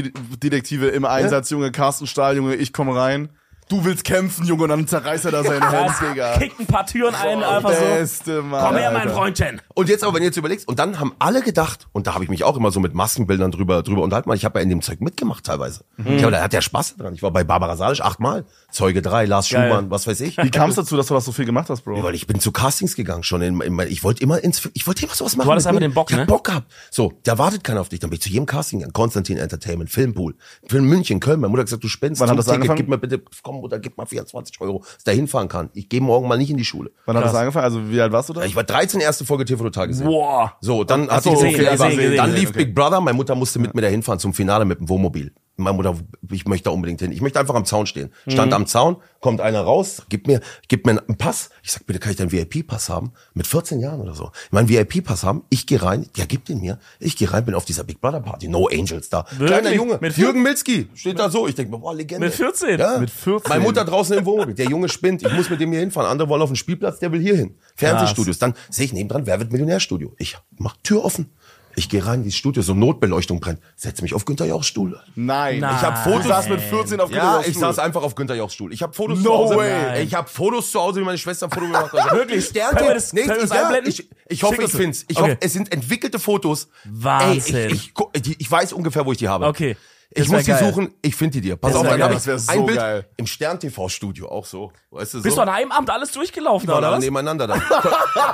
S1: Privatdetektive im Einsatz, Junge, Carsten Stahl, Junge, ich komme rein. Du willst kämpfen, Junge, und dann zerreißt er da
S2: [laughs]
S1: seine Hand, Digga.
S2: also Ah, Kickt ein paar Türen ein, einfach so.
S1: Beste Mann.
S2: Komm her, mein
S1: Alter.
S2: Freundchen.
S3: Und jetzt aber, wenn ihr jetzt überlegst, und dann haben alle gedacht, und da habe ich mich auch immer so mit Maskenbildern drüber, drüber unterhalten, weil ich habe ja in dem Zeug mitgemacht teilweise.
S1: Mhm.
S3: Ich habe, da hat ja Spaß dran. Ich war bei Barbara Salisch achtmal. Zeuge drei, Lars
S2: Geil.
S3: Schumann, was weiß ich.
S1: Wie kam es dazu, dass du das so viel gemacht hast, Bro?
S3: Oh, Weil ich bin zu Castings gegangen schon. In, in, mein- ich wollte immer ins, ich wollte immer sowas machen.
S2: hattest
S3: mit
S2: einfach
S3: mir.
S2: den Bock,
S3: ich hab
S2: ne?
S3: Bock gehabt. So, da wartet keiner auf dich. Dann bin ich zu jedem Casting gegangen. Konstantin Entertainment, Filmpool, Film München, Köln. Meine Mutter hat gesagt, du spinnst.
S1: Wann hat
S3: zum
S1: das angefangen?
S3: Gib mir bitte, komm Mutter, gib mal 24 Euro, dass ich da hinfahren kann. Ich gehe morgen mal nicht in die Schule.
S1: Wann hat das angefangen? Also wie alt warst du da?
S3: Ich war 13 erste Folge TV Total gesehen.
S2: Boah.
S3: So, dann
S1: Ach
S3: hatte
S1: so,
S3: ich so
S1: gesehen,
S3: viel
S1: gesehen,
S3: Erwartung.
S1: gesehen,
S3: Dann
S1: gesehen,
S3: lief
S1: okay.
S3: Big Brother, meine Mutter musste mit mir dahin fahren zum Finale mit dem Wohnmobil. Meine Mutter, ich möchte da unbedingt hin. Ich möchte einfach am Zaun stehen. Stand am Zaun, kommt einer raus, gibt mir, gibt mir einen Pass. Ich sag, bitte kann ich deinen VIP-Pass haben? Mit 14 Jahren oder so. Ich meinen VIP-Pass haben, ich gehe rein, ja, gib den mir. Ich gehe rein, bin auf dieser Big Brother Party. No Angels da. Kleiner Junge.
S2: Mit vier-
S3: Jürgen Milzki steht da so. Ich denke mir, boah, Legende.
S2: Mit 14?
S3: Ja.
S1: Mit 14.
S3: Meine Mutter draußen im Wohnmobil. Der Junge spinnt. Ich muss mit dem hier hinfahren. Andere wollen auf den Spielplatz, der will hier hin. Fernsehstudios. Dann sehe ich nebendran, wer wird Millionärstudio? Ich mach Tür offen. Ich gehe rein ins Studio, so Notbeleuchtung brennt. Setze mich auf Günther Jauchs Stuhl.
S1: Nein.
S2: Nein.
S1: Ich hab Fotos. Du saßt mit 14 auf
S3: Ja,
S1: Kindergartenstuhl.
S3: ich saß einfach auf Günther Jauchs Stuhl. Ich habe Fotos
S1: No
S3: zu Hause.
S1: way.
S2: Nein.
S3: Ich habe Fotos zu Hause, wie meine Schwester ein Foto gemacht hat.
S2: Wirklich?
S3: Sternchen.
S2: Können wir das-
S3: nee,
S2: können wir das
S3: ich, ja,
S2: einblenden?
S3: ich, ich hoffe,
S2: Schick
S3: ich
S2: uns das.
S3: find's. Ich
S2: Okay.
S3: hoffe, es sind entwickelte Fotos.
S2: Wahnsinn.
S3: Ey, ich, ich, gu- die- ich weiß ungefähr, wo ich die habe.
S2: Okay. Das
S3: Ich
S2: wär
S3: muss die
S2: geil.
S3: suchen, ich finde die dir. Pass
S2: Das
S3: auf,
S2: wär
S3: dann
S2: geil.
S3: habe
S1: Das wär
S3: ich
S1: so
S3: ein Bild
S1: geil.
S3: im Stern-TV-Studio auch so. Weißt du, so.
S2: Bist du an einem Abend alles durchgelaufen,
S3: waren
S2: oder
S3: alle
S2: was? [laughs]
S3: nebeneinander da.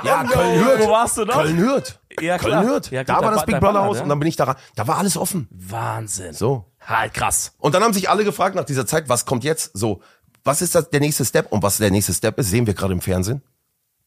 S3: ja,
S2: Wo
S3: Köln-Hürth.
S2: warst du noch?
S3: Köln-Hürth.
S2: Ja, klar.
S3: Köln-Hürth.
S2: Ja, gut,
S3: da
S2: da
S3: war das
S2: war-
S3: Big
S2: da war
S3: Brother
S2: man,
S3: Haus
S2: ja.
S3: und dann bin ich da ran. Da war alles offen.
S2: Wahnsinn.
S3: So.
S2: Halt krass.
S3: Und dann haben sich alle gefragt nach dieser Zeit, was kommt jetzt? So, was ist das, der nächste Step? Und was der nächste Step ist, sehen wir gerade im Fernsehen.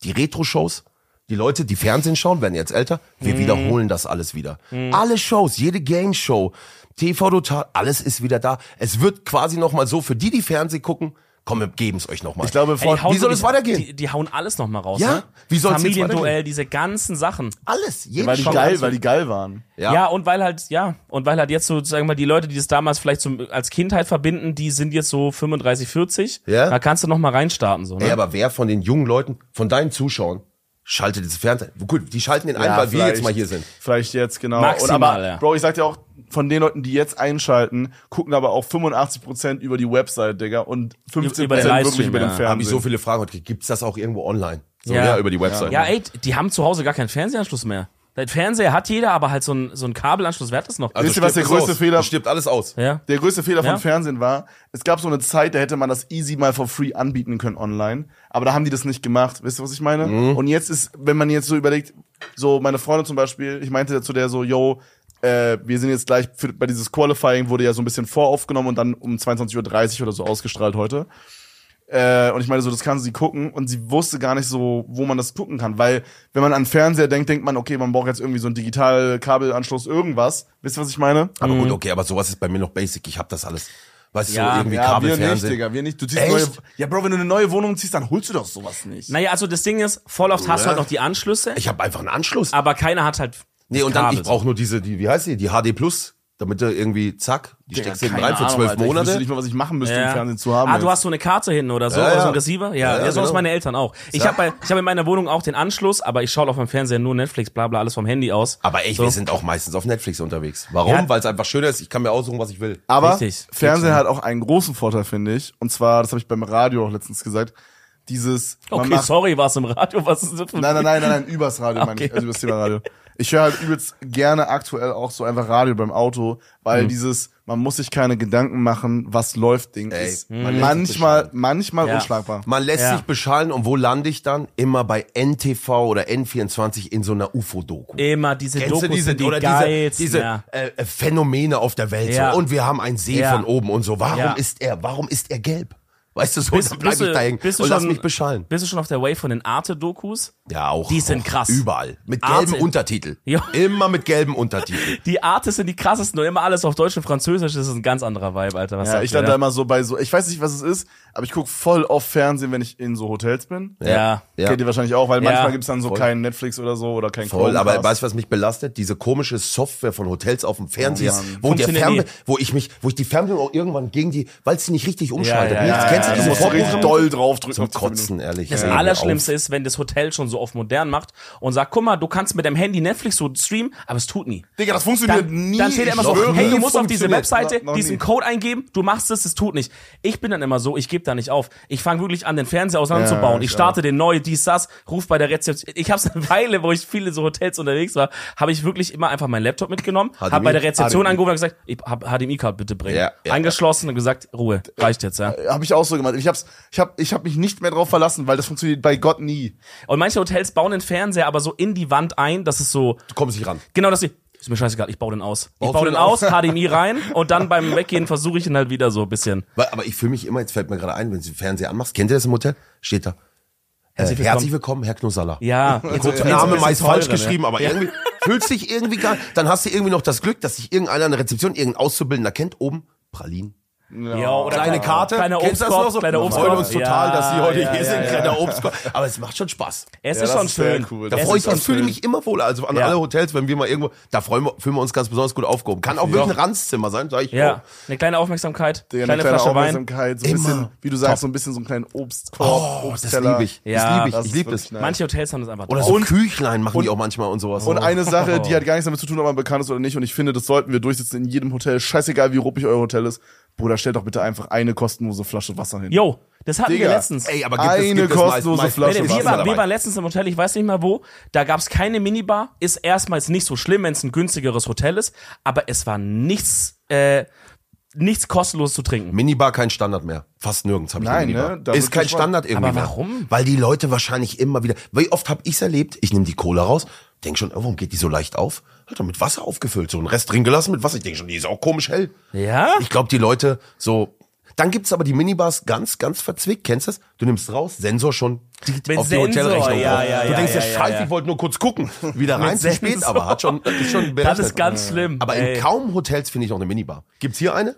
S3: Die Retro-Shows, die Leute, die Fernsehen schauen, werden jetzt älter. Wir wiederholen das alles wieder. Alle Shows, jede Game-Show, TV Total, alles ist wieder da. Es wird quasi nochmal so, für die, die Fernsehen gucken, komm, wir geben es euch nochmal.
S1: Ich glaube,
S2: Ey,
S1: von,
S2: die hauen
S3: wie soll
S2: wirklich-
S3: es weitergehen?
S2: Die, die hauen alles nochmal raus.
S3: Ja?
S2: Ne?
S3: Wie soll's jetzt
S2: Familienduell,
S3: weitergehen?
S2: diese ganzen Sachen.
S3: alles, jede
S1: weil die
S3: Show.
S1: geil,
S2: Also
S1: weil die geil waren.
S2: Ja.
S3: Ja.
S2: und weil halt, ja, und weil halt jetzt so, sagen wir mal, die Leute, die das damals vielleicht so als Kindheit verbinden, die sind jetzt so 35, 40.
S3: Ja.
S2: Da kannst du nochmal reinstarten, so, ne?
S3: Ey, aber wer von den jungen Leuten, von deinen Zuschauern, schaltet das Fernsehen? Gut, die schalten den ein,
S1: Ja,
S3: weil wir jetzt
S1: vielleicht-
S3: mal hier sind.
S1: Vielleicht jetzt, genau. und
S2: Maximal,
S1: aber,
S2: ja.
S1: Bro, ich sag dir auch, von den Leuten, die jetzt einschalten, gucken aber auch 85% über die Website, Digga, und 15%
S2: Über
S1: wirklich
S2: den Livestream,
S1: über den
S2: ja.
S1: Fernsehen.
S3: Haben die so viele Fragen heute. Gibt's das auch irgendwo online? So,
S2: Ja.
S3: ja, über die Website.
S2: ja, ey, die haben zu Hause gar keinen Fernsehanschluss mehr. Der Fernseher hat jeder, aber halt so ein, so ein Kabelanschluss, wer hat das noch?
S3: Also
S1: Wisst ihr, was
S3: stirbt
S1: der
S3: es
S1: größte
S3: aus.
S1: Fehler-
S3: Es Stirbt alles aus.
S2: ja.
S1: Der größte Fehler
S2: Ja.
S1: vom Fernsehen war, es gab so eine Zeit, da hätte man das easy mal for free anbieten können online, aber da haben die das nicht gemacht. Wisst ihr, was ich meine? Und jetzt ist, wenn man jetzt so überlegt, so meine Freundin zum Beispiel, ich meinte zu der so, yo, äh, wir sind jetzt gleich für, bei dieses Qualifying wurde ja so ein bisschen voraufgenommen und dann um 22.30 Uhr oder so ausgestrahlt heute. Äh, und ich meine so, das kann sie gucken und sie wusste gar nicht so, wo man das gucken kann, weil wenn man an Fernseher denkt, denkt man, okay, man braucht jetzt irgendwie so einen Digital-Kabelanschluss, irgendwas. Wisst ihr, was ich meine?
S3: Aber gut, okay, aber sowas ist bei mir noch basic. Ich hab das alles. Weißt du,
S2: Ja,
S3: so irgendwie
S1: Ja, wir nicht,
S3: Kabelfernsehen.
S1: Digga, wir nicht. Du ziehst
S3: Echt?
S1: neue, ja, Bro, wenn du eine neue Wohnung ziehst, dann holst du doch sowas nicht.
S2: Naja, also das Ding ist, voll oft hast du halt noch die Anschlüsse,
S3: ich habe einfach einen Anschluss.
S2: aber keiner hat halt.
S3: nee, und dann,
S2: Kabel.
S3: ich brauche nur diese, die, wie heißt die? Die HD Plus, damit du irgendwie, zack, die
S1: Digga,
S3: steckst du hinten
S1: keine
S3: rein für
S1: Ahnung,
S3: zwölf
S1: Alter. Ich wüsste
S3: Monate.
S1: nicht mal, was ich machen müsste,
S2: Ja.
S1: um Fernsehen zu haben.
S2: Ah, du
S1: jetzt.
S2: hast so eine Karte hinten oder so,
S3: Ja,
S2: oder so
S3: ja.
S2: ein Receiver? Ja,
S3: Ja,
S2: ja,
S3: ja,
S2: so haben es
S3: genau.
S2: meine Eltern auch. Ich
S3: Ja.
S2: habe bei, ich habe in meiner Wohnung auch den Anschluss, aber ich schaue auf meinem Fernseher nur Netflix, bla bla, alles vom Handy aus.
S3: Aber echt,
S2: So.
S3: wir sind auch meistens auf Netflix unterwegs. Warum?
S2: Ja.
S3: Weil es einfach schöner ist. Ich kann mir aussuchen, was ich will.
S1: Aber
S2: Richtig.
S1: Fernsehen hat auch einen großen Vorteil, finde ich. Und zwar, das habe ich beim Radio auch letztens gesagt, dieses, man
S2: Okay,
S1: macht,
S2: sorry, war es im Radio, was ist das für
S1: nein, nein, nein, nein, nein, übers Radio, meine ich, also übers Thema Radio. Ich höre halt übelst gerne aktuell auch so einfach Radio beim Auto, weil dieses, man muss sich keine Gedanken machen, was läuft Ding
S3: Ey,
S1: ist.
S3: man lässt
S1: Manchmal, manchmal
S2: Ja.
S1: unschlagbar.
S3: Man lässt
S2: Ja.
S3: sich beschallen und wo lande ich dann? Immer bei NTV oder N24 in so einer UFO-Doku.
S2: Immer diese
S3: Kennst
S2: Dokus
S3: du diese,
S2: sind die
S3: oder diese,
S2: geilsten,
S3: diese
S2: ja.
S3: äh, äh, Phänomene auf der Welt?
S2: Ja.
S3: So. Und wir haben einen See
S2: Ja.
S3: von oben und so. Warum
S2: Ja.
S3: ist er? Warum ist er gelb? Weißt du so?
S2: Bist-
S3: dann bleib
S2: bist
S3: ich
S2: du-
S3: da hängen und
S2: bist du
S3: lass
S2: schon-
S3: mich beschallen.
S2: Bist du schon auf der Way von den Arte-Dokus?
S3: Ja, auch.
S2: Die sind
S3: auch,
S2: krass.
S3: Überall. Mit gelben
S2: Arte.
S3: Untertitel.
S2: [laughs] Ja.
S3: Immer mit gelben Untertiteln.
S2: Die Arte sind die krassesten und immer alles auf Deutsch und Französisch, das ist ein ganz anderer Vibe, Alter. Was
S1: Ja,
S2: sagt
S1: ich
S2: ihr ne?
S1: lande
S2: da?
S1: da immer so bei so, ich weiß nicht, was es ist, aber ich guck voll oft Fernsehen, wenn ich in so Hotels bin.
S2: Ja.
S3: ja.
S1: Kennt ihr wahrscheinlich auch, weil
S2: Ja.
S1: manchmal gibt's dann so
S3: Voll.
S1: keinen Netflix oder so oder kein
S2: Oh,
S3: Voll,
S1: Chromecast.
S3: aber weißt du, was mich belastet? Diese komische Software von Hotels auf dem Fernseher,
S1: Mann.
S3: wo, der
S2: Oh, Funktioniert
S3: Fernbe
S2: nie.
S3: wo ich mich, wo ich die Fernbedienung auch irgendwann gegen die, weil es die nicht richtig umschaltet.
S2: ja,
S3: Nichts.
S2: ja,
S1: ja,
S3: Kennst du
S1: du
S3: diese
S1: musst richtig
S3: Vorprogramme?
S1: doll drauf drücken.
S3: Zum
S1: auf die Verbindung.
S3: Kotzen, ehrlich.
S2: Das
S3: Ey, hör
S2: Allerschlimmste ist, wenn das Hotel schon so oft modern macht und sagt, guck mal, du kannst mit dem Handy Netflix so streamen, aber es tut nie.
S1: Digga, das funktioniert
S2: Dann,
S1: nie.
S2: dann steht
S1: ich
S2: immer so,
S1: schwöre.
S2: hey, du
S1: Nie
S2: musst auf diese
S1: funktioniert.
S2: Webseite
S1: Noch- noch
S2: diesen
S1: nie.
S2: Code eingeben, du machst es, es tut nicht. Ich bin dann immer so, ich gebe da nicht auf. Ich fange wirklich an, den Fernseher auseinanderzubauen.
S1: Ja,
S2: ich
S1: ich
S2: starte den neu, dies, das, ruf bei der Rezeption. Ich hab's [laughs] eine Weile, wo ich viele so Hotels unterwegs war, habe ich wirklich immer einfach meinen Laptop mitgenommen, habe
S3: HDMI?
S2: bei der Rezeption
S1: HDMI.
S2: angerufen und gesagt, ich hab HDMI-Card bitte bringen.
S3: Ja, ja,
S2: Angeschlossen und gesagt, Ruhe, reicht jetzt, ja.
S1: Hab ich auch so gemacht. Ich hab's, ich hab, ich hab mich nicht mehr drauf verlassen, weil das funktioniert bei Gott nie.
S2: Und manche Hotels bauen den Fernseher aber so in die Wand ein, dass es so
S3: Du kommst nicht ran.
S2: Genau, das ist ist mir scheißegal, ich baue den aus. Ich
S3: Baust
S2: baue
S3: du
S2: den
S3: den
S2: aus,
S3: aus?
S2: HDMI rein und dann beim Weggehen versuche ich ihn halt wieder so ein bisschen.
S3: Weil, aber ich fühle mich immer, jetzt fällt mir gerade ein, wenn du den Fernseher anmachst, kennt ihr das im Hotel? Steht da. Herzlich, äh,
S2: willkommen.
S3: herzlich willkommen, Herr Knussalla.
S2: Ja,
S3: Kurz
S2: jetzt- jetzt ein
S3: Name
S2: bisschen
S3: meist
S2: teurer,
S3: falsch
S2: ne?
S3: geschrieben, aber irgendwie fühlst dich irgendwie gar. Dann hast du irgendwie noch das Glück, dass sich irgendeiner an der Rezeption, irgendein Auszubildender kennt, oben Pralinen.
S2: Ja, oder
S3: Kleine Karte,
S2: Kleiner
S3: kennst du das noch
S2: Obstkorb,
S3: so?
S2: kleiner
S3: Wir
S2: Obstkorb.
S3: freuen uns total,
S2: Ja,
S3: dass Sie heute
S2: ja,
S3: hier
S2: ja,
S3: sind,
S2: ja.
S3: kleiner Obstkorb. Aber es macht schon Spaß.
S2: Es
S1: Ja,
S2: ist
S1: das
S2: schon
S1: ist sehr
S2: schön.
S1: cool.
S3: Da
S1: Es
S2: Es
S3: freue
S2: ist
S3: ich, ich
S2: schon
S3: fühle
S1: schön.
S3: mich immer wohl. Also an
S2: Ja.
S3: alle Hotels, wenn wir mal irgendwo, da freuen wir, fühlen wir uns ganz besonders gut aufgehoben. Kann auch wirklich ein Ranzzimmer sein, sag ich.
S2: ja, eine kleine Aufmerksamkeit,
S1: Digga,
S2: kleine,
S1: eine kleine
S2: Flasche Wein.
S1: Aufmerksamkeit, so ein
S3: Immer.
S1: bisschen, wie du sagst, so ein bisschen so einen kleinen Obstkorb,
S3: Oh, das
S1: Obstteller.
S3: liebe ich.
S2: Ja,
S3: das liebe
S1: das
S3: ich. Ich
S1: ist
S3: liebe
S1: wirklich
S3: das.
S1: nice.
S2: Manche Hotels haben das einfach
S3: Oder
S2: drauf.
S3: so Küchlein machen die auch manchmal und sowas.
S1: Und eine Sache, die hat gar nichts damit zu tun, ob man bekannt ist oder nicht, und ich finde, das sollten wir durchsetzen in jedem Hotel, scheißegal wie ruppig euer Hotel ist. Bruder, stellt doch bitte einfach eine kostenlose Flasche Wasser hin.
S2: Yo, das hatten wir
S1: Digga.
S2: letztens.
S3: Ey, aber gibt es-
S1: Eine
S3: gibt es
S1: kostenlose
S3: meist, meist,
S1: Flasche
S2: Leute,
S1: Wasser
S2: wir, waren, wir
S3: dabei.
S2: waren letztens im Hotel, ich weiß nicht mehr wo, da gab's keine Minibar, ist erstmals nicht so schlimm, wenn es ein günstigeres Hotel ist, aber es war nichts, äh, nichts kostenlos zu trinken.
S3: Minibar kein Standard mehr. Fast nirgends habe ich
S1: Nein,
S3: eine Minibar.
S1: ne? Da
S3: Ist
S1: wird
S3: kein
S1: gespart.
S3: Standard irgendwie
S2: Aber
S3: mehr.
S2: warum?
S3: Weil die Leute wahrscheinlich immer wieder. Wie oft habe ich's erlebt? Ich nehme die Cola raus, denk schon, oh, warum geht die so leicht auf? Hat er mit Wasser aufgefüllt, so einen Rest drin gelassen mit Wasser. Ich denke schon, die ist auch komisch hell.
S2: Ja?
S3: Ich glaube, die Leute so. Dann gibt's aber die Minibars ganz, ganz verzwickt. Kennst du das? Du nimmst raus, Sensor schon direkt
S2: Mit
S3: auf
S2: Sensor,
S3: die Hotelrechnung.
S2: ja,
S3: drauf.
S2: ja,
S3: du
S2: ja,
S3: denkst
S2: ja,
S3: ja,
S2: ja,
S3: scheiße,
S2: ja.
S3: ich wollte nur kurz gucken. Wieder rein, zu spät,
S2: Sensor.
S3: aber hat schon, ist schon
S2: Das
S3: berechnet.
S2: ist ganz schlimm.
S3: Aber
S2: ey.
S3: in kaum Hotels finde ich noch eine Minibar. Gibt's hier eine?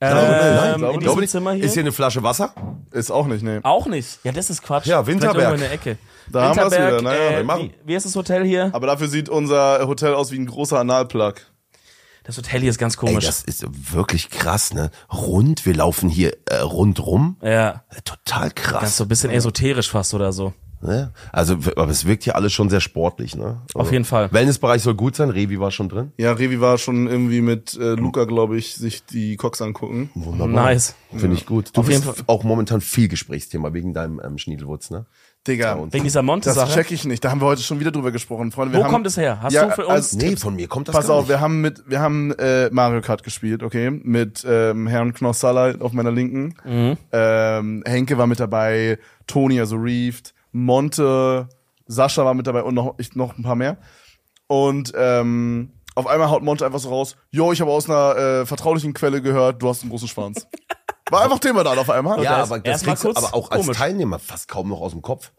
S2: Ähm, in
S3: glaube
S2: diesem Zimmer hier?
S3: Ist hier eine Flasche Wasser?
S1: Ist auch nicht, nee.
S2: Auch nicht. Ja, das ist Quatsch.
S3: Ja, Winterberg.
S2: Vielleicht irgendwo in der Ecke.
S1: Da haben wir's wieder, naja,
S2: äh,
S3: wir machen.
S2: Wie, wie ist das Hotel hier?
S1: Aber dafür sieht unser Hotel aus wie ein großer Analplug.
S2: Das Hotel hier ist ganz
S3: Ey,
S2: komisch.
S3: das ist wirklich krass, ne? Rund, wir laufen hier äh, rundrum.
S2: ja.
S3: Äh, Total
S2: Das ist
S3: krass.
S2: so ein bisschen esoterisch fast oder so.
S3: Ne? Also, w- aber es wirkt hier alles schon sehr sportlich, ne? Also,
S2: Auf jeden Fall.
S3: Wellnessbereich soll gut sein, Revi war schon drin.
S1: Ja, Revi war schon irgendwie mit äh, Luca, glaube ich, sich die Cox angucken.
S3: Wunderbar.
S2: Nice.
S3: Finde ich gut. Du
S2: Auf
S3: bist
S2: jeden Fall.
S3: auch momentan viel Gesprächsthema wegen deinem ähm, Schniedelwurz, ne?
S1: Digga,
S2: Wegen dieser
S1: das
S2: Monte-Sache.
S1: check ich nicht. Da haben wir heute schon wieder drüber gesprochen, Freunde. Wir
S2: Wo
S1: haben,
S2: kommt es her? Hast
S1: Ja,
S2: du für uns?
S1: also-
S3: Nee, von mir kommt das
S1: Pass
S3: gar
S1: auf,
S3: nicht.
S1: wir haben mit, wir haben äh, Mario Kart gespielt, okay, mit ähm, Herrn Knossalla auf meiner linken.
S3: Mhm.
S1: Ähm, Henke war mit dabei, Toni, also Reeft, Monte, Sascha war mit dabei und noch, ich, noch ein paar mehr. Und ähm, auf einmal haut Monte einfach so raus, jo, ich habe aus einer äh, vertraulichen Quelle gehört, du hast einen großen
S3: [laughs]
S1: Schwanz. War einfach Thema dann auf einmal.
S3: Ja,
S2: das-
S3: aber das
S2: erst mal
S3: kriegst du
S2: kurz
S3: aber auch als
S2: komisch.
S3: Teilnehmer fast kaum noch aus dem Kopf.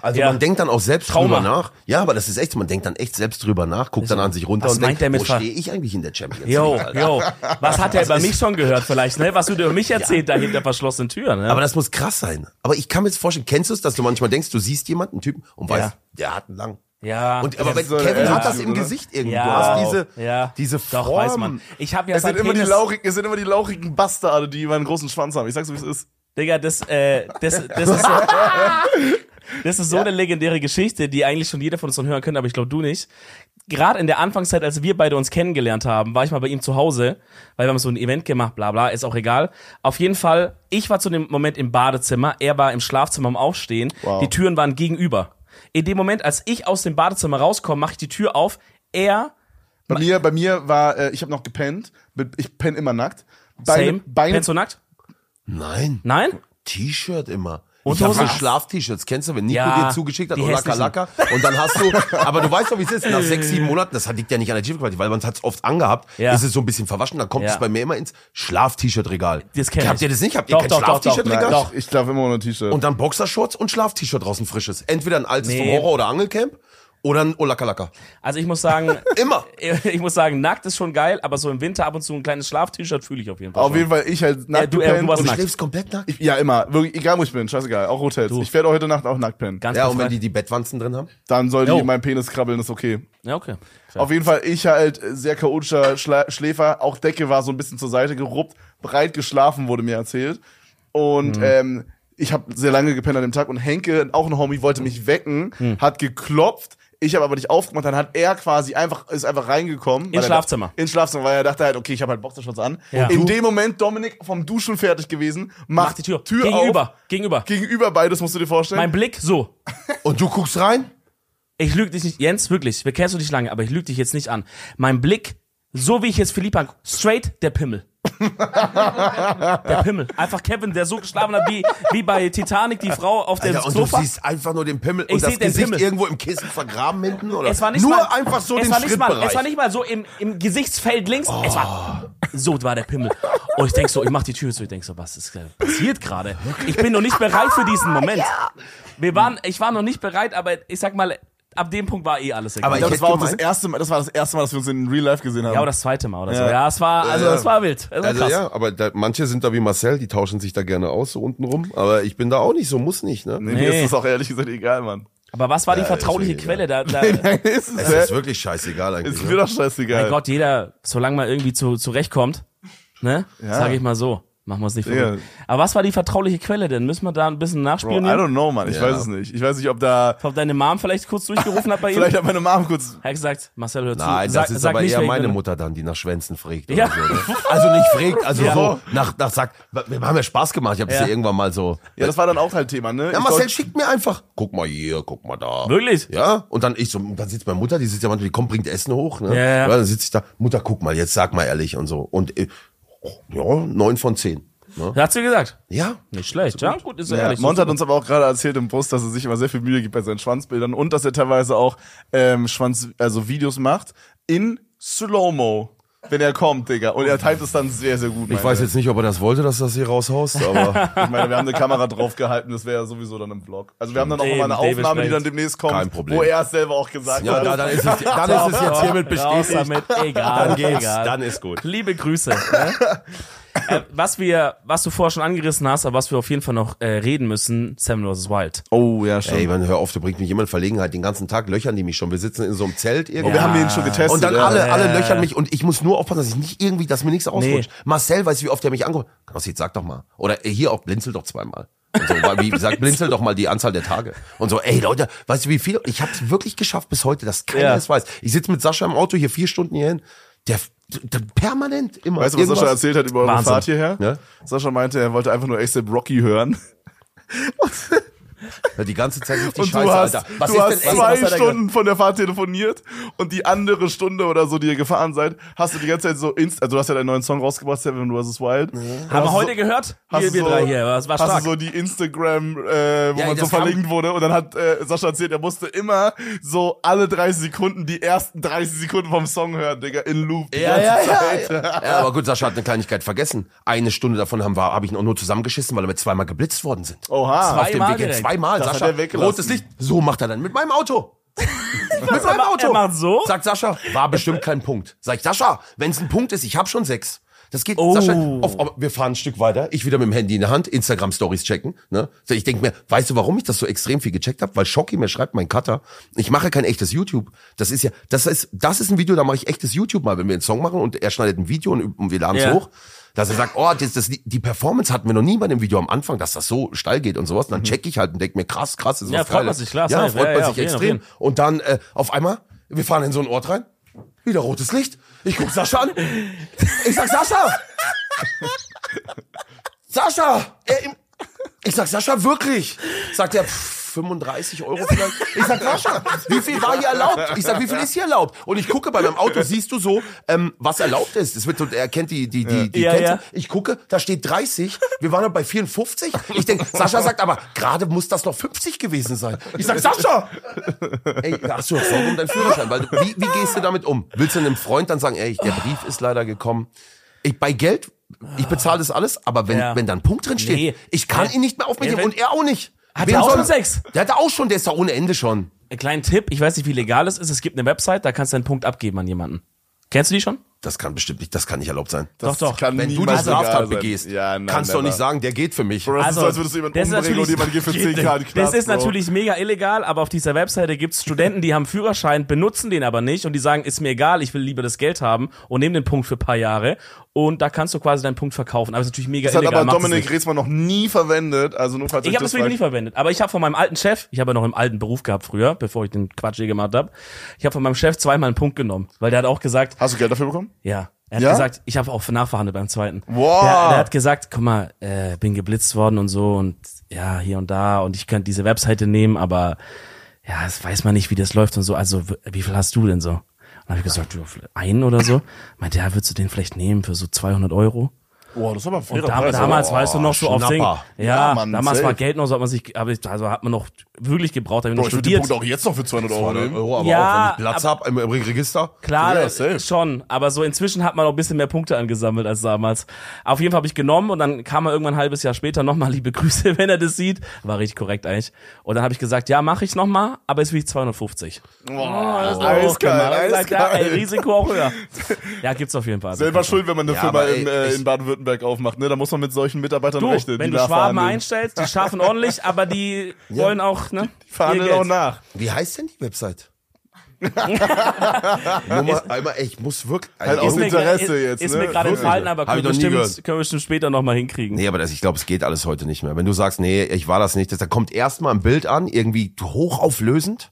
S3: Also
S2: Ja.
S3: man denkt dann auch selbst
S2: Trauma.
S3: drüber nach. Ja, aber das ist echt, so, man denkt dann echt selbst drüber nach, guckt dann an sich runter
S2: was
S3: und
S2: meint
S3: denkt,
S2: der mit
S3: wo
S2: Ver-
S3: stehe ich eigentlich in der Champions
S2: Yo,
S3: League? Alter?
S2: yo, was hat er über mich schon gehört vielleicht, ne? Was du dir über mich erzählt, da hinter verschlossenen Türen, ne?
S3: Aber das muss krass sein. Aber ich kann mir jetzt vorstellen, kennst du es, dass du manchmal denkst, du siehst jemanden, einen Typen, und weißt, der hat einen lang.
S2: ja.
S3: Und, aber
S1: ist
S3: wenn,
S1: so eine
S3: Kevin hat das
S1: Attitude,
S3: im
S1: oder?
S3: Gesicht irgendwie.
S2: ja,
S3: Du hast diese,
S2: ja,
S3: diese
S2: Doch,
S3: Form.
S2: weiß man. Ich habe ja
S1: Es
S2: seit
S1: sind, immer die
S2: Penis-
S1: lauchigen, es sind immer die lauchigen Bastarde, die immer einen großen Schwanz haben. Ich sag's, wie es ist.
S2: Digga, das, äh, das, das
S1: [laughs]
S2: ist so, das ist so eine legendäre Geschichte, die eigentlich schon jeder von uns schon hören könnte, aber ich glaube du nicht. Gerade in der Anfangszeit, als wir beide uns kennengelernt haben, war ich mal bei ihm zu Hause, weil wir haben so ein Event gemacht, bla bla, ist auch egal. Auf jeden Fall, ich war zu dem Moment im Badezimmer, er war im Schlafzimmer am Aufstehen,
S1: Wow.
S2: die Türen waren gegenüber. In dem Moment, als ich aus dem Badezimmer rauskomme, mache ich die Tür auf, er
S1: Bei mir, bei mir war, äh, ich habe noch gepennt. Mit- Ich penne immer nackt. Beine,
S2: same,
S1: Beine,
S2: Pennst du nackt?
S3: Nein.
S2: Nein?
S3: T-Shirt immer.
S2: Und
S3: ich hab so
S2: Hose.
S3: Schlaf-T-Shirts, kennst du, wenn Nico
S2: Ja,
S3: dir zugeschickt hat,
S2: die
S3: oh lacker,
S2: hässlichen.
S3: lacker. Und dann hast du, aber du weißt doch, wie es ist, nach sechs, sieben Monaten, das liegt ja nicht an der Tiefqualität, weil man hat's oft angehabt,
S2: Ja.
S3: ist es so ein bisschen verwaschen, dann kommt
S2: Ja.
S3: es bei mir immer ins Schlaf-T-Shirt-Regal.
S2: Das kenn ich.
S3: Habt ihr das nicht? Habt ihr
S2: Doch,
S3: kein
S2: doch, doch, doch.
S3: Schlaf-T-Shirt-Regal?
S1: Nein,
S2: Doch.
S1: Ich schlafe immer ohne T-Shirt.
S3: Und dann Boxershorts und Schlaf-T-Shirt draußen frisches. Entweder ein altes vom
S2: Nee.
S3: Horror- oder Angelcamp oder ein Olakalaka.
S2: Also ich
S1: [laughs]
S2: muss sagen,
S3: Immer.
S2: [laughs] ich muss sagen, nackt ist schon geil, aber so im Winter ab und zu ein kleines Schlaf-T-Shirt fühle ich auf jeden Fall.
S1: Auf
S2: schon.
S1: jeden Fall, ich halt nackt
S2: du- äh,
S1: gepennt
S2: du warst
S1: und
S3: Du
S2: nackt.
S3: schläfst komplett nackt.
S1: Ich, ja, immer. Wirklich, egal wo ich bin, scheißegal. Auch Hotels. Ich werde heute Nacht auch nackt pennen.
S2: Ganz
S3: Ja, und wenn
S2: befreit.
S3: die die Bettwanzen drin haben.
S1: Dann soll die
S2: Jo.
S1: in meinen Penis krabbeln, ist okay.
S2: Ja, okay. Fair.
S1: Auf jeden Fall, ich halt äh, sehr chaotischer Schla Schläfer. Auch Decke war so ein bisschen zur Seite geruppt. Breit geschlafen, wurde mir erzählt.
S2: Mhm.
S1: Und ähm, ich habe sehr lange gepennt an dem Tag. Und Henke, auch ein Homie, wollte mich wecken,
S2: Mhm.
S1: hat geklopft. Ich habe aber nicht aufgemacht, dann hat er quasi einfach, ist einfach reingekommen. weil er-
S2: Schlafzimmer.
S1: Ins Schlafzimmer, weil er dachte halt, okay, ich habe halt Boxershorts an.
S2: Ja.
S1: In dem Moment, Dominik vom Duschen fertig gewesen, macht,
S2: Mach die Tür.
S1: Tür
S2: gegenüber.
S1: auf.
S2: Gegenüber.
S1: Gegenüber beides, musst du dir vorstellen.
S2: mein Blick, so.
S3: Und du guckst rein?
S2: Ich lüge dich nicht. Jens, wirklich, wir kennst du dich lange, aber ich lüge dich jetzt nicht an. Mein Blick, so wie ich jetzt Philipp angucke, straight der Pimmel. der Pimmel. Einfach Kevin, der so geschlafen hat, wie, wie bei Titanic, die Frau auf dem
S3: Alter, und
S2: Sofa.
S3: du siehst einfach nur den Pimmel
S2: Ich
S3: und
S2: seh
S3: das
S2: den
S3: Gesicht
S2: Pimmel.
S3: irgendwo im Kissen vergraben hinten oder
S2: es war nicht
S3: nur
S2: mal,
S3: einfach so
S2: es
S3: den
S2: war nicht mal,
S3: Schrittbereich. Oh.
S2: Es war nicht mal so im, im Gesichtsfeld links. Es war, so war der Pimmel. Und ich denk so, ich mach die Tür zu. Ich denk so, was ist äh, passiert gerade? Ich bin noch nicht bereit für diesen Moment. Wir waren, ich war noch nicht bereit, aber ich sag mal, ab dem Punkt war eh alles egal.
S3: Aber
S1: Ich glaub, das
S3: Ich hätt
S1: war auch das
S3: gemeint-
S1: erste Mal, das war das erste Mal, dass wir uns in Real Life gesehen haben.
S2: ja, oder das zweite Mal oder so. Ja, es war, also es war wild. Es war
S3: also
S2: krass.
S3: ja, aber da, manche sind da wie Marcel, die tauschen sich da gerne aus, so unten rum. Aber ich bin da auch nicht so, muss nicht, ne?
S1: Nee, Mir
S2: Nee.
S1: ist das auch ehrlich gesagt egal, Mann.
S2: Aber was war die vertrauliche
S3: ist mir
S2: Quelle? Da,
S3: [laughs]
S2: da,
S1: ist es,
S3: Es
S1: hä?
S3: ist wirklich scheißegal eigentlich.
S1: ist
S3: ne?
S1: mir doch scheißegal.
S2: mein Gott, jeder, solange man irgendwie zu, zurechtkommt, ne? Sag ich mal so. Machen wir es nicht
S1: Ja.
S2: verrückt. Aber was war die vertrauliche Quelle denn? Müssen wir da ein bisschen
S1: Bro, Oh, I
S2: nachspielen?
S1: don't know, Mann. Ich weiß es nicht. Ich weiß nicht, ob da.
S2: ob deine Mom vielleicht kurz durchgerufen
S3: [laughs]
S2: hat bei ihm.
S1: Vielleicht hat meine Mom kurz.
S2: Er hat gesagt, Marcel, hör zu.
S3: Nein,
S2: sag,
S3: das ist
S2: sag
S3: aber
S2: nicht,
S3: eher
S2: wer ich
S3: meine
S2: bin.
S3: Mutter dann, die nach Schwänzen fragt.
S2: Ja.
S3: Oder so, ne? Also nicht fragt, also
S2: Ja.
S3: so nach, nach sagt, wir haben ja Spaß gemacht, ich habe
S2: Ja.
S3: ja. irgendwann mal so.
S1: Ja, das war dann auch halt Thema, ne? Ich
S3: Ja, Marcel
S1: soll-
S3: schickt mir einfach, guck mal hier, guck mal da.
S2: Wirklich?
S3: Ja, und dann ich so, und dann sitzt meine Mutter, die sitzt ja manchmal, die kommt, bringt Essen hoch, ne?
S2: Ja, ja.
S3: dann sitze ich da, Mutter, guck mal, jetzt sag mal ehrlich und so. Und äh, ja, neun von zehn. Ne?
S2: Hat sie gesagt.
S3: Ja.
S2: Nicht schlecht, ja? Gut, ist ja,
S1: Ja,
S2: ehrlich.
S1: Mont hat uns aber auch gerade erzählt im Bus, dass er sich immer sehr viel Mühe gibt bei seinen Schwanzbildern und dass er teilweise auch ähm, Schwanz, also Videos macht in Slow-Mo, wenn er kommt, Digga. Und er teilt es dann sehr, sehr gut.
S3: Ich weiß jetzt nicht, ob er das wollte, dass du das hier [laughs] raushaust, aber
S1: Ich meine, wir haben eine Kamera draufgehalten, das wäre ja sowieso dann im Vlog. Also wir haben dann auch
S2: Eben,
S1: nochmal eine
S2: David
S1: Aufnahme, die
S2: Spade.
S1: dann demnächst kommt,
S3: Kein Problem.
S1: wo er es selber auch gesagt
S3: ja,
S1: hat.
S3: da, dann, ist es, dann ist es jetzt hiermit
S2: Raus
S3: bestätigt.
S2: damit.
S3: [laughs]
S2: Egal,
S3: Dann geht's,
S2: egal.
S3: dann ist gut.
S2: Liebe Grüße. ne?
S3: [laughs]
S2: äh, was wir, was du vorher schon angerissen hast, aber was wir auf jeden Fall noch äh, reden müssen, Sam vs. Wild.
S1: oh, ja, schon.
S3: Ey, man, hör auf, du bringt mich immer in Verlegenheit. Den ganzen Tag löchern die mich schon. Wir sitzen in so einem Zelt irgendwie.
S1: Und wir haben den schon getestet.
S3: Ah. Und dann
S1: ja.
S3: alle, alle löchern mich und ich muss nur aufpassen, dass ich nicht irgendwie, dass mir nichts ausrutscht. Marcel weiß, wie oft er mich anguckt. Knossi, sag doch mal. Oder äh, hier auch blinzel doch zweimal. Und so,
S1: [laughs]
S3: weil, wie gesagt, blinzel doch mal die Anzahl der Tage. Und so, ey Leute, weißt du wie viel? Ich hab's wirklich geschafft bis heute, dass keiner
S2: Ja.
S3: es weiß. Ich sitze mit Sascha im Auto hier vier Stunden hierhin. Der, der permanent immer.
S1: Weißt du, was Sascha erzählt hat über eure
S2: Wahnsinn.
S1: Fahrt hierher?
S3: Ja.
S1: Sascha meinte, er wollte einfach nur Exit Rocky hören.
S3: Ja, die ganze Zeit lief die
S1: Und
S3: Scheiße,
S1: du hast,
S3: Alter. Was
S1: du
S3: ist
S1: hast
S3: denn, ey,
S1: zwei
S3: was hat er gesagt?
S1: Stunden von der Fahrt telefoniert und die andere Stunde oder so, die ihr gefahren seid, hast du die ganze Zeit so inst also du hast ja deinen neuen Song rausgebracht, Seven vs. Wild.
S2: Haben wir
S1: Hast
S2: heute
S1: du-
S2: gehört?
S1: hast
S2: Wir,
S1: du
S2: wir
S1: so-
S2: drei hier. Das war
S1: Hast
S2: stark.
S1: du so die Instagram, äh, wo
S3: Ja,
S1: man so
S3: das kam-
S1: verlinkt wurde und dann hat äh, Sascha erzählt, er musste immer so alle 30 Sekunden die ersten 30 Sekunden vom Song hören, Digga, in Loop. die
S3: Ja,
S1: ganze
S3: ja,
S1: Zeit.
S3: ja, ja. ja, aber gut, Sascha hat eine Kleinigkeit vergessen. Eine Stunde davon haben wir, habe ich ihn auch nur zusammengeschissen, weil wir zweimal geblitzt worden sind.
S1: Oha.
S3: Auf dem
S2: Zweimal
S3: Weg hin.
S2: direkt.
S3: Zweimal,
S1: Das hat
S3: Sascha.
S1: er weggelassen.
S3: Rotes Licht. So macht er dann mit meinem Auto. mit meinem
S2: macht-
S3: Auto.
S2: er macht so?
S3: Sagt Sascha, war bestimmt kein Punkt. Sag ich, Sascha, wenn es ein Punkt ist, ich habe schon sechs. Das geht,
S2: Oh.
S3: Sascha, auf, auf, wir fahren ein Stück weiter, ich wieder mit dem Handy in der Hand, Instagram-Stories checken. Ne? So, Ich denke mir, weißt du, warum ich das so extrem viel gecheckt habe? Weil Schocki mir schreibt, mein Cutter, ich mache kein echtes YouTube. Das ist ja, das ist, das ist ein Video, da mache ich echtes YouTube mal, wenn wir einen Song machen und er schneidet ein Video und, und wir laden es
S2: Ja.
S3: hoch dass er sagt, oh, das, das, die Performance hatten wir noch nie bei dem Video am Anfang, dass das so steil geht und sowas.
S2: Mhm.
S3: Und dann check ich halt und denk mir, krass, krass, ist was
S2: Ja, freut man
S3: Geiles.
S2: sich, klar,
S3: Ja,
S2: safe.
S3: freut
S2: Ja, ja,
S3: man
S2: auf
S3: sich
S2: jeden,
S3: extrem.
S2: auf
S3: Und dann äh, auf einmal, wir fahren in so einen Ort rein, wieder rotes Licht. Ich guck Sascha an. Ich sag, Sascha! Sascha! Er im ich sag, Sascha, wirklich? Sagt er, pff, 35 Euro vielleicht? Ich sag, Sascha, wie viel war hier erlaubt? Ich sag, wie viel ist hier erlaubt? Und ich gucke bei meinem Auto, siehst du so, ähm, was erlaubt ist. Es wird, so- er kennt die, die, die, die
S2: Ja,
S3: Kennzahl.
S2: ja.
S3: Ich gucke, da steht 30. Wir waren doch bei 54. Ich denk, Sascha sagt aber, gerade muss das noch 50 gewesen sein. Ich sag, Sascha! Ey, hast du noch Sorge um deinen Führerschein? Weil, du- wie, wie gehst du damit um? Willst du einem Freund dann sagen, ey, der
S2: Ah.
S3: Brief ist leider gekommen? Ich, bei Geld, ich bezahle das alles, aber wenn,
S2: Ja.
S3: wenn da ein Punkt drin steht,
S2: Nee.
S3: ich kann ihn nicht mehr aufnehmen
S2: Ja, wenn-
S3: und er auch nicht.
S2: Hat
S3: Wem
S2: er auch
S3: soll-
S2: schon sechs?
S3: Der hatte auch schon, der ist da ohne Ende schon.
S2: Ein kleinen Tipp, ich weiß nicht, wie legal es ist. Es gibt eine Website, da kannst du einen Punkt abgeben an jemanden. Kennst du die schon?
S3: Das kann bestimmt nicht, das kann nicht erlaubt sein.
S2: Doch, doch.
S1: kann
S3: wenn du die
S1: niemals legal
S3: Straftat
S1: sein.
S3: begehst,
S1: Ja, nein,
S3: kannst du doch
S1: never.
S3: nicht sagen, der geht für mich.
S1: Bro, das
S2: Also,
S1: ist so, als würdest du jemanden
S2: das ist
S1: umbringen und
S2: natürlich-
S1: jemand geht
S2: [laughs]
S1: für 10 K in den Knast,
S2: das ist
S1: Bro.
S2: natürlich mega illegal, aber auf dieser Webseite gibt's Studenten, die haben Führerschein, benutzen den aber nicht und die sagen, ist mir egal, ich will lieber das Geld haben und nehmen den Punkt für ein paar Jahre und da kannst du quasi deinen Punkt verkaufen. Aber ist natürlich mega
S1: Das hat
S2: illegal.
S1: aber
S2: macht es
S1: Dominik
S2: nicht.
S1: Reetzmann noch nie verwendet, also nur falls
S2: Ich
S1: euch
S2: habe
S1: das
S2: das Video nie
S1: fragt.
S2: verwendet, aber ich habe von meinem alten Chef, ich habe ja noch im alten Beruf gehabt früher, bevor ich den Quatsch hier gemacht habe, ich habe von meinem Chef zweimal einen Punkt genommen, weil der hat auch gesagt,
S1: Hast du Geld dafür bekommen?
S2: ja. Er hat
S1: Ja?
S2: gesagt, ich habe auch nachverhandelt beim zweiten.
S1: Wow.
S2: Der, der hat gesagt, guck mal, äh, bin geblitzt worden und so und ja, hier und da und ich könnte diese Webseite nehmen, aber ja, das weiß man nicht, wie das läuft und so. Also, w- wie viel hast du denn so? Und dann habe ich gesagt, du, einen oder so. Meinte, ja, würdest du den vielleicht nehmen für so 200 Euro?
S1: Boah, das ist aber ein
S2: Und dam- damals, weißt du noch, so auf Ding.
S3: Schnapper.
S1: oh,
S2: Ja,
S1: Ja, Mann,
S2: damals war
S1: safe.
S2: Geld noch, so hat man sich, aber ich- also hat man noch wirklich gebraucht, da hab ich
S1: Bro,
S2: noch
S1: ich würde den
S2: studiert.
S1: Punkt auch jetzt noch für 200 Euro nehmen.
S3: Euro, aber
S2: Ja,
S3: auch, wenn ich Platz hab im, im Register.
S2: Klar,
S1: Ja,
S2: das-
S1: safe.
S2: schon. Aber so inzwischen hat man auch ein bisschen mehr Punkte angesammelt als damals. Auf jeden Fall habe ich genommen und dann kam er irgendwann ein halbes Jahr später nochmal [laughs] liebe Grüße, wenn er das sieht. War richtig korrekt eigentlich. Und dann habe ich gesagt, ja, mache ich Oh, nochmal, aber ist wie 250.
S1: Oh, Boah,
S2: Auch gemacht.
S1: eiskalt,
S2: Sagt, Ja, ey,
S1: eiskalt.
S2: Risiko auch höher. Ja, gibt's auf jeden Fall. Also,
S1: Selber schuld, wenn man eine
S3: Ja,
S1: Firma
S3: aber ey,
S1: in, äh,
S3: ich-
S1: in Baden-Württemberg aufmacht, ne? Da muss man mit solchen Mitarbeitern
S2: Du,
S1: rechnen.
S2: wenn
S1: die
S2: du Schwaben
S1: nachverhandeln.
S2: einstellst, die schaffen ordentlich,
S1: [laughs]
S2: aber die wollen auch, ne? Die
S1: Verhandeln auch nach.
S3: Wie heißt denn
S2: [laughs]
S3: die Website? Nur mal, einmal, ey, ich muss wirklich.
S1: Halt
S3: Ey,
S1: aus
S2: Ist mir,
S1: Interesse
S2: ist,
S1: jetzt,
S2: ist
S1: ne?
S2: mir gerade
S1: Wirklich.
S2: entfallen, aber
S3: Hab
S2: können wir,
S3: ich noch nie
S2: bestimmt,
S3: gehört.
S2: können wir bestimmt später nochmal hinkriegen.
S3: Nee, aber das, ich glaube, es geht alles heute nicht mehr. Wenn du sagst, nee, ich war das nicht, das, da kommt erstmal ein Bild an, irgendwie hochauflösend,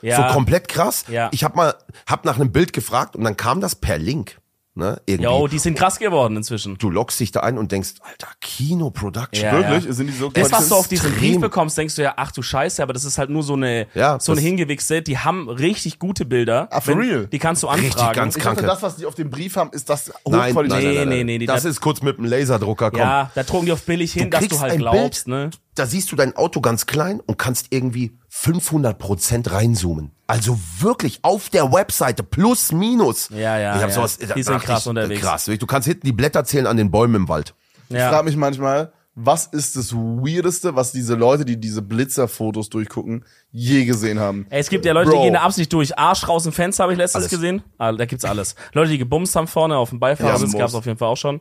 S2: ja.
S3: so komplett krass.
S2: Ja.
S3: Ich habe mal, hab nach einem Bild gefragt und dann kam das per Link. Ne, irgendwie.
S2: Jo, die sind krass geworden inzwischen.
S3: du lockst dich da ein und denkst, Alter, Kino Production.
S2: Ja,
S1: Wirklich?
S2: ja.
S1: Sind die so
S2: Das, was du auf diesen
S3: extrem.
S2: Brief bekommst, denkst du ja, ach du Scheiße, aber das ist halt nur so eine,
S3: Ja,
S2: so eine
S3: das-
S2: hingewichste. Die haben richtig gute Bilder.
S1: Ah, for real?
S2: Die kannst du anfragen.
S3: Richtig ganz
S1: Ich dachte,
S3: Kranke.
S1: das, was die auf dem Brief haben, ist das
S3: Nein, nein,
S1: hochqualitativ.
S2: Nee,
S3: nein, nein,
S2: nee,
S3: nein.
S2: nee, nee,
S3: das
S2: das-
S3: ist kurz mit dem Laserdrucker, komm.
S2: ja, da drucken die auf billig hin, dass du
S3: kriegst
S2: halt
S3: ein
S2: glaubst,
S3: Bild,
S2: ne?
S3: Da siehst du dein Auto ganz klein und kannst irgendwie 500 Prozent reinzoomen. Also wirklich auf der Webseite plus minus.
S2: Ja, ja,
S3: Ich hab
S2: ja.
S3: sowas.
S2: Die
S3: da
S2: sind
S3: dachte
S2: krass
S3: ich, äh,
S2: unterwegs.
S3: Krass. wirklich. Du kannst hinten die Blätter zählen an den Bäumen im Wald.
S1: Ich
S2: Ja.
S1: frage mich manchmal, was ist das Weirdeste, was diese Leute, die diese Blitzerfotos durchgucken, je gesehen haben?
S2: Ey, Es gibt ja Leute,
S1: Bro.
S2: die gehen da absichtlich durch. Arsch raus im Fenster habe ich letztens
S3: Alles.
S2: gesehen. Ah, da gibt's alles. Leute, die gebumst haben vorne auf dem Beifahrersitz,
S1: Ja,
S2: gab's
S1: muss.
S2: auf jeden Fall auch schon.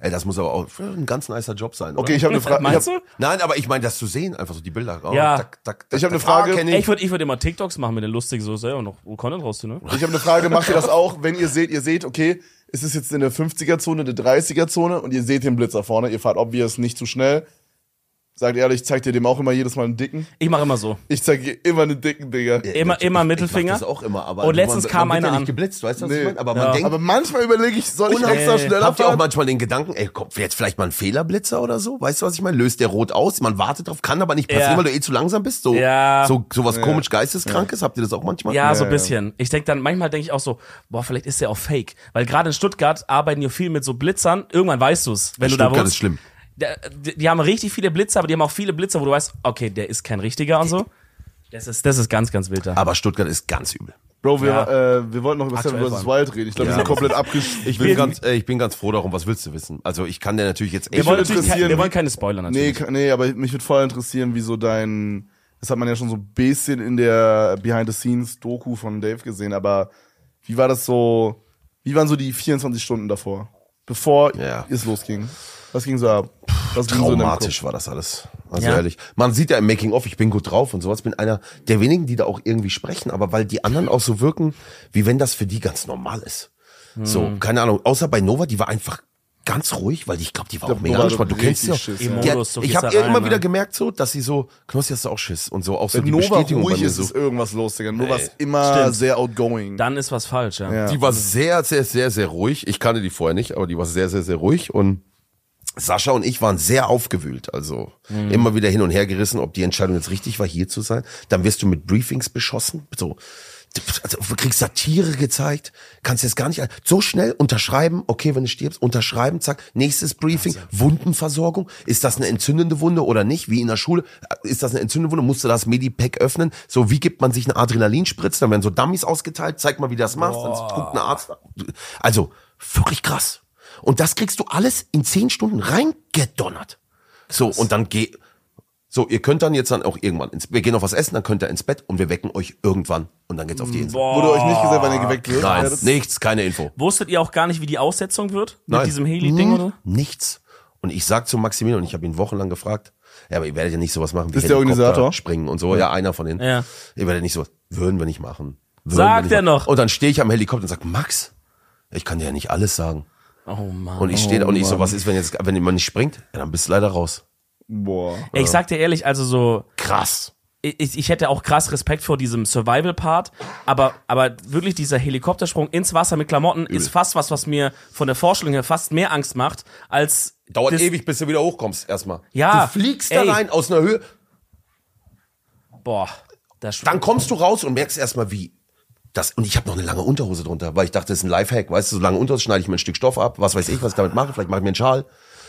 S3: Ey, das muss aber auch ein ganz nicer Job sein. Oder?
S1: Okay, ich habe eine Frage. Ich
S2: Meinst
S1: habe
S2: du?
S3: Nein, aber ich meine, das zu sehen, einfach so die Bilder. Oh,
S2: Ja.
S1: Ich hab eine
S3: ah,
S1: Frage.
S3: kenn
S2: Ey,
S3: ich.
S2: ich würde ich würd immer TikToks machen mit den lustig so selber noch Content raus, ne?
S1: ich hab eine Frage, macht ihr das auch, wenn ihr seht, ihr seht, okay, es ist jetzt in der 50er-Zone, der 30er-Zone und ihr seht den Blitzer vorne, ihr fahrt obvious nicht zu schnell. Sagt ehrlich, ich zeig dir dem auch immer jedes Mal einen dicken.
S2: Ich mache immer so.
S1: Ich zeig dir immer einen dicken, Digga.
S3: Äh,
S2: Immer, immer
S3: Ich
S2: Mittelfinger.
S3: mach das auch immer, aber
S2: Und letztens
S3: man,
S2: kam
S3: man wird
S2: einer
S3: ja
S2: an.
S3: nicht geblitzt, weißt du, was
S1: Nee.
S3: ich meine? Aber
S2: Ja.
S3: man denkt,
S1: Aber manchmal überlege ich, soll ich extra
S3: Ey,
S1: schneller
S3: habt ihr auch
S1: fahren?
S3: manchmal den Gedanken, ey, kommt jetzt vielleicht mal ein Fehlerblitzer oder so? Weißt du, was ich meine? Löst der rot aus, man wartet drauf, kann aber nicht passieren,
S2: Ja.
S3: weil du eh zu langsam bist. So,
S2: Ja.
S3: so, so was komisch geisteskrankes, habt ihr das auch manchmal?
S2: Ja, also so ein
S1: ja.
S2: bisschen. Ich denke dann, manchmal denke ich auch so, boah, vielleicht ist der auch fake. Weil gerade in Stuttgart arbeiten ja viel mit so Blitzern. Irgendwann weißt du es, wenn du da
S3: Stuttgart
S2: wohnst.
S3: ist schlimm.
S2: Der- Die, die haben richtig viele Blitzer, aber die haben auch viele Blitzer, wo du weißt, okay, der ist kein richtiger und so. Das ist, das ist ganz, ganz wild da.
S3: Aber Stuttgart ist ganz übel.
S1: Bro, wir,
S2: Ja.
S1: äh, wir wollten noch über Seven
S2: Aktuell
S1: vs.
S2: waren.
S1: Wild reden. Ich glaube,
S3: Ja.
S1: wir sind komplett abgeschrieben.
S3: Ich bin, ganz, äh, ich bin ganz froh darum, was willst du wissen? Also ich kann dir natürlich jetzt echt...
S2: wir, wollen natürlich
S1: interessieren-
S2: keine, wir wollen keine Spoiler
S1: Nee,
S2: natürlich.
S1: ka- nee, aber mich würde voll interessieren, wie so dein. Das hat man ja schon so ein bisschen in der Behind-the-Scenes-Doku von Dave gesehen, aber wie war das so? Wie waren so die 24 Stunden davor? Bevor
S3: Ja.
S1: es losging? Was ging so ab? Was ging so in deinem
S3: Traumatisch war das alles. Also
S2: Ja.
S3: ehrlich. Man sieht ja im Making-of, ich bin gut drauf und sowas. Bin einer der wenigen, die da auch irgendwie sprechen, aber weil die anderen auch so wirken, wie wenn das für die ganz normal ist. So,
S1: Hm.
S3: keine Ahnung. Außer bei Nova, die war einfach ganz ruhig, weil ich glaube, die war auch
S1: Kopf?
S3: mega
S1: Oder
S3: angespannt. Du kennst sie
S1: richtig
S3: ja.
S1: Schiss,
S2: Im
S1: ja.
S3: Die
S2: Modus, so
S3: hat, ich
S2: geht's
S3: habe
S2: da
S3: ihr
S2: rein,
S3: immer
S2: ne?
S3: wieder gemerkt, so, dass sie so, Knossi, hast du auch Schiss und so, auch so
S1: Wenn
S3: die
S1: Nova
S3: Bestätigung bei
S1: ruhig
S3: mir
S1: ist,
S3: so.
S1: ist irgendwas los, Digga. Nova ist immer
S2: stimmt.
S1: sehr outgoing.
S2: Dann ist was falsch, ja.
S1: Ja.
S3: Die war sehr, sehr, sehr, sehr ruhig. Ich kannte die vorher nicht, aber die war sehr, sehr, sehr ruhig. Und Sascha und ich waren sehr aufgewühlt. Also immer wieder hin und her gerissen, ob die Entscheidung jetzt richtig war, hier zu sein. Dann wirst du mit Briefings beschossen. So. Also, du kriegst Satire gezeigt, kannst jetzt gar nicht so schnell unterschreiben, okay, wenn du stirbst, unterschreiben, zack, nächstes Briefing, Wundenversorgung, ist das eine entzündende Wunde oder nicht, wie in der Schule, äh, ist das eine entzündende Wunde, musst du das Medipack öffnen, so wie gibt man sich eine Adrenalinspritze, dann werden so Dummies ausgeteilt, zeig mal, wie du das machst, dann guckt ein Arzt, also wirklich krass. Und das kriegst du alles in zehn Stunden reingedonnert. So, und dann geh. So, ihr könnt dann jetzt dann auch irgendwann ins Wir gehen noch was essen, dann könnt ihr ins Bett und wir wecken euch irgendwann und dann geht's auf die
S2: Mm,
S3: Insel.
S1: Wurde euch nicht gesagt, wann ihr geweckt wird?
S3: Nein,
S1: Ja, das-
S3: nichts, keine Info.
S2: Wusstet ihr auch gar nicht, wie die Aussetzung wird? Mit
S3: Nein. Hm?
S2: diesem Heli-Ding oder?
S3: Nichts. Und ich sag zu Maximilian, und ich habe ihn wochenlang gefragt, ja, aber ihr werdet ja nicht sowas machen wie
S1: Ist der
S3: Helikopter
S1: Organisator?
S3: springen und so. Ja, einer von denen.
S2: Ja.
S3: Ihr werdet nicht sowas. Würden wir nicht machen. Würden
S2: Sagt
S3: wir nicht
S2: er
S3: machen.
S2: noch.
S3: Und dann stehe ich am Helikopter und sag, Max, ich kann dir ja nicht alles sagen.
S2: Oh Mann.
S3: Und ich stehe da und ich so, was ist, wenn jetzt, wenn jemand nicht springt? Ja, dann bist du leider raus.
S1: Boah.
S2: Ey, ich sag dir ehrlich, also so,
S3: Krass.
S2: ich, ich hätte auch krass Respekt vor diesem Survival-Part, aber, aber wirklich dieser Helikoptersprung ins Wasser mit Klamotten ist fast was, was mir von der Vorstellung her fast mehr Angst macht, als.
S3: Dauert
S2: das-
S3: ewig, bis du wieder hochkommst, erstmal.
S2: Ja,
S3: Du fliegst da
S2: ey.
S3: rein aus einer Höhe,
S2: Boah, das
S3: dann kommst du raus und merkst erstmal, wie. Das, und ich habe noch eine lange Unterhose drunter, weil ich dachte, das ist ein Lifehack, weißt du, so lange Unterhose schneide ich mir ein Stück Stoff ab, was weiß ich, was ich damit mache, vielleicht mache ich mir einen Schal.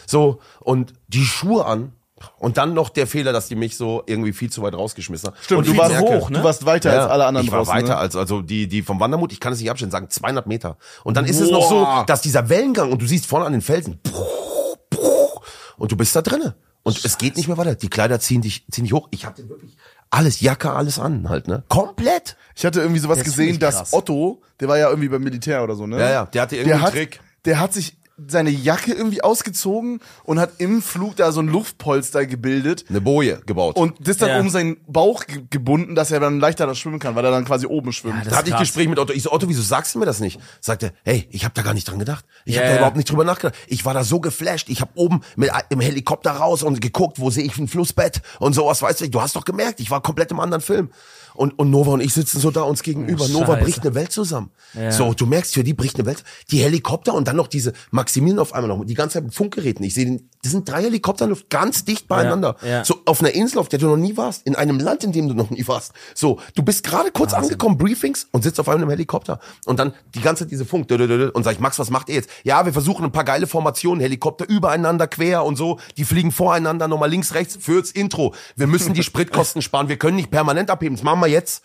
S3: So, und die Schuhe an. Und dann noch der Fehler, dass die mich so irgendwie viel zu weit rausgeschmissen haben.
S1: Stimmt,
S3: und
S1: du
S3: ich
S1: warst
S3: merke-
S2: hoch, ne?
S1: Du warst weiter als alle anderen
S3: ich war
S1: draußen,
S3: weiter
S1: ne?
S3: als also die die vom Wandermut, ich kann es nicht abstellen, sagen 200 Meter. Und dann ist es noch so, dass dieser Wellengang und du siehst vorne an den Felsen puh, puh, und du bist da drinne und es geht nicht mehr weiter. Die Kleider ziehen dich ziehen dich hoch. Ich hatte wirklich alles Jacke, alles an halt, ne? Komplett.
S1: Ich hatte irgendwie sowas
S2: Das finde
S1: gesehen,
S2: ich krass.
S1: dass Otto, der war ja irgendwie beim Militär oder so, ne?
S3: Ja, ja, der hatte irgendwie
S1: der hat,
S3: einen Trick.
S1: Der hat sich seine Jacke irgendwie ausgezogen und hat im Flug da so ein Luftpolster gebildet
S3: Eine Boje gebaut. Und
S1: und das dann
S2: Ja.
S1: um seinen Bauch ge gebunden, dass er dann leichter da schwimmen kann, weil er dann quasi oben schwimmt.
S2: das-
S3: da hatte ich
S2: krass.
S3: Gespräch mit Otto. Ich so, Otto, wieso sagst du mir das nicht? Sagt er, hey, ich habe da gar nicht dran gedacht. Ich
S2: Ja,
S3: hab habe da
S2: ja.
S3: überhaupt nicht drüber nachgedacht. Ich war da so geflasht. Ich habe oben mit, im Helikopter raus und geguckt, wo sehe ich ein Flussbett und sowas, weißt du. Du hast doch gemerkt, ich war komplett im anderen Film. Und, und Nova und ich sitzen so da uns gegenüber.
S2: Oh,
S3: Nova
S2: Scheiße.
S3: bricht eine Welt zusammen. So, du merkst, für die bricht eine Welt. Die Helikopter und dann noch diese Maximilian auf einmal noch, die ganze Zeit mit Funkgeräten. Ich sehe, den- das sind drei Helikopter in der Luft, ganz dicht beieinander.
S2: ja.
S3: So auf einer Insel, auf der du noch nie warst, in einem Land, in dem du noch nie warst. So, du bist gerade kurz angekommen, Briefings und sitzt auf einmal im Helikopter und dann die ganze Zeit diese Funk dödödödö, und sag ich, Max, was macht ihr jetzt? Ja, wir versuchen ein paar geile Formationen, Helikopter übereinander quer und so, die fliegen voreinander nochmal links rechts fürs Intro. Wir
S2: [laughs]
S3: müssen die Spritkosten sparen, wir können nicht permanent abheben, das machen wir jetzt.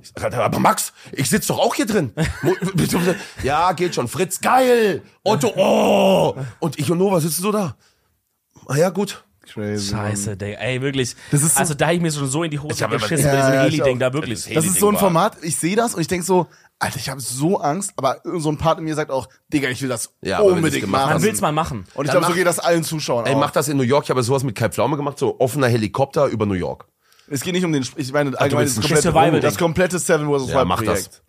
S3: Ich sag, Aber Max, ich sitz doch auch hier
S2: [laughs]
S3: drin. Mo- [laughs] Ja, geht schon. Fritz, geil. Otto, oh. Und ich und Nova sitzen so da. Ah ja, gut.
S1: Crazy.
S2: Scheiße, Digga. Ey, wirklich.
S1: Das ist so-
S2: also da hab ich mir schon so in die Hose
S3: hab immer-
S2: geschissen
S1: Ja,
S2: mit
S1: ich
S2: diesem Heli-Ding,
S1: auch.
S2: da wirklich.
S1: Das ist so ein Format, ich sehe das und ich denk so, Alter, ich habe so Angst, aber so ein Part in mir sagt auch, Digga, ich will das
S3: Ja, aber wenn du's
S1: unbedingt
S3: gemacht
S1: machen.
S2: Man will's mal machen.
S1: Und ich
S3: Dann
S1: glaube, so
S3: mach-
S1: geht das allen Zuschauern
S3: Ey,
S1: auch.
S3: mach das in New York. Ich habe sowas mit Kai Pflaume gemacht, so offener Helikopter über New York.
S1: Es geht nicht um den, Sp- ich meine, allgemein
S3: willst
S1: das
S3: ein
S1: komplette,
S2: Survival-Ding.
S1: das komplette Seven vs.
S3: Ja,
S1: Wild
S3: mach
S1: Projekt.
S3: das.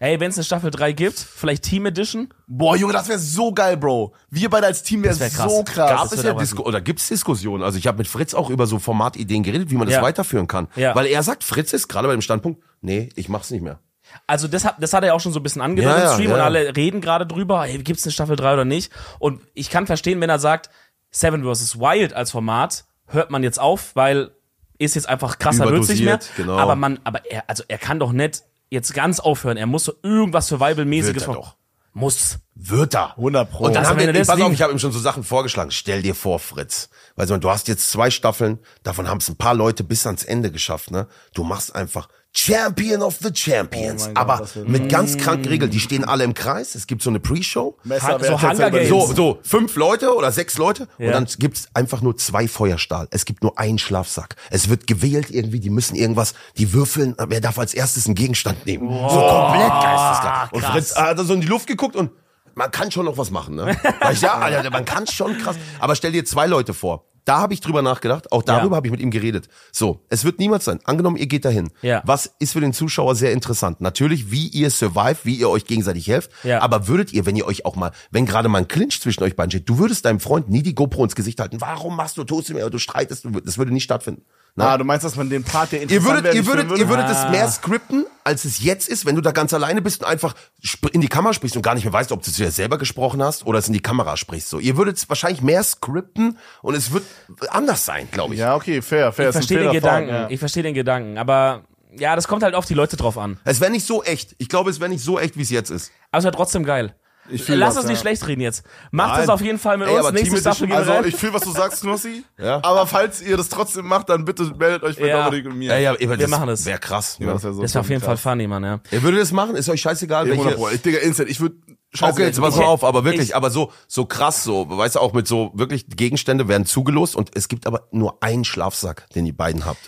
S2: Ey, wenn es eine Staffel 3 gibt, vielleicht Team Edition.
S1: Boah, Junge, das wäre so geil, Bro. Wir beide als Team wären
S2: wär krass.
S1: so krass.
S2: Gab
S3: Gab
S2: es
S3: es
S2: wird
S3: ja
S2: aber
S3: Disku oder gibt's Diskussionen? Also ich habe mit Fritz auch über so Formatideen geredet, wie man das
S2: Ja.
S3: weiterführen kann.
S2: Ja.
S3: Weil er sagt, Fritz ist gerade bei dem Standpunkt, nee, ich mach's nicht mehr.
S2: Also das hat, das hat er ja auch schon so ein bisschen angedeutet
S3: Ja,
S2: im
S3: ja,
S2: Stream
S3: ja,
S2: und
S3: ja.
S2: alle reden gerade drüber, hey, gibt's eine Staffel 3 oder nicht? Und ich kann verstehen, wenn er sagt, Seven vs. Wild als Format hört man jetzt auf, weil ist jetzt einfach krasser wird's nicht mehr.
S3: Überdosiert, genau.
S2: Aber man, aber er, also er kann doch nicht jetzt ganz aufhören. Er muss so irgendwas
S3: Wird
S2: Survival-mäßiges
S3: er
S2: machen.
S3: doch.
S2: Muss.
S3: Wird er.
S1: 100 Pro.
S3: Und dann
S2: Also
S3: haben
S2: wenn er
S3: wir, ich, pass auf,
S2: deswegen-
S3: ich habe ihm schon so Sachen vorgeschlagen. Stell dir vor, Fritz. Weil so, du hast jetzt zwei Staffeln, davon haben es ein paar Leute bis ans Ende geschafft, ne? Du machst einfach Champion of the Champions.
S4: Oh mein Gott,
S3: aber
S4: das wird-
S3: mit ganz kranken Regeln. Die stehen alle im Kreis. Es gibt so eine Pre-Show.
S1: Messer,
S2: so
S1: wer hat
S2: Hunger
S1: jetzt selber
S2: Games.
S1: den-
S3: So, so, fünf Leute oder sechs Leute
S2: Ja.
S3: und dann gibt's einfach nur zwei Feuerstahl. Es gibt nur einen Schlafsack. Es wird gewählt irgendwie, die müssen irgendwas, die würfeln, wer darf als erstes einen Gegenstand nehmen. so komplett geisteskrank. Und
S2: krass.
S3: Fritz hat so in die Luft geguckt und man kann schon noch was machen, ne? Weil ich, ja, Alter, man kann schon krass. Aber stell dir zwei Leute vor. Da habe ich drüber nachgedacht, auch darüber
S2: Ja.
S3: habe ich mit ihm geredet. So, es wird niemals sein. Angenommen, ihr geht dahin.
S2: Ja.
S3: Was ist für den Zuschauer sehr interessant? Natürlich, wie ihr survive, wie ihr euch gegenseitig helft.
S2: Ja.
S3: Aber würdet ihr, wenn ihr euch auch mal, wenn gerade mal ein Clinch zwischen euch beiden steht, du würdest deinem Freund nie die GoPro ins Gesicht halten. Warum machst du, tust du mir, du streitest, du wür- das würde nicht stattfinden. Na?
S1: Ah, du meinst, dass man den Part, der
S3: Ihr
S1: interessant
S3: würdet,
S1: wäre,
S3: ihr
S1: nicht Ah.
S3: würdet,
S1: filmen
S3: ihr
S1: würde?
S3: würdet es mehr scripten, als es jetzt ist, wenn du da ganz alleine bist und einfach sp- in die Kamera sprichst und gar nicht mehr weißt, ob du zu dir selber gesprochen hast oder es in die Kamera sprichst. So, ihr würdet es wahrscheinlich mehr scripten und es wird anders sein, glaube ich.
S1: Ja, okay, fair, fair.
S2: Ich
S1: ist ein
S2: verstehe den
S1: fairer Fall,
S2: Gedanken.
S1: ja.
S2: Ich verstehe den Gedanken. Aber ja, das kommt halt auf die Leute drauf an.
S3: Es wäre nicht so echt. Ich glaube, es wäre nicht so echt, wie es jetzt ist.
S2: Aber es war trotzdem geil.
S1: fühl
S2: Lass
S1: das,
S2: uns
S1: ja.
S2: nicht schlecht reden jetzt. Macht es
S3: Nein.
S2: auf jeden Fall mit
S3: Ey,
S2: uns.
S3: aber
S2: Nächste
S3: Team
S2: Staffel
S3: Edition,
S1: Also,
S2: generell.
S1: ich fühle, was du sagst, Knossi.
S3: Ja.
S1: Aber falls ihr das trotzdem macht, dann bitte meldet euch bei
S2: Ja.
S1: Dominik und mir.
S3: wir
S2: machen es.
S3: Wäre krass.
S1: Ja,
S3: ne?
S1: das wär so
S2: das war auf jeden
S1: krass.
S2: Fall funny, Mann, ja.
S3: Ihr würdet das machen? Ist euch scheißegal,
S1: Ja,
S3: welche.
S1: 100 Pro. Ich, Digga, instant. Ich würde.
S3: Okay, jetzt pass mal
S2: Ich-
S3: auf, aber wirklich,
S2: ich-
S3: aber so, so krass, so, weißt du, auch mit so, wirklich Gegenstände werden zugelost und es gibt aber nur einen Schlafsack, den die beiden habt.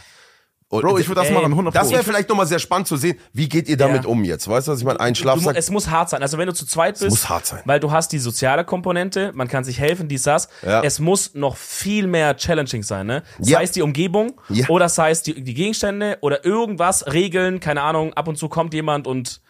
S3: Und
S1: Bro, Oh, ich würde das
S2: Ey,
S1: machen, 100 Pro.
S3: das wäre vielleicht nochmal sehr spannend zu sehen, wie geht ihr damit
S2: Ja.
S3: um jetzt? Weißt du, was ich meine? Ein
S2: Du, mu-
S3: Schlafsack.
S2: es muss hart sein. Also wenn du zu zweit bist,
S3: muss hart sein.
S2: weil du hast die soziale Komponente, man kann sich helfen, dies, das.
S3: Ja.
S2: Es muss noch viel mehr challenging sein, ne? Sei
S3: Ja.
S2: es die Umgebung
S3: Ja.
S2: oder sei es die, die Gegenstände oder irgendwas, Regeln, keine Ahnung, ab und zu kommt jemand und,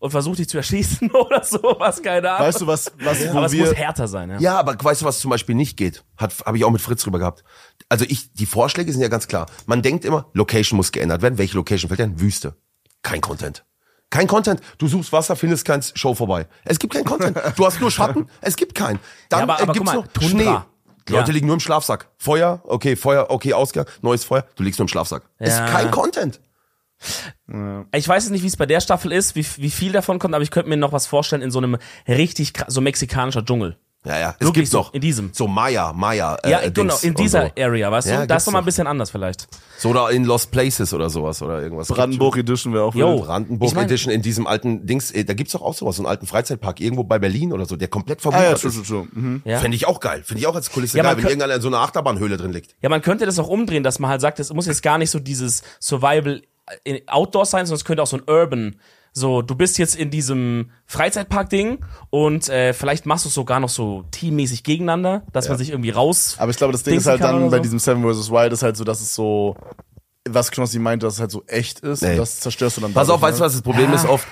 S2: und versucht dich zu erschießen [laughs] oder sowas, keine Ahnung.
S1: Weißt du, was, was,
S2: Aber
S1: wo
S2: es muss
S1: wir.
S2: härter sein, ja.
S3: Ja, aber weißt du, was zum Beispiel nicht geht? Hat habe ich auch mit Fritz drüber gehabt. Also ich, die Vorschläge sind ja ganz klar. Man denkt immer, Location muss geändert werden. Welche Location fällt denn? Wüste. Kein Content. Kein Content. Du suchst Wasser, findest keins, Show vorbei. Es gibt keinen Content.
S2: [laughs]
S3: Du hast nur Schatten, es gibt keinen. Dann
S2: Ja, aber-
S3: äh,
S2: aber
S3: gibt's
S2: guck mal,
S3: noch
S2: Tundra.
S3: Schnee. Die Leute
S2: Ja.
S3: liegen nur im Schlafsack. Feuer, okay, Feuer, okay, Ausgang, neues Feuer, du liegst nur im Schlafsack. Es
S2: Ja.
S3: ist kein Content.
S2: Ich weiß jetzt nicht, wie es bei der Staffel ist, wie, wie viel davon kommt, aber ich könnte mir noch was vorstellen in so einem richtig, kra- so mexikanischer Dschungel.
S3: Ja, ja, es
S2: Wirklich
S3: gibt's
S2: so,
S3: noch.
S2: in diesem.
S3: So Maya, Maya. äh,
S2: Ja,
S3: äh,
S2: genau,
S3: Dings
S2: in
S3: und
S2: dieser
S3: So.
S2: Area, weißt
S3: Ja,
S2: du? Das
S3: gibt's
S2: ist nochmal ein
S3: doch.
S2: bisschen anders vielleicht.
S3: so oder in Lost Places oder sowas oder irgendwas.
S1: Brandenburg Edition wäre auch
S2: Yo.
S1: wild.
S3: Brandenburg
S2: Ich mein-
S3: Edition in diesem alten Dings, äh, da gibt's doch auch sowas, so einen alten Freizeitpark irgendwo bei Berlin oder so, der komplett
S1: Ah, ja,
S3: verwundert
S1: true,
S3: ist.
S1: true, true. Mhm.
S2: Ja.
S3: Fände ich auch geil. Finde ich auch als Kulisse
S2: Ja, man
S3: geil, wenn
S2: kö-
S3: irgendeiner in so einer Achterbahnhöhle drin liegt.
S2: Ja, man könnte das auch umdrehen, dass man halt sagt, es muss jetzt gar nicht so dieses Survival in Outdoor sein, sondern es könnte auch so ein Urban. So, du bist jetzt in diesem Freizeitpark-Ding und äh, vielleicht machst du es sogar noch so teammäßig gegeneinander, dass man sich irgendwie raus.
S1: Aber ich glaube, das Ding
S2: Dingsen
S1: ist halt
S2: kann
S1: dann
S2: oder
S1: bei
S2: so.
S1: diesem Seven vs. Wild ist halt so, dass es so, was Knossi meint, dass es halt so echt ist.
S3: Ey.
S1: Und das zerstörst du dann.
S3: Pass auf,
S1: dadurch,
S3: weißt du,
S1: ne?
S3: was das Problem ist oft?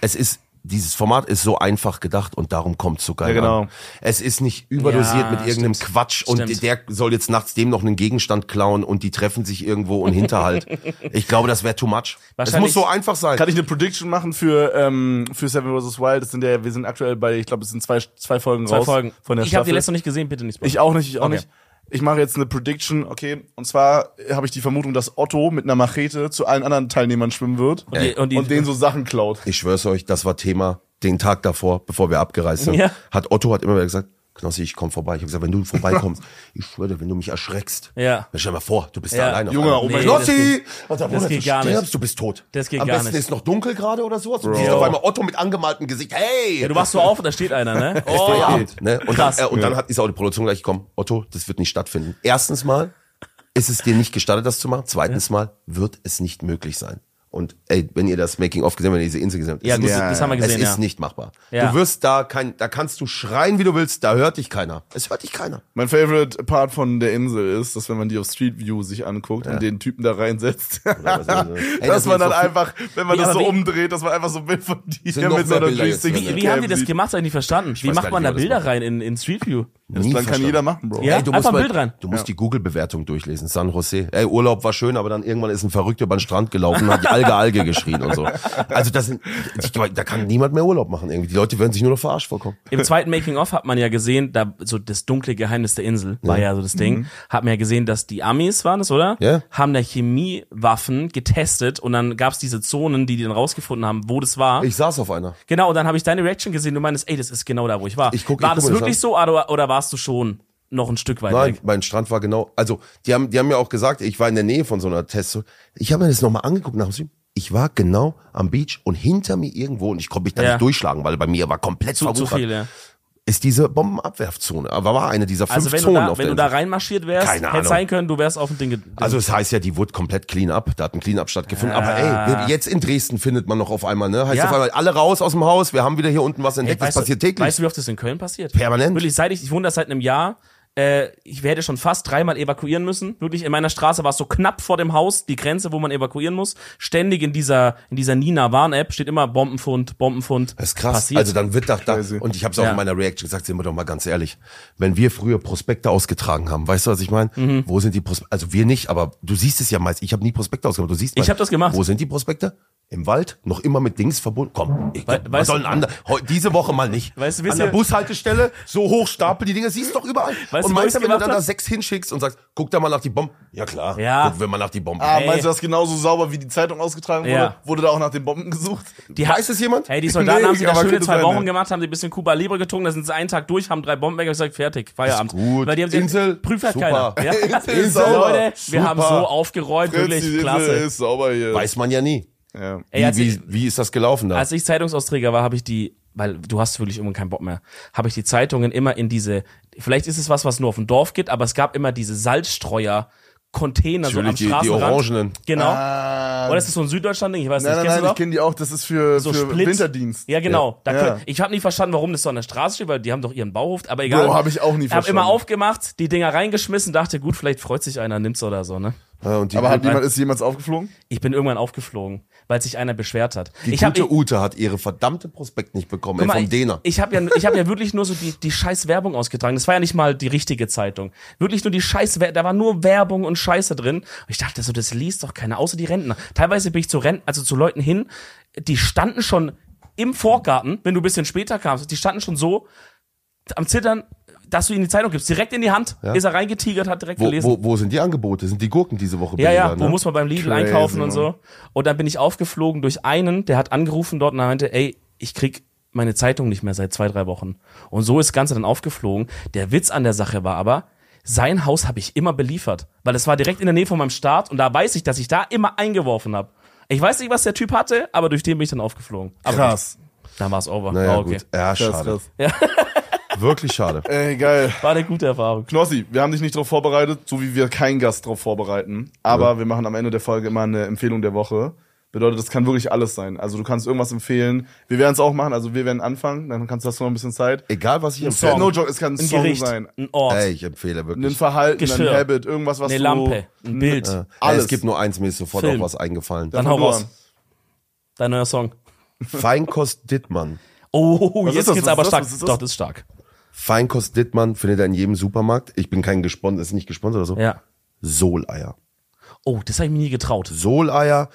S3: Es ist, dieses Format ist so einfach gedacht und darum kommt's so geil
S1: Ja, genau.
S3: an. Es ist nicht überdosiert
S2: Ja,
S3: mit irgendeinem Quatsch und
S2: Stimmt.
S3: der soll jetzt nachts dem noch einen Gegenstand klauen und die treffen sich irgendwo und [laughs] Hinterhalt. ich glaube, das wäre too much. Es
S2: Wahrscheinlich-
S3: muss so einfach
S2: Also
S3: sein.
S1: Kann ich eine Prediction machen für, ähm, für Seven vs. Wild? Das sind ja, wir sind aktuell bei, ich glaube, es sind zwei, zwei Folgen
S2: Zwei
S1: raus.
S2: Folgen.
S1: Von der
S2: ich habe die
S1: Staffel.
S2: letzte noch nicht gesehen, bitte nicht. spoilern.
S1: Ich auch nicht, ich auch
S2: Okay.
S1: nicht. Ich mache jetzt eine Prediction, okay. Und zwar habe ich die Vermutung, dass Otto mit einer Machete zu allen anderen Teilnehmern schwimmen wird und,
S2: die- und die-
S1: denen so Sachen klaut.
S3: Ich schwör's euch, das war Thema den Tag davor, bevor wir abgereist sind.
S2: Ja.
S3: Hat Otto hat immer wieder gesagt, Knossi, ich komm vorbei. Ich habe gesagt, wenn du
S2: [laughs]
S3: vorbeikommst, ich schwöre, wenn du mich erschreckst.
S2: Ja.
S3: Stell dir mal vor, du bist
S2: Ja.
S3: da alleine. auf
S1: Junge,
S3: einmal.
S1: oh mein
S2: Nee, Gott. das
S3: Knossi! Und dann,
S2: das
S3: Bruder,
S2: geht
S3: du
S2: gar nicht.
S3: stirbst, du bist tot.
S2: Das geht
S3: Am
S2: gar
S3: besten
S2: nicht.
S3: ist noch dunkel gerade oder sowas. Du siehst
S1: Bro.
S3: auf einmal Otto mit angemaltem Gesicht. Hey!
S2: Ja, du wachst so auf und da steht einer, ne? Oh,
S3: Feierabend. Ne? Und,
S2: Krass.
S3: Dann, äh, und dann hat, ist auch die Produktion gleich gekommen, Otto, das wird nicht stattfinden. Erstens mal ist es dir nicht gestattet, das zu machen. Zweitens mal wird es nicht möglich sein. Und ey, wenn ihr das Making-of gesehen habt, wenn ihr diese Insel gesehen habt,
S2: Ja,
S3: es
S2: gut,
S3: ist-
S2: das haben wir
S3: es
S2: gesehen,
S3: ist
S2: ja.
S3: nicht machbar.
S2: Ja.
S3: Du wirst da kein, da kannst du schreien, wie du willst, da hört dich keiner. Es hört dich keiner.
S1: Mein favorite Part von der Insel ist, dass wenn man die auf Street View sich anguckt und den Typen da reinsetzt, [laughs]
S3: Ey,
S1: dass
S3: das
S1: man
S3: sind
S1: dann
S3: so-
S1: einfach, wenn man
S2: Ja,
S1: das
S2: aber
S1: so
S2: wie-
S1: umdreht, dass man einfach so ein Bild von dir
S3: Sind noch
S1: mit so
S3: mehr
S1: einer
S3: Bilder jetzt
S1: 360
S3: drin,
S2: Wie haben die das
S1: sieht.
S2: gemacht? Das hab ich nicht verstanden. Wie
S3: weiß
S2: macht
S3: gar
S2: man
S3: nicht,
S2: da
S3: wie man das
S2: Bilder rein in, in Street View?
S1: Das
S3: Nie
S1: Plan kann
S3: verstanden.
S1: jeder machen, Bro.
S2: Ja?
S3: Ey, du
S2: Einfach
S3: musst,
S2: ein
S3: mal,
S2: Bild rein.
S3: du musst die Google-Bewertung durchlesen. San Jose. Ey, Urlaub war schön, aber dann irgendwann ist ein Verrückter über den Strand gelaufen und hat Alge Alge geschrien und so. Also das sind, ich, glaub, da kann niemand mehr Urlaub machen irgendwie. Die Leute werden sich nur noch verarscht vorkommen.
S2: Im zweiten Making of hat man ja gesehen, da so das dunkle Geheimnis der Insel war ja so das Ding. Hat man ja gesehen, dass die Amis waren es, oder?
S3: Mhm. Ja.
S2: Haben da Chemiewaffen getestet und dann gab's diese Zonen, die die dann rausgefunden haben, wo das war.
S3: Ich saß auf einer.
S2: genau, und dann habe ich deine Reaction gesehen. Du meinst, ey, das ist genau da, wo ich war.
S3: Ich guck- ich
S2: war
S3: guck
S2: das
S3: mir das
S2: wirklich
S3: an.
S2: so oder, oder warst du schon noch ein Stück weit
S3: Nein,
S2: weg?
S3: mein Strand war genau. Also, die haben, die haben mir auch gesagt, ich war in der Nähe von so einer Test. Ich habe mir das nochmal angeguckt nach dem Stream. Ich war genau am Beach und hinter mir irgendwo, und ich konnte mich da
S2: Ja.
S3: nicht durchschlagen, weil bei mir war komplett
S2: Zu, zu
S3: verwuchert,
S2: viel, ja.
S3: ist diese Bombenabwerfzone. Aber war eine dieser fünf
S2: Also wenn du
S3: Zonen
S2: da,
S3: auf
S2: wenn
S3: der
S2: du da
S3: Insel.
S2: reinmarschiert wärst,
S3: Keine
S2: hätte
S3: Ahnung.
S2: sein können, du wärst auf dem Ding. ge-
S3: Also es heißt ja, die wurde komplett clean up. Da hat ein Clean-Up stattgefunden. Aber ey, wir- jetzt in Dresden findet man noch auf einmal, ne? Heißt
S2: Ja.
S3: auf einmal, alle raus aus dem Haus, wir haben wieder hier unten was entdeckt, das
S2: Weißt du-
S3: passiert täglich.
S2: Weißt du, wie oft das in Köln passiert?
S3: Permanent.
S2: Wirklich, seit ich, ich wohne da seit einem Jahr. Äh, ich hätte schon fast dreimal evakuieren müssen. Wirklich, in meiner Straße war es so knapp vor dem Haus, die Grenze, wo man evakuieren muss. Ständig in dieser, in dieser Nina-Warn-App steht immer Bombenfund, Bombenfund.
S3: Das ist krass.
S2: Passiert.
S3: Also dann wird doch da,
S1: Crazy.
S3: und ich habe es auch
S2: Ja.
S3: in meiner Reaction gesagt, sind wir doch mal ganz ehrlich, wenn wir früher Prospekte ausgetragen haben, weißt du, was ich meine?
S2: Mhm.
S3: Wo sind die Prospekte? Also wir nicht, aber du siehst es ja meist. Ich habe nie Prospekte ausgemacht. Du siehst
S2: Ich
S3: meist,
S2: hab das gemacht.
S3: Wo sind die Prospekte? Im Wald, noch immer mit Dings verbunden. Komm, ich,
S2: Wei-
S3: was
S2: weißt
S3: soll
S2: du-
S3: ein ander, heu, diese Woche mal nicht.
S2: Weißt du, wisst
S3: An der
S2: ihr-
S3: Bushaltestelle, so hoch stapel die Dinger, siehst du doch überall.
S2: Weißt
S3: und
S2: du, wo
S3: meinst
S2: ich's
S3: du, wenn du
S2: gemacht
S3: dann da
S2: hab?
S3: sechs hinschickst und sagst, guck da mal nach die Bomben. Ja klar,
S2: Ja.
S3: guck wir mal nach die Bomben.
S1: Ah,
S2: Ey.
S1: meinst du das genauso sauber, wie die Zeitung ausgetragen wurde?
S2: Ja.
S1: Wurde da auch nach den Bomben gesucht?
S2: die
S3: Weiß es jemand?
S2: Hey, die
S3: [laughs]
S2: Soldaten
S1: Nee,
S2: haben sich da
S1: aber
S2: schöne
S1: könnte
S2: zwei
S1: sein,
S2: Wochen
S1: ja.
S3: ne?
S2: gemacht, haben sie ein bisschen Kuba Libre getrunken, da sind sie einen Tag durch, haben drei Bomben weggesagt, fertig, Feierabend.
S3: gut.
S2: Weil die haben sich-
S3: Insel,
S2: prüft halt
S3: super.
S2: keiner. Ja?
S3: [laughs]
S1: Insel ist sauber.
S2: Leute, wir haben so
S3: Super.
S2: aufgeräumt,
S1: Fritz,
S2: wirklich
S1: die Insel
S2: klasse.
S1: ist sauber hier.
S3: Weiß man ja nie.
S1: Ja.
S2: Ey, als Also
S3: wie,
S2: ich- Also
S3: wie, wie ist das gelaufen da?
S2: als ich Zeitungsausträger war, habe ich die, weil du hast wirklich irgendwann keinen Bock mehr, habe ich die Zeitungen immer in diese, vielleicht ist es was, was nur auf dem Dorf gibt, aber es gab immer diese Salzstreuer. Container so am
S3: Natürlich die- die
S2: Straßenrand.
S3: orangenen.
S2: Genau.
S1: Ah,
S2: Oder ist das so ein Süddeutschland-Ding? Ich weiß
S1: nein,
S2: nicht.
S1: nein, nein,
S2: Kennst
S1: ich
S2: du das?
S1: kenne die auch. Das ist für,
S2: So
S1: für
S2: Splits.
S1: Winterdienst.
S2: Ja, genau. Da
S1: Ja.
S2: könnt- Ich habe nicht verstanden, warum das so an der Straße steht, weil die haben doch ihren Bauhof, aber egal.
S1: Bro, hab ich auch nie
S2: Hab
S1: verstanden.
S2: immer aufgemacht, die Dinger reingeschmissen, dachte, gut, vielleicht freut sich einer, nimmt's oder so, ne?
S3: Ja, und die
S1: Aber hat
S3: gute-
S1: jemand, ist jemals aufgeflogen?
S2: Ich bin irgendwann aufgeflogen, weil sich einer beschwert hat.
S3: Die
S2: ich hab-
S3: gute
S2: ich-
S3: Ute hat ihre verdammte Prospekt nicht bekommen, ey,
S2: Guck mal,
S3: vom Däner.
S2: Ich, ich habe ja, ich hab ja wirklich nur so die, die scheiß Werbung ausgetragen. Das war ja nicht mal die richtige Zeitung. Wirklich nur die scheiß Wer- da war nur Werbung und Scheiße drin. Und ich dachte so, das liest doch keiner, außer die Rentner. Teilweise bin ich zu Renten, also zu Leuten hin, die standen schon im Vorgarten, wenn du ein bisschen später kamst, die standen schon so am Zittern, dass du ihnen die Zeitung gibst. Direkt in die Hand, ist er reingetigert, hat direkt
S3: Wo,
S2: gelesen.
S3: wo, wo sind die Angebote? Sind die Gurken diese Woche
S2: Ja, ja,
S3: billiger,
S2: wo
S3: ne?
S2: muss man beim Lidl
S1: Crazy,
S2: einkaufen und
S1: Mann.
S2: so. Und dann bin ich aufgeflogen durch einen, der hat angerufen dort und er meinte, ey, ich krieg meine Zeitung nicht mehr seit zwei, drei Wochen. Und so ist das Ganze dann aufgeflogen. Der Witz an der Sache war aber, sein Haus habe ich immer beliefert, weil es war direkt in der Nähe von meinem Start und da weiß ich, dass ich da immer eingeworfen habe. Ich weiß nicht, was der Typ hatte, aber durch den bin ich dann aufgeflogen. Aber
S1: Krass.
S2: Da war's over.
S3: Naja,
S2: Ah, okay.
S3: gut. Ja,
S1: Krass,
S3: schade.
S1: krass.
S3: Wirklich schade.
S2: [laughs]
S1: Ey, geil.
S2: War eine gute Erfahrung.
S1: Knossi, wir haben dich nicht drauf vorbereitet, so wie wir keinen Gast drauf vorbereiten. Aber wir machen am Ende der Folge immer eine Empfehlung der Woche. Bedeutet, das kann wirklich alles sein. Also du kannst irgendwas empfehlen. Wir werden es auch machen. Also wir werden anfangen. Dann kannst du hast du noch ein bisschen Zeit.
S3: Egal, was ich
S1: Ja,
S3: empfehle.
S1: No joke, es kann ein,
S2: Ein
S1: Song
S2: Gericht,
S1: sein.
S2: ein Ort,
S3: Ey, ich empfehle
S1: Ein
S3: wirklich. Äh,
S1: Verhalten,
S2: Geschirr.
S1: ein Habit, irgendwas, was
S2: eine
S1: du... Hm.
S2: Lampe, ein Bild.
S1: äh.
S3: Ey,
S1: alles.
S3: es gibt nur eins, mir ist sofort
S2: Film.
S3: auch was eingefallen.
S2: Dann hau
S1: nur
S2: raus.
S1: an.
S2: Dein neuer Song.
S3: Feinkost Dittmann.
S2: Oh,
S1: Was ist
S2: jetzt
S1: das?
S2: geht's
S1: Was
S2: aber
S1: ist das?
S2: stark.
S1: Was ist das?
S2: Doch, das ist stark.
S3: Feinkost Dittmann findet er in jedem Supermarkt. Ich bin kein gesponsert, ist nicht gesponsert oder so.
S2: Ja.
S3: Soleier.
S2: Oh, das habe ich mir nie getraut.
S3: Soleier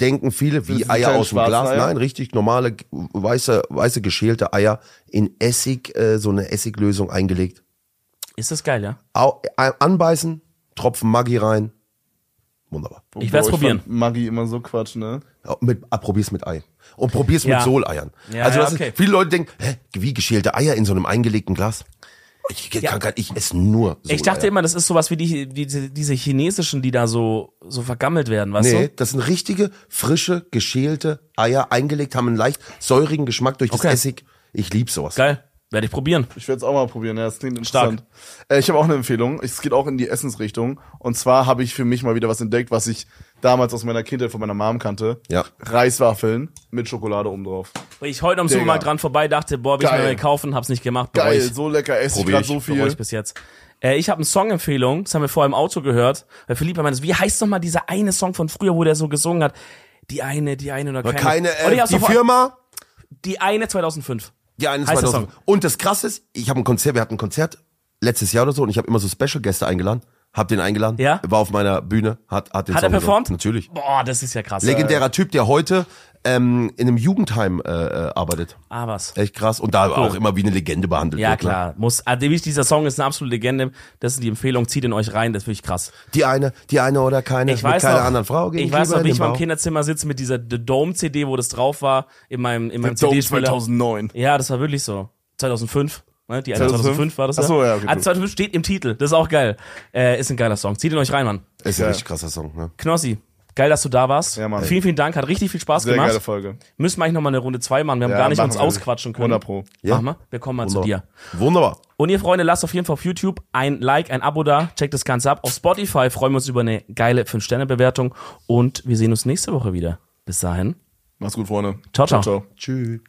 S3: denken viele
S1: Sind das
S3: wie
S1: die
S3: Eier
S1: kleinen
S3: aus dem
S1: schwarzen
S3: Glas.
S1: Eier?
S3: Nein, richtig normale weiße weiße geschälte Eier in Essig äh, so eine Essiglösung eingelegt.
S2: Ist das geil, ja?
S3: Au, äh, anbeißen, Tropfen Maggi rein. Wunderbar.
S2: Ich werd's
S1: Boah,
S2: probieren.
S1: fand Maggi immer so Quatsch, ne?
S3: Mit, ah, probier's mit Ei. Und probier's
S2: Ja.
S3: mit Soleiern.
S2: Ja,
S3: also
S2: ja,
S3: das
S2: okay.
S3: ist, viele Leute denken, hä, wie geschälte Eier in so einem eingelegten Glas? Ich, kann gar- ich esse nur Soleier.
S2: Ich dachte immer, das ist sowas wie die, die, die- diese chinesischen, die da so, so vergammelt werden, weißt
S3: Nee,
S2: du?
S3: das sind richtige, frische, geschälte Eier, eingelegt, haben einen leicht säurigen Geschmack durch das
S2: Okay.
S3: Essig. Ich lieb sowas.
S2: Geil. Werde ich probieren.
S1: Ich werde es auch mal probieren, ja, das klingt interessant. Äh, ich habe auch eine Empfehlung. Es geht auch in die Essensrichtung. Und zwar habe ich für mich mal wieder was entdeckt, was ich damals aus meiner Kindheit von meiner Mom kannte.
S3: Ja.
S1: Reiswaffeln mit Schokolade oben drauf.
S2: Weil ich heute um am
S1: Digga.
S2: Supermarkt dran vorbei dachte, boah, will ich mir
S1: Geil.
S2: mal kaufen, hab's nicht gemacht. bereue
S1: Geil,
S2: ich.
S1: so lecker esse ich
S3: Probier
S1: gerade
S3: ich,
S1: so
S2: Bereue
S1: viel.
S2: ich bis jetzt. Äh, ich habe eine Songempfehlung, das haben wir vorher im Auto gehört. Weil Philippa meinte, wie heißt nochmal dieser eine Song von früher, wo der so gesungen hat? Die eine, die eine oder keine.
S3: Keine
S2: Und ich
S3: App,
S2: hab's
S3: die
S2: noch vor-
S3: Firma.
S2: Die eine 2005.
S3: Die eine
S2: Heißt der
S3: 2000.
S2: Song.
S3: Und das Krasse ist, ich habe ein Konzert, wir hatten ein Konzert letztes Jahr oder so und ich habe immer so Special-Gäste eingeladen. Hab den eingeladen,
S2: Ja?
S3: war auf meiner Bühne, hat, hat den
S2: Hat er
S3: Song gesungen.
S2: performt?
S3: Natürlich.
S2: Boah, das ist ja krass.
S3: Legendärer Typ, der heute ähm, in einem Jugendheim äh, äh, arbeitet.
S2: Ah, was.
S3: Echt krass. Und da auch immer wie eine Legende behandelt
S2: Ja,
S3: wird. ne?
S2: klar. Muss, also wirklich, dieser Song ist eine absolute Legende. Das ist die Empfehlung, zieht ihn euch rein, das ist wirklich krass.
S3: Die eine, die eine oder keine,
S2: Ich
S3: mit
S2: weiß
S3: keiner
S2: noch,
S3: anderen Frau gehe
S2: ich weiß
S3: lieber
S2: noch,
S3: in
S2: wie
S3: den
S2: ich mal im
S3: Bau.
S2: Kinderzimmer sitze mit dieser The Dome CD, wo das drauf war, in meinem, in meinem
S1: Dome
S2: CD-Spieler.
S1: 2009.
S2: Ja, das war wirklich so. 2005. Ne? Die
S1: 2005
S2: 2005? 2005 war das.
S1: Ach so, ja, okay,
S2: Also
S1: gut.
S2: 2005 steht im Titel. Das ist auch geil. Äh, ist ein geiler Song. Zieht ihn euch rein, Mann.
S3: Ist ein richtig krasser Song. Ne?
S2: Knossi, geil, dass du da warst.
S1: Ja, Mann.
S2: Vielen, vielen Dank. Hat richtig viel Spaß
S1: Sehr
S2: gemacht.
S1: geile Folge.
S2: Müssen wir eigentlich nochmal eine Runde zwei machen. Wir haben
S1: Ja,
S2: gar nicht
S1: machen
S2: uns
S1: wir.
S2: ausquatschen können.
S1: 100 pro.
S3: Ja.
S2: Mach mal. Wir kommen mal zu dir.
S3: Wunderbar. Wunderbar.
S2: Und ihr Freunde, lasst auf jeden Fall auf YouTube ein Like, ein Abo da. Checkt das Ganze ab. Auf Spotify freuen wir uns über eine geile 5-Sterne-Bewertung. Und wir sehen uns nächste Woche wieder. Bis dahin.
S1: Mach's gut, Freunde.
S2: Ciao, ciao.
S1: ciao.
S3: Tschüss.